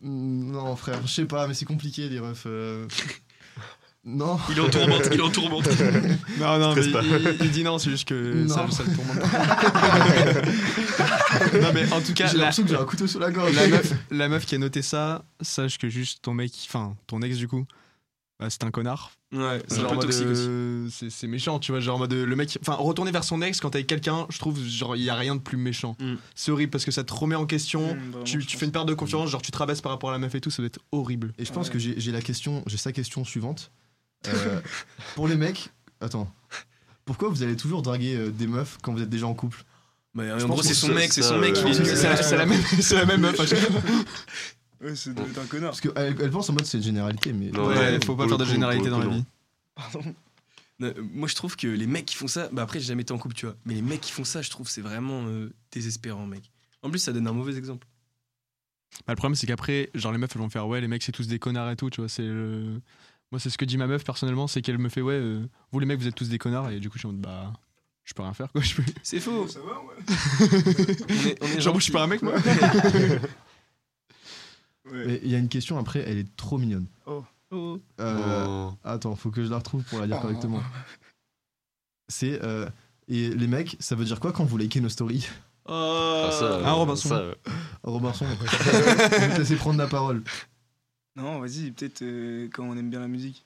Non, frère, je sais pas, mais c'est compliqué, les refs. euh, Non. Il est en tourmente, il est en tourmente. Non, non, mais Stresse pas. il, il dit non, c'est juste que Non. ça, ça le tourmente. non, mais en tout cas, J'ai la, l'impression que j'ai un couteau sous la gorge. la meuf, la meuf qui a noté ça, sache que juste ton mec, enfin, ton ex du coup, bah, c'est un connard. Ouais, c'est Genre un en peu mode, toxique aussi. euh, c'est- C'est méchant, tu vois, genre en mode euh, le mec, enfin, retourner vers son ex quand t'es avec quelqu'un, je trouve, genre, il y a rien de plus méchant. Mm. C'est horrible parce que ça te remet en question. Mm, vraiment, Tu, je tu pense. fais une perte de confiance, genre tu te rabaisses par rapport à la meuf et tout, ça doit être horrible. Et je pense Ouais. que j'ai j'ai la question, j'ai sa question suivante. Euh, pour les mecs, attends. Pourquoi vous allez toujours draguer euh, des meufs quand vous êtes déjà en couple Bah, Je en pense gros, que c'est son ça- mec, c'est ça, son mec. euh, il est- Ouais. C'est la, c'est la même- c'est la même meuf à chaque fois. Ouais, c'est de- t'es un connard. Parce qu'elle elle pense en mode c'est une généralité, mais. Non, Ouais, faut pour pas faire le de coup, généralité pour le dans la coup, vie. Pardon. Non, euh, Moi, je trouve que les mecs qui font ça, bah après, j'ai jamais été en couple, tu vois. Mais les mecs qui font ça, je trouve, c'est vraiment euh, désespérant, mec. En plus, ça donne un mauvais exemple. Bah, le problème, c'est qu'après, genre, les meufs, elles vont faire ouais, les mecs, c'est tous des connards et tout, tu vois. C'est le- Moi, c'est ce que dit ma meuf personnellement, c'est qu'elle me fait ouais, euh, vous les mecs, vous êtes tous des connards, et du coup, je suis en mode bah, je peux rien faire quoi. Je peux... C'est faux. Ça va, ouais. On est, on est Genre, moi, je gentil. suis pas un mec, moi. Ouais. Mais Il y a une question après, elle est trop mignonne. Oh. Euh, Oh. Attends, faut que je la retrouve pour la lire Oh. correctement. C'est. euh, et les mecs, ça veut dire quoi quand vous likez nos stories Ah, ça, Ah, euh, Robinson. ça, euh, Robinson, je vais te laisser prendre la parole. Non, vas-y, peut-être euh, quand on aime bien la musique.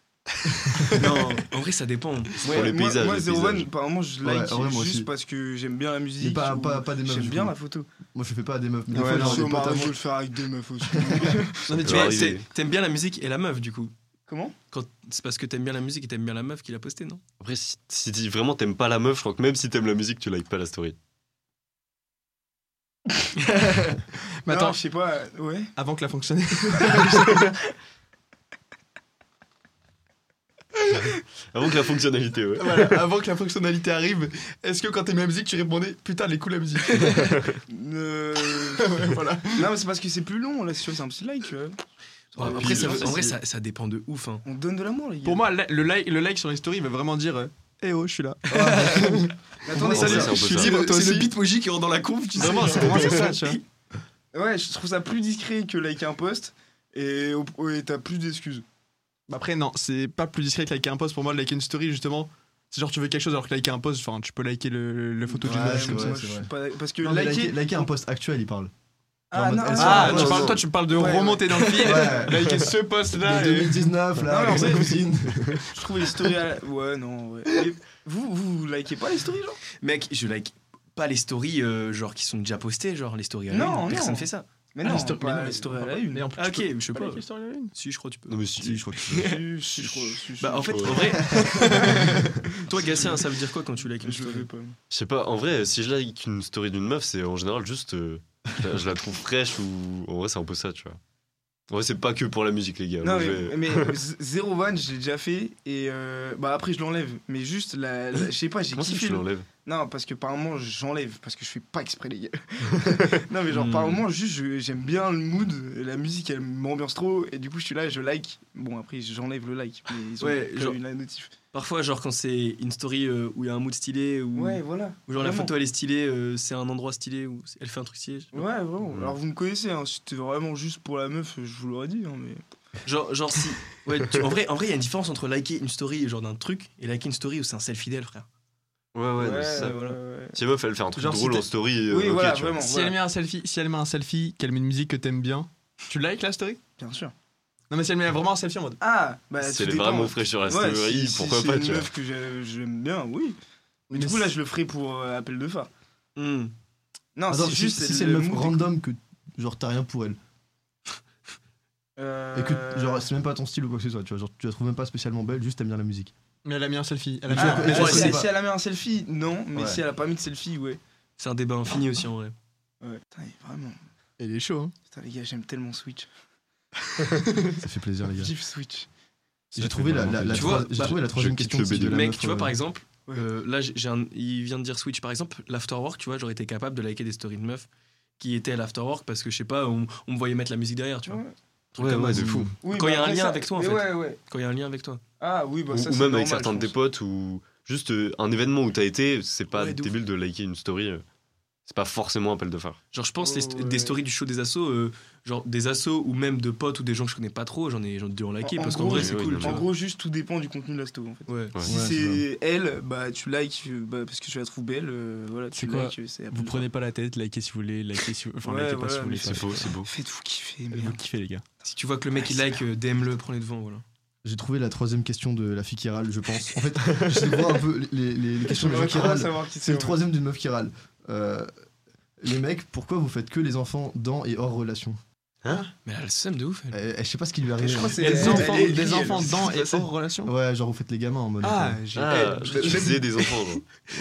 Non, en vrai, ça dépend. Pour les moi, paysages, moi, les Zero paysages. One, par moment, je Ouais, like ouais, moi juste aussi. parce que j'aime bien la musique. Mais pas, ou- pas, pas des meufs. J'aime du bien coup. la photo. Moi, je fais pas à des meufs. mais des fois, Ouais, non, j'ai je des potes à moi- vais le faire avec deux meufs aussi. Non, mais tu peut vois, arriver. c'est- t'aimes bien la musique et la meuf, du coup. Comment Quand... C'est parce que t'aimes bien la musique et t'aimes bien la meuf qui l'a postée, non Après, si, si tu- vraiment t'aimes pas la meuf, je crois que même si t'aimes la musique, tu likes pas la story. Non, Mais attends, je sais pas, euh, ouais. avant que la fonctionne. Avant que la fonctionnalité, ouais. Voilà, avant que la fonctionnalité arrive, est-ce que quand t'aimais la musique, tu répondais putain, les cool la musique Euh, Voilà. non, mais c'est parce que c'est plus long, là, si tu veux, c'est un petit like, tu vois. Bon, Ouais, Après, puis, ça, euh, en vrai, si- ça, ça dépend de ouf. Hein. On donne de l'amour, les gars. Pour moi, la- le like, le like sur les stories, il veut vraiment dire euh, eh oh, je suis là. Mais attendez, Ouais, ça, ouais, les- c'est un peu je suis ça. libre, toi C'est le aussi. bitmoji qui rentre dans la couve, tu sais. Vraiment, c'est pour moi, c'est ça, tu vois. Ouais, je trouve ça plus discret que liker un post et au- et t'as plus d'excuses. Bah Après, non, c'est pas plus discret que liker un post. Pour moi, liker une story, justement, c'est genre tu veux quelque chose alors que liker un post, enfin, tu peux liker le, le photo Ouais, du mais match. c'est moi, vrai, je c'est suis vrai. pas- Parce que Non, mais liker, liker. liker un post actuel, il parle. Non, Ah, non, mais- non, Ah, non, tu non, parles, non. toi, tu parles de Ouais, ouais. remonter dans le fil, Ouais. liker ce post-là. De et- 2019, Non, là, mais en avec vrai- la cousine. Je trouve les stories. à la- Ouais, non, ouais. Et Vous, vous, vous likez pas les stories, genre Mec, je like pas les stories euh, genre qui sont déjà postées, genre les stories à la Non, une. Personne non. fait ça. Mais Ah, non, les stories- mais pas non, les stories à la une. Mais en plus, Ah, tu ok, je peux- sais tu peux pas. liker les stories à la une. Si, je crois que tu peux. Non, mais si, je crois que tu- Si, si, je crois- si, je Bah, en crois. fait, en vrai. Toi, Gatien, ça veut dire quoi quand tu likes une je le fais story pas. Je sais pas, en vrai, si je like une story d'une meuf, c'est en général juste. euh, je la- je la trouve fraîche ou. En vrai, c'est un peu ça, tu vois. En vrai, c'est pas que pour la musique, les gars. Non, Moi, je mais, vais- mais euh, z- zéro van, je l'ai déjà fait. Et euh, bah après, je l'enlève. Mais juste, la, la- je sais pas, j'ai Comment ça, kiffé. tu le- l'enlèves Non, parce que par moment, j'enlève. Parce que je fais pas exprès, les gars. non, mais genre, par Hmm. moment, juste, je- j'aime bien le mood. La musique, elle m'ambiance trop. Et du coup, je suis là, je like. Bon, après, j'enlève le like. Mais ils ont Ouais, pas genre- eu la notif. Parfois, genre quand c'est une story euh, où il y a un mood stylé, ou Ouais, voilà. ou genre la vraiment. photo elle est stylée, euh, c'est un endroit stylé, ou elle fait un truc stylé. Ouais, vraiment. Alors, vous me connaissez, hein, si c'était vraiment juste pour la meuf, je vous l'aurais dit. hein, mais... Genre, genre si, Ouais, tu- en vrai, en vrai, il y a une différence entre liker une story genre d'un truc et liker une story où c'est un selfie d'elle, frère. Ouais, ouais, non, c'est ça. Si la meuf, elle fait un truc Genre, si drôle t'es- en story, euh, Oui, ok, voilà, bah, tu vois. vraiment. Si voilà. elle met un selfie, si elle met un selfie, qu'elle met une musique que t'aimes bien, tu likes la story Bien sûr. Non mais si elle met vraiment un selfie en mode. Ah, bah, tout C'est les dépend. vraiment frais sur la Ouais, story, si- si pourquoi pas, C'est tu une vois. meuf que j'ai- j'aime bien, oui. Mais du Mais coup, là, si- je le ferai pour euh, appel de phare. Hmm. Non, Attends, c'est si, juste. si c'est une meuf mood- random que genre t'as rien pour elle Euh, et que genre c'est même pas ton style ou quoi que ce soit, tu vois, genre tu la trouves même pas spécialement belle, juste t'aimes bien la musique. Mais elle a mis un selfie. Elle a ah, mis Je- un- je- mais je- si- je- si, pas. elle a mis un selfie, non, mais Ouais. si elle a pas mis de selfie, ouais. C'est un débat infini aussi en vrai. ouais. Putain, il est vraiment. Elle est chaud. Hein. Putain, les gars, j'aime tellement Switch. Ça fait plaisir les gars. Vive Switch. J'ai trouvé la, la, la Tu trois- vois, j'ai bah, trouvé la troisième je quitte question. le de BD. la Mec, meuf, tu vois, euh, par exemple, Ouais. euh, là, j'ai j'ai un, il vient de dire Switch, par exemple, l'afterwork, tu vois, j'aurais été capable de liker des stories de meufs qui étaient à l'afterwork parce que, je sais pas, on, on me voyait mettre la musique derrière, tu vois. Ouais. Truc Ouais, comme ouais, ça. de fou. Oui, Quand bah il y a un après, lien ça- avec toi, en mais fait. Ouais, ouais. Quand il y a un lien avec toi. Ah, oui, bah ou, ça, ou c'est même avec normal, certains je de tes pense. potes ou juste euh, un événement où t'as été, c'est pas Ouais, de ouf. débile de liker une story. euh, C'est pas forcément appel de phare. Genre, je pense les st- Ouais. des stories du show des assos, euh, genre des assos ou même de potes ou des gens que je connais pas trop, j'en ai, j'en ai dû en liker En- en parce qu'en gros, vrai, oui, c'est oui, cool. non, tu En mais- vois. gro- gros, juste tout dépend du contenu de la story, en fait. Ouais. Ouais. Si Ouais, c'est elle, bah tu likes, euh, bah, parce que tu la trouves belle, euh, voilà, tu C'est quoi likes, euh, c'est appel Vous de prenez pas la tête, likez si vous voulez, likez si vous Enfin, Ouais, likez pas voilà, si vous voulez. mais quoi. C'est beau, c'est beau. phare. Faites-vous kiffer, Vous merde. kiffez les gars. Si tu vois que le mec il like, euh, DM-le, prends les devants, voilà. J'ai trouvé la troisième question de la fille qui râle, je pense. En fait, j'essaie de voir un peu les, les, les questions des gens Ouais, qui comment râlent. savoir qui C'est le en fait troisième d'une meuf qui râle. Euh, les mecs, pourquoi vous faites que les enfants dans et hors relation Mais elle a le seum de ouf, elle. Euh, Je sais pas ce qui lui Je arrive. crois que c'est- Des elle- enfants, elle est- des elle- enfants elle- dans et c'est- hors relation. Ouais, genre vous faites les gamins en mode. euh, Ah, j'ai. Ah, eh, je même- faisais des enfants.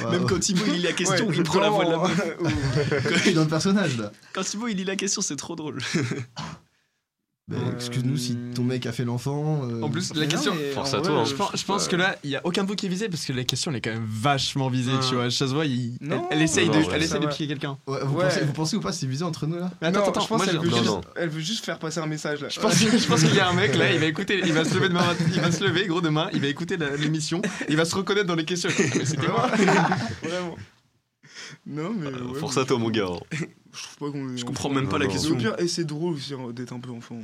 genre. Ouais, ouais. quand Thibaut il lit la Ouais, vraiment, euh, Je suis dans le personnage là. hein. Quand Thibaut il lit la question, c'est trop drôle. Bah, Euh, Excuse-nous si ton mec a fait l'enfant. euh, En plus, la non, question. mais Force en à vrai, toi, hein. Je pense, je pense que là, il y a aucun de vous qui est visé parce que la question elle est quand même vachement visée, Ouais. tu vois. Ça se voit, il- elle, Non, elle essaye, non, de, ouais, elle ça essaye de va. piquer quelqu'un. ouais, vous, Ouais. Pensez, vous pensez ou pas c'est visé entre nous là Mais Attends, Non, attends, je pense moi, qu'elle j'ai- veut, Non, juste- non. elle veut juste faire passer un message là. Je pense, je pense qu'il y a un mec là, il va écouter, il va se lever demain, matin- il va se lever gros demain, il va écouter la- l'émission, il va se reconnaître dans les questions. Ah, mais c'était moi. Vraiment. Non, mais. Euh, ouais, Force mais à toi, mon gars. Je trouve pas qu'on est- Je comprends même pas la Mais Non, non. question. Au pire, et c'est drôle aussi hein, d'être un peu enfant.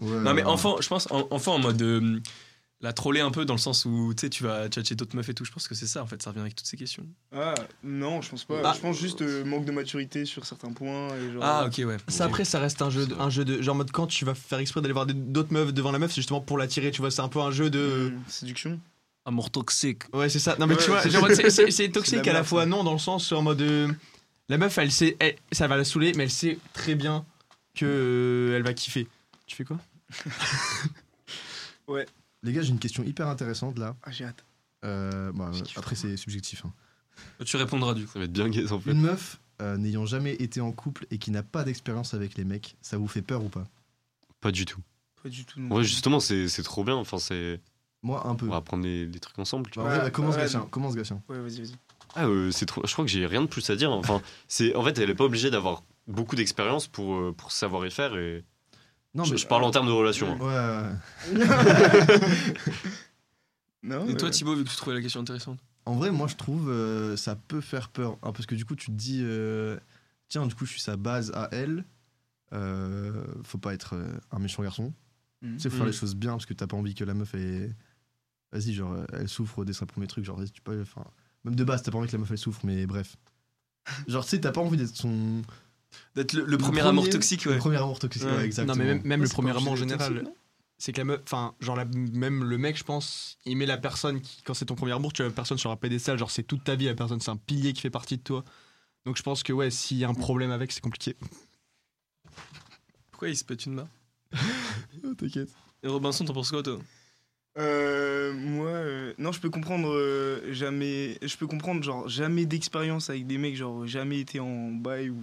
Ouais, Non mais ouais. enfant, je pense en- enfant en mode euh, la troller un peu dans le sens où tu sais tu vas tchatcher d'autres meufs et tout. Je pense que c'est ça en fait, ça revient avec toutes ces questions. Ah, non, je pense pas. Ah. Je pense juste euh, manque de maturité sur certains points. Et genre, Bah, Ah ok ouais. Ça après ça reste un jeu, de, un jeu de genre en mode quand tu vas faire exprès d'aller voir des- d'autres meufs devant la meuf, c'est justement pour l'attirer, tu vois. C'est un peu un jeu de. Hmm, Séduction. Amour toxique. Mm. Ouais, c'est ça. Non mais tu Ouais, vois, c'est- genre, c'est- c'est c'est C'est toxique la à la meuf, fois hein. non dans le sens en mode euh, la meuf elle sait, elle- ça va la saouler, mais elle sait très bien que euh, elle va kiffer. Tu fais quoi Les gars, j'ai une question hyper intéressante là. Ah, j'ai hâte. Euh, bah, C'est qu'il faut- après, c'est subjectif. hein. Tu répondras du coup. Ça va être bien gay, en fait. Mm. Une meuf euh, n'ayant jamais été en couple et qui n'a pas d'expérience avec les mecs, ça vous fait peur ou pas Pas du tout. Pas du tout. non. Ouais, justement, c'est c'est trop bien. Enfin, c'est. Moi, un peu. On va apprendre les, les trucs ensemble, tu Bah, vois. en vrai, bah, commence, Ouais, Gatien, non. commence Gatien. Ouais, vas-y, vas-y. Ah, euh, c'est trop. Je crois que j'ai rien de plus à dire. Enfin, c'est. En fait, elle est pas obligée d'avoir beaucoup d'expérience pour euh, pour savoir y faire. Et Non, je, je parle en euh, termes de relation. hein. Ouais, ouais, ouais. non, Et toi euh, Thibaut vu que tu trouvais la question intéressante. En vrai, moi, je trouve euh, ça peut faire peur. hein, parce que du coup, tu te dis, euh, tiens, du coup, je suis sa base à elle. Euh, faut pas être euh, un méchant garçon. Mhm. Tu sais, faut faire Mm. Mhm. les choses bien parce que t'as pas envie que la meuf elle. Vas-y, genre, euh, elle souffre dès son premier truc. Genre, vas-y, tu peux. Enfin, même de base, t'as pas envie que la meuf elle souffre, mais bref. Genre, tu sais, t'as pas envie d'être son. D'être le, le premier amour toxique Le ouais. premier amour toxique, Ouais. ouais, exactement. Non mais même, même Ouais, le c'est premier pas amour en obligé d'être général, toxique, non c'est que la meuf, enfin genre la, même le mec je pense, il met la personne qui, quand c'est ton premier amour, tu as la personne sur un pédestal, genre c'est toute ta vie la personne, c'est un pilier qui fait partie de toi. Donc je pense que ouais, s'il y a un problème avec, c'est compliqué. Pourquoi il se pète une main T'inquiète. Et Robinson t'en penses quoi toi Euh, moi, euh, non, je peux comprendre euh, jamais, je peux comprendre genre jamais d'expérience avec des mecs, genre jamais été en bail ou,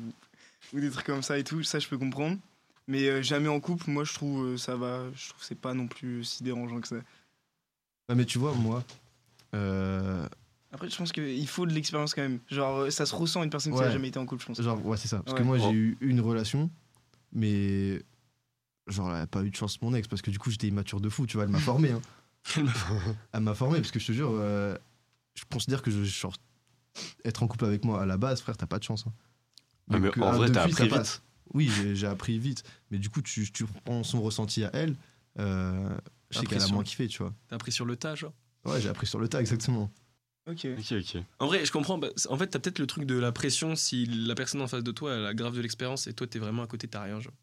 ou des trucs comme ça et tout, ça je peux comprendre. Mais euh, jamais en couple, moi je trouve euh, ça va, je trouve que c'est pas non plus si dérangeant que ça. Ouais, Ah, mais tu vois, moi. euh, Après, je pense qu'il faut de l'expérience quand même. Genre, euh, ça se ressent à une personne qui a Ouais. jamais été en couple, je pense. Genre, ouais, c'est ça. Parce Ouais. que moi, j'ai Oh. eu une relation, mais. Genre, elle a pas eu de chance, mon ex, parce que du coup, j'étais immature de fou, tu vois, elle m'a formé. Hein. elle m'a formé, parce que je te jure, euh, je considère que je. genre, être en couple avec moi à la base, frère, t'as pas de chance. hein. Ah, mais Donc, en à vrai, deux t'as filles, ça appris vite. passe. Oui, j'ai j'ai appris vite. Mais du coup, tu, tu prends son ressenti à elle. euh, je T'as sais qu'elle a appris moins sur- kiffé, tu vois. T'as appris sur le tas, genre Ouais, j'ai appris sur le tas, exactement. Ok. Ok, ok. En vrai, je comprends. bah, en fait, t'as peut-être le truc de la pression si la personne en face de toi, elle a grave de l'expérience et toi, t'es vraiment à côté, t'as rien, genre.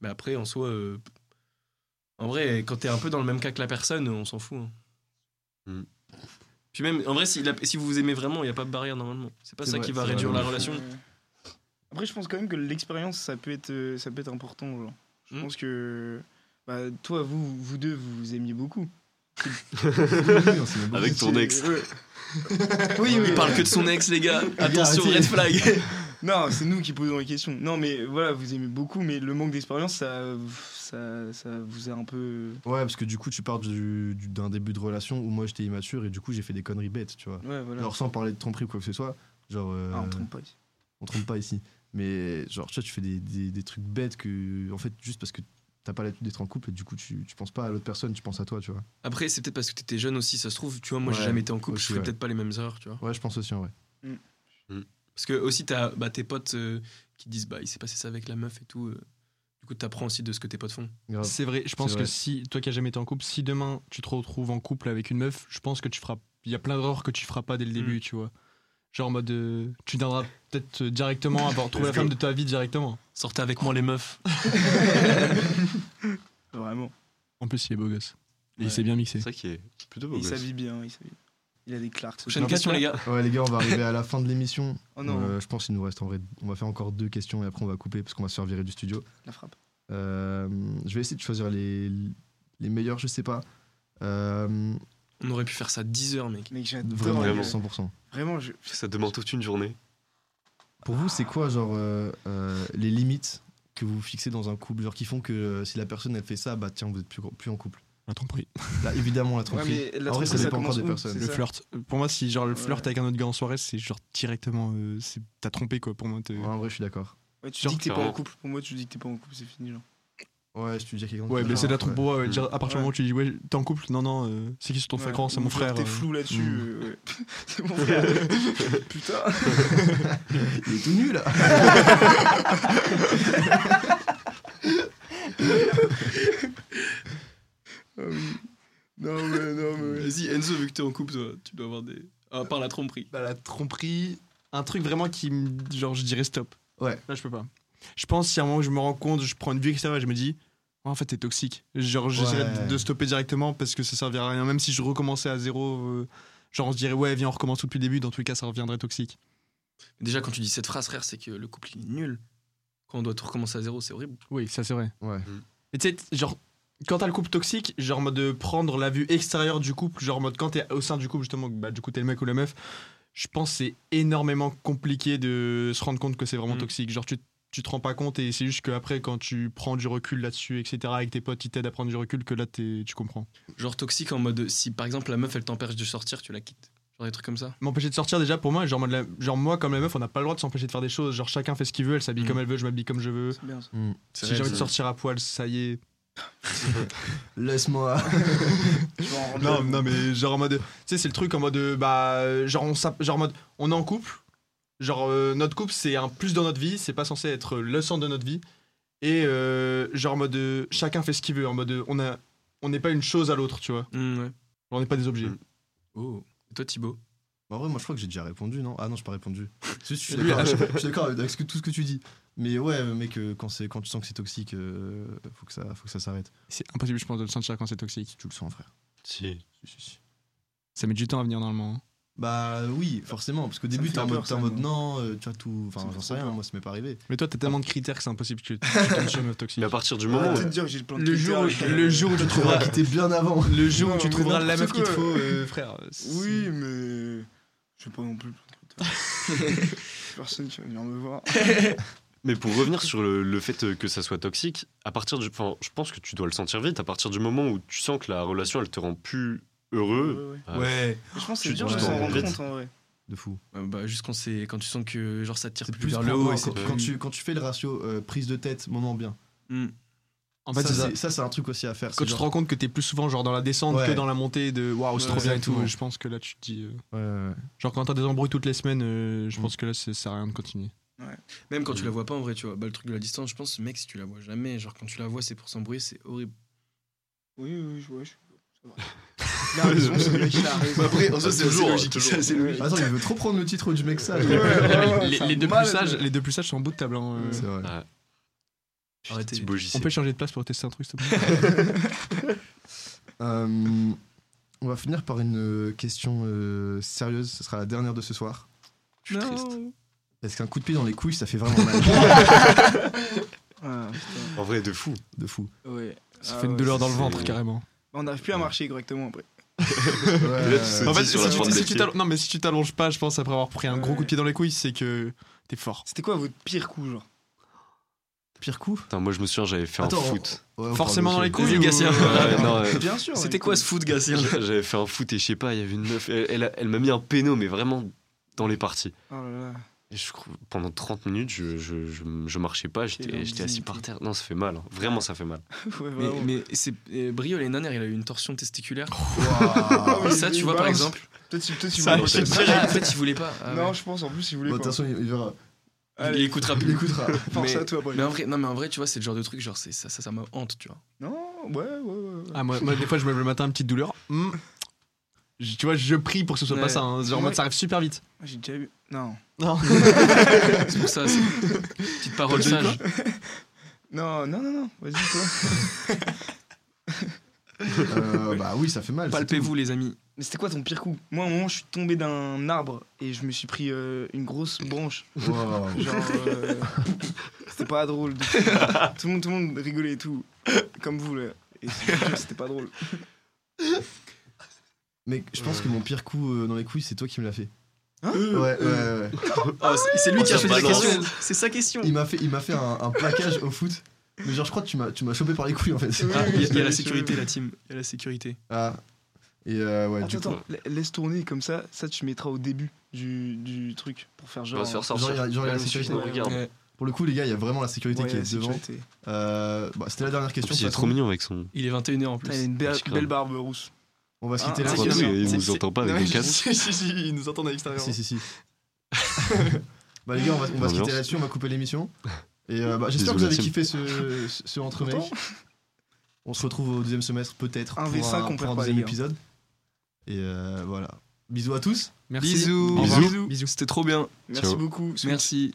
Mais après, en soi. euh, En vrai, quand t'es un peu dans le même cas que la personne, on s'en fout. hein. Mm. Puis même, en vrai, si, la- si vous vous aimez vraiment, il n'y a pas de barrière normalement. C'est pas C'est ça vrai, qui va c'est réduire vrai. la relation. Euh, Après, je pense quand même que l'expérience, ça peut être, euh, ça peut être important. genre. Je Hmm. pense que bah, toi, vous, vous deux, vous vous aimiez beaucoup. Oui, on s'est même- Avec ton ex. Euh, oui, oui. Il parle que de son ex, les gars. Attention, arrêtez. red flag. Non, c'est nous qui posons les questions. Non, mais voilà, vous aimez beaucoup, mais le manque d'expérience, ça, ça, ça vous a un peu. Ouais, parce que du coup, tu pars du- du- d'un début de relation où moi j'étais immature et du coup j'ai fait des conneries bêtes, tu vois. Ouais, voilà. Genre sans parler de tromperie ou quoi que ce soit. Genre, euh, Ah, on trompe pas. ici. on trompe pas ici. Mais genre, tu vois, tu fais des, des- des trucs bêtes que, en fait, juste parce que t'as pas l'habitude d'être en couple et du coup, tu, tu penses pas à l'autre personne, tu penses à toi, tu vois. Après, c'est peut-être parce que t'étais jeune aussi, ça se trouve. Tu vois, moi, j'ai Ouais, jamais été en couple, aussi, je ferais ouais. peut-être pas les mêmes erreurs, tu vois. Ouais, je pense aussi en vrai. Parce que aussi, t'as bah, tes potes euh, qui disent bah, il s'est passé ça avec la meuf et tout. euh. du coup, t'apprends aussi de ce que tes potes font. Grave. C'est vrai, je pense C'est que vrai. si toi qui as jamais été en couple, si demain tu te retrouves en couple avec une meuf, je pense que tu feras. Il y a plein d'erreurs que tu feras pas dès le Mm. début, tu vois. Genre en mode. euh, tu viendras peut-être euh, directement à avoir trouvé la femme de ta vie directement. Sortez avec moi, les meufs. Vraiment. En plus, il est beau gosse. Et Ouais. il s'est bien mixé. C'est ça qui est plutôt beau. Il gosse. s'habille bien, il s'habille. Il a des clarks. Prochaine question, les gars. Ouais, les gars, on va arriver à la fin de l'émission. Oh non, Euh, je pense qu'il nous reste en vrai. On va faire encore deux questions et après on va couper parce qu'on va se faire virer du studio. la frappe. Euh, je vais essayer de choisir les, les meilleurs, je sais pas. Euh, On aurait pu faire ça 10 heures, mec. Mec, j'adore. euh, vraiment, Vraiment. 100%. Vraiment, je. Ça demande toute une journée. Pour vous, c'est quoi, genre, euh, euh, les limites que vous fixez dans un couple Genre, qui font que euh, si la personne, elle fait ça, bah tiens, vous êtes plus, plus en couple. Un tromperie. Là, évidemment, la tromperie. Ouais, mais la en vrai, tromperie, ça ça dépend encore commence des où personnes. C'est Le ça. flirt. euh, Pour moi, si genre le Ouais. flirt avec un autre gars en soirée, c'est genre directement. euh, c'est- T'as trompé quoi pour moi. t'es- Ouais, en vrai, je suis d'accord. Ouais, tu Genre, dis que t'es pas en clairement. couple. Pour moi, tu dis que t'es pas en couple, c'est fini, genre. Ouais, si tu dis à quelqu'un. Ouais, mais c'est de la trompe. Ouais, ouais, genre, à partir du Ouais. moment où tu dis, ouais, t'es en couple, non, non, euh, c'est qui sur ton Ouais. flagrant, c'est Ou mon genre, frère. T'es euh. flou là-dessus. Mm. euh, ouais. c'est mon frère. Putain. Il est tout nu, là Ah oui. Non, mais non, mais. Oh, Vas-y, Enzo, vu que t'es en couple, toi, tu dois avoir des. Ah, par la tromperie. bah, la tromperie, un truc vraiment qui me. Genre, je dirais stop. Ouais. Là, je peux pas. Je pense, si à un moment où je me rends compte, je prends une vue extérieure et je me dis, oh, en fait, t'es toxique. Genre, j'essaierai Ouais. de- de stopper directement parce que ça servira à rien. Même si je recommençais à zéro, euh, genre, on se dirait, ouais, viens, on recommence tout depuis le début, dans tous les cas, ça reviendrait toxique. Déjà, quand tu dis cette phrase, frère, c'est que le couple il est nul. Quand on doit tout recommencer à zéro, c'est horrible. Oui, ça, c'est vrai. Ouais. Mm. Et tu sais, t- genre, quand t'as le couple toxique, genre, en mode de prendre la vue extérieure du couple, genre, en mode quand t'es au sein du couple, justement, bah, du coup, t'es le mec ou la meuf, je pense que c'est énormément compliqué de se rendre compte que c'est vraiment Mm. toxique. Genre, tu, tu te rends pas compte et c'est juste qu'après, quand tu prends du recul là-dessus, etc., avec tes potes, ils t'aident à prendre du recul, que là, t'es- tu comprends. Genre toxique en mode si par exemple la meuf elle t'empêche de sortir, tu la quittes. Genre des trucs comme ça. M'empêcher de sortir, déjà, pour moi, genre, en mode la- genre moi, comme la meuf, on n'a pas le droit de s'empêcher de faire des choses. Genre, chacun fait ce qu'il veut, elle s'habille Mm. comme elle veut, je m'habille comme je veux. C'est bien ça. Si j'ai envie de sortir à poil, ça y est, Laisse-moi Tu vas en rendre Non, compte. non, mais genre en mode. Tu sais, c'est le truc en mode. euh, Bah, euh, genre, on, s'app- genre en mode. On est en couple. Genre, euh, notre couple, c'est un plus dans notre vie. C'est pas censé être le centre de notre vie. Et euh, genre en mode. euh, chacun fait ce qu'il veut. En mode. euh, On a. On n'est pas une chose à l'autre, tu vois. Hmm, ouais. On n'est pas des objets. Mm. Oh. Et toi, Thibaut En vrai, moi, je crois que j'ai déjà répondu, non Ah non, j'ai pas répondu. Je suis Lui, d'accord, à je je suis d'accord avec ce que- tout ce que tu dis. Mais ouais, mec, euh, quand, c'est- quand tu sens que c'est toxique, euh, faut que ça, faut que ça s'arrête. C'est impossible, je pense, de le sentir quand c'est toxique. Tu le sens, frère. Si. Si, si, si. Ça met du temps à venir, normalement. hein. Bah oui, forcément, parce qu'au Ça me début fait t'es en peur, mode, t'es en ça, mode moi. non, euh, tu vois tout, Ça enfin me j'en fait sais trop rien, peur. moi ça m'est pas arrivé. Mais toi, t'as tellement de critères que c'est impossible que tu tu tombes sur une meuf toxique. Mais à partir du Ah, moment. peut-être dire que j'ai plein de Le jour, critères, euh, le jour où tu On va trouveras. quitter bien avant. Le jour où Non, tu mais trouveras la meuf n'importe qu'il te quoi. faut, euh, frère. c'est- Oui, mais. Je sais pas non plus. plein de critères. Personne qui va venir me voir. Mais pour revenir sur le, le fait euh, que ça soit toxique, à partir du, enfin, je pense que tu dois le sentir vite. À partir du moment où tu sens que la relation, elle te rend plus heureux. Ouais, ouais. euh, Ouais. Je pense que c'est Tu- dur tu de t'en s'en rends rendre vite. compte en vrai. De fou. Euh, Bah juste quand c'est quand tu sens que genre ça te tire C'est plus, plus vers le haut. prendre- et quand, c'est- quand tu, quand tu fais le ratio euh, prise de tête, moment bien. Hmm. En fait, ça, c'est ça. c'est- ça, c'est un truc aussi à faire. Quand c'est tu te genre- rends compte que t'es plus souvent genre dans la descente Ouais. que dans la montée de waouh c'est Ouais, trop bien et tout, exactement. je pense que là tu te dis. euh, Ouais, ouais, ouais. Genre quand t'as des embrouilles toutes les semaines, euh, je Mm. pense que là ça sert à rien de continuer. Même quand tu la vois pas en vrai, tu vois. Bah le truc de la distance, je pense, mec, si tu la vois jamais, genre quand tu la vois, c'est pour s'embrouiller, c'est horrible. Oui, oui, je vois. Je... Il a raison, ce mec, il a raison. Après, en soi, c'est Toujours, logique. toujours. ça, c'est logique. Attends, il veut trop prendre le titre du mec sage. les, ça les deux mal, plus sages, euh. les deux plus sages sont en bout de table. hein, euh. C'est vrai. Arrêtez. Petit beau JC. On peut changer de place pour tester un truc, s'il te plaît Euh, on va finir par une euh, question euh, sérieuse. Ce sera la dernière de ce soir. Je suis triste. Est-ce qu'un coup de pied dans les couilles, ça fait vraiment mal Ah, putain. En vrai, de fou. De fou. Ouais. Ça Ah fait une ouais. douleur dans le c'est- ventre, carrément. On n'arrive plus à marcher correctement après. Ouais. Là, tu sais- En fait, Dis sur si la tu- forme si des tu pieds. t'allonges- non, mais si tu t'allonges pas, je pense, après avoir pris un gros Ouais. coup de pied dans les couilles, c'est que t'es fort. C'était quoi votre pire coup, genre Pire coup Attends, moi, je me souviens, j'avais fait Attends, un foot. on- ouais, on Forcément dans parle les de- couilles. Vas-y, ou- Gatien. Ouais, non, euh, Bien sûr. C'était quoi ce foot, Gatien J'avais fait un foot et je sais pas, il y avait une meuf. Elle, elle, a- elle m'a mis un péno, mais vraiment dans les parties. Oh là là. Et je crois- pendant 30 minutes, je, je, je, je marchais pas, Quelle j'étais j'étais assis indignité. par terre. Non, ça fait mal. hein. Vraiment, ça fait mal. Ouais, Mais, vraiment. mais c'est euh, Brio l'année dernière, il a eu une torsion testiculaire. Waouh. oui, ça, oui, tu vois par balance. exemple. Peut-être si- peut-être si Ça, vous voulez- En fait, il voulait pas. Ah Non, ouais. je pense en plus, si vous Bon, De voulez. toute pas. façon, il verra. il Allez, écoutera Il plus. écoutera. force mais- à toi, Brian. Mais en vrai, non, mais en vrai, tu vois, c'est le genre de truc, genre c'est ça, ça, ça me hante, tu vois. Non, ouais, ouais, ouais. ouais. Ah, moi, moi, des fois, je me lève le matin, une petite douleur. Hmm. Je- Tu vois, je prie pour que ce soit Ouais. pas ça. hein. Genre, en mode, Ouais. ça arrive super vite. Ah, J'ai déjà eu. Non. C'est pour ça. c'est- Petite parole sage. Non, non, non, non. Vas-y, toi. Euh, bah oui, ça fait mal. c'est Palpez-vous, les amis. Mais c'était quoi ton pire coup Moi, à un moment, je suis tombé d'un arbre et je me suis pris euh, une grosse branche. tout. Waouh. Genre. euh, c'était pas drôle. du tout. Tout le, monde, tout le monde rigolait et tout. Comme vous, là. Et c'était pas drôle. Mais je pense que mon pire coup euh, dans les couilles, c'est toi qui me l'as fait. Hein ouais, ouais, ouais. ouais. Oh, c'est- c'est lui qui a Ça choisi la balance. question. C'est sa question. Il m'a fait, il m'a fait un, un plaquage au foot. Mais genre, je crois que tu m'as, tu m'as chopé par les couilles en fait. Ah, Il y a- il y a la Oui, sécurité, oui. la team. Il y a la sécurité. Ah. Et euh, ouais, Attends, du coup. attends, la- laisse tourner comme ça. Ça, tu mettras au début du, du truc pour Bah, faire On genre. va se faire Genre, il y sortir. a- genre, il y a la Ouais, sécurité. on regarde. Ouais. Pour le coup, les gars, il y a vraiment la sécurité Ouais, qui la est devant. sécurité. Euh, bah, c'était la dernière En question. plus, de il est toute trop façon. mignon avec son. Il est 21h en Putain, il a plus. une belle, Grave. belle barbe rousse. On va se quitter Ah, là. c'est Enfin, que tu ça. sais, Il C'est- nous c'est- entend pas Non, avec les mais je- casques. si, si, si, il nous entend à l'extérieur. Si, si, si. bah, les gars, on va, on va se Ambiance. quitter là-dessus, on va couper l'émission. Et euh, bah, j'espère que vous Désolé, avez Tim. kiffé ce, ce, ce entre-mec. Pourtant. On se retrouve au deuxième semestre, peut-être. Un pour V5 un- qu'on pour perd un pas, les deuxième gars. épisode. Et euh, voilà. Bisous à tous. Merci. Bisous. Au revoir. Bisous. C'était trop bien. Merci Ciao. beaucoup. Merci.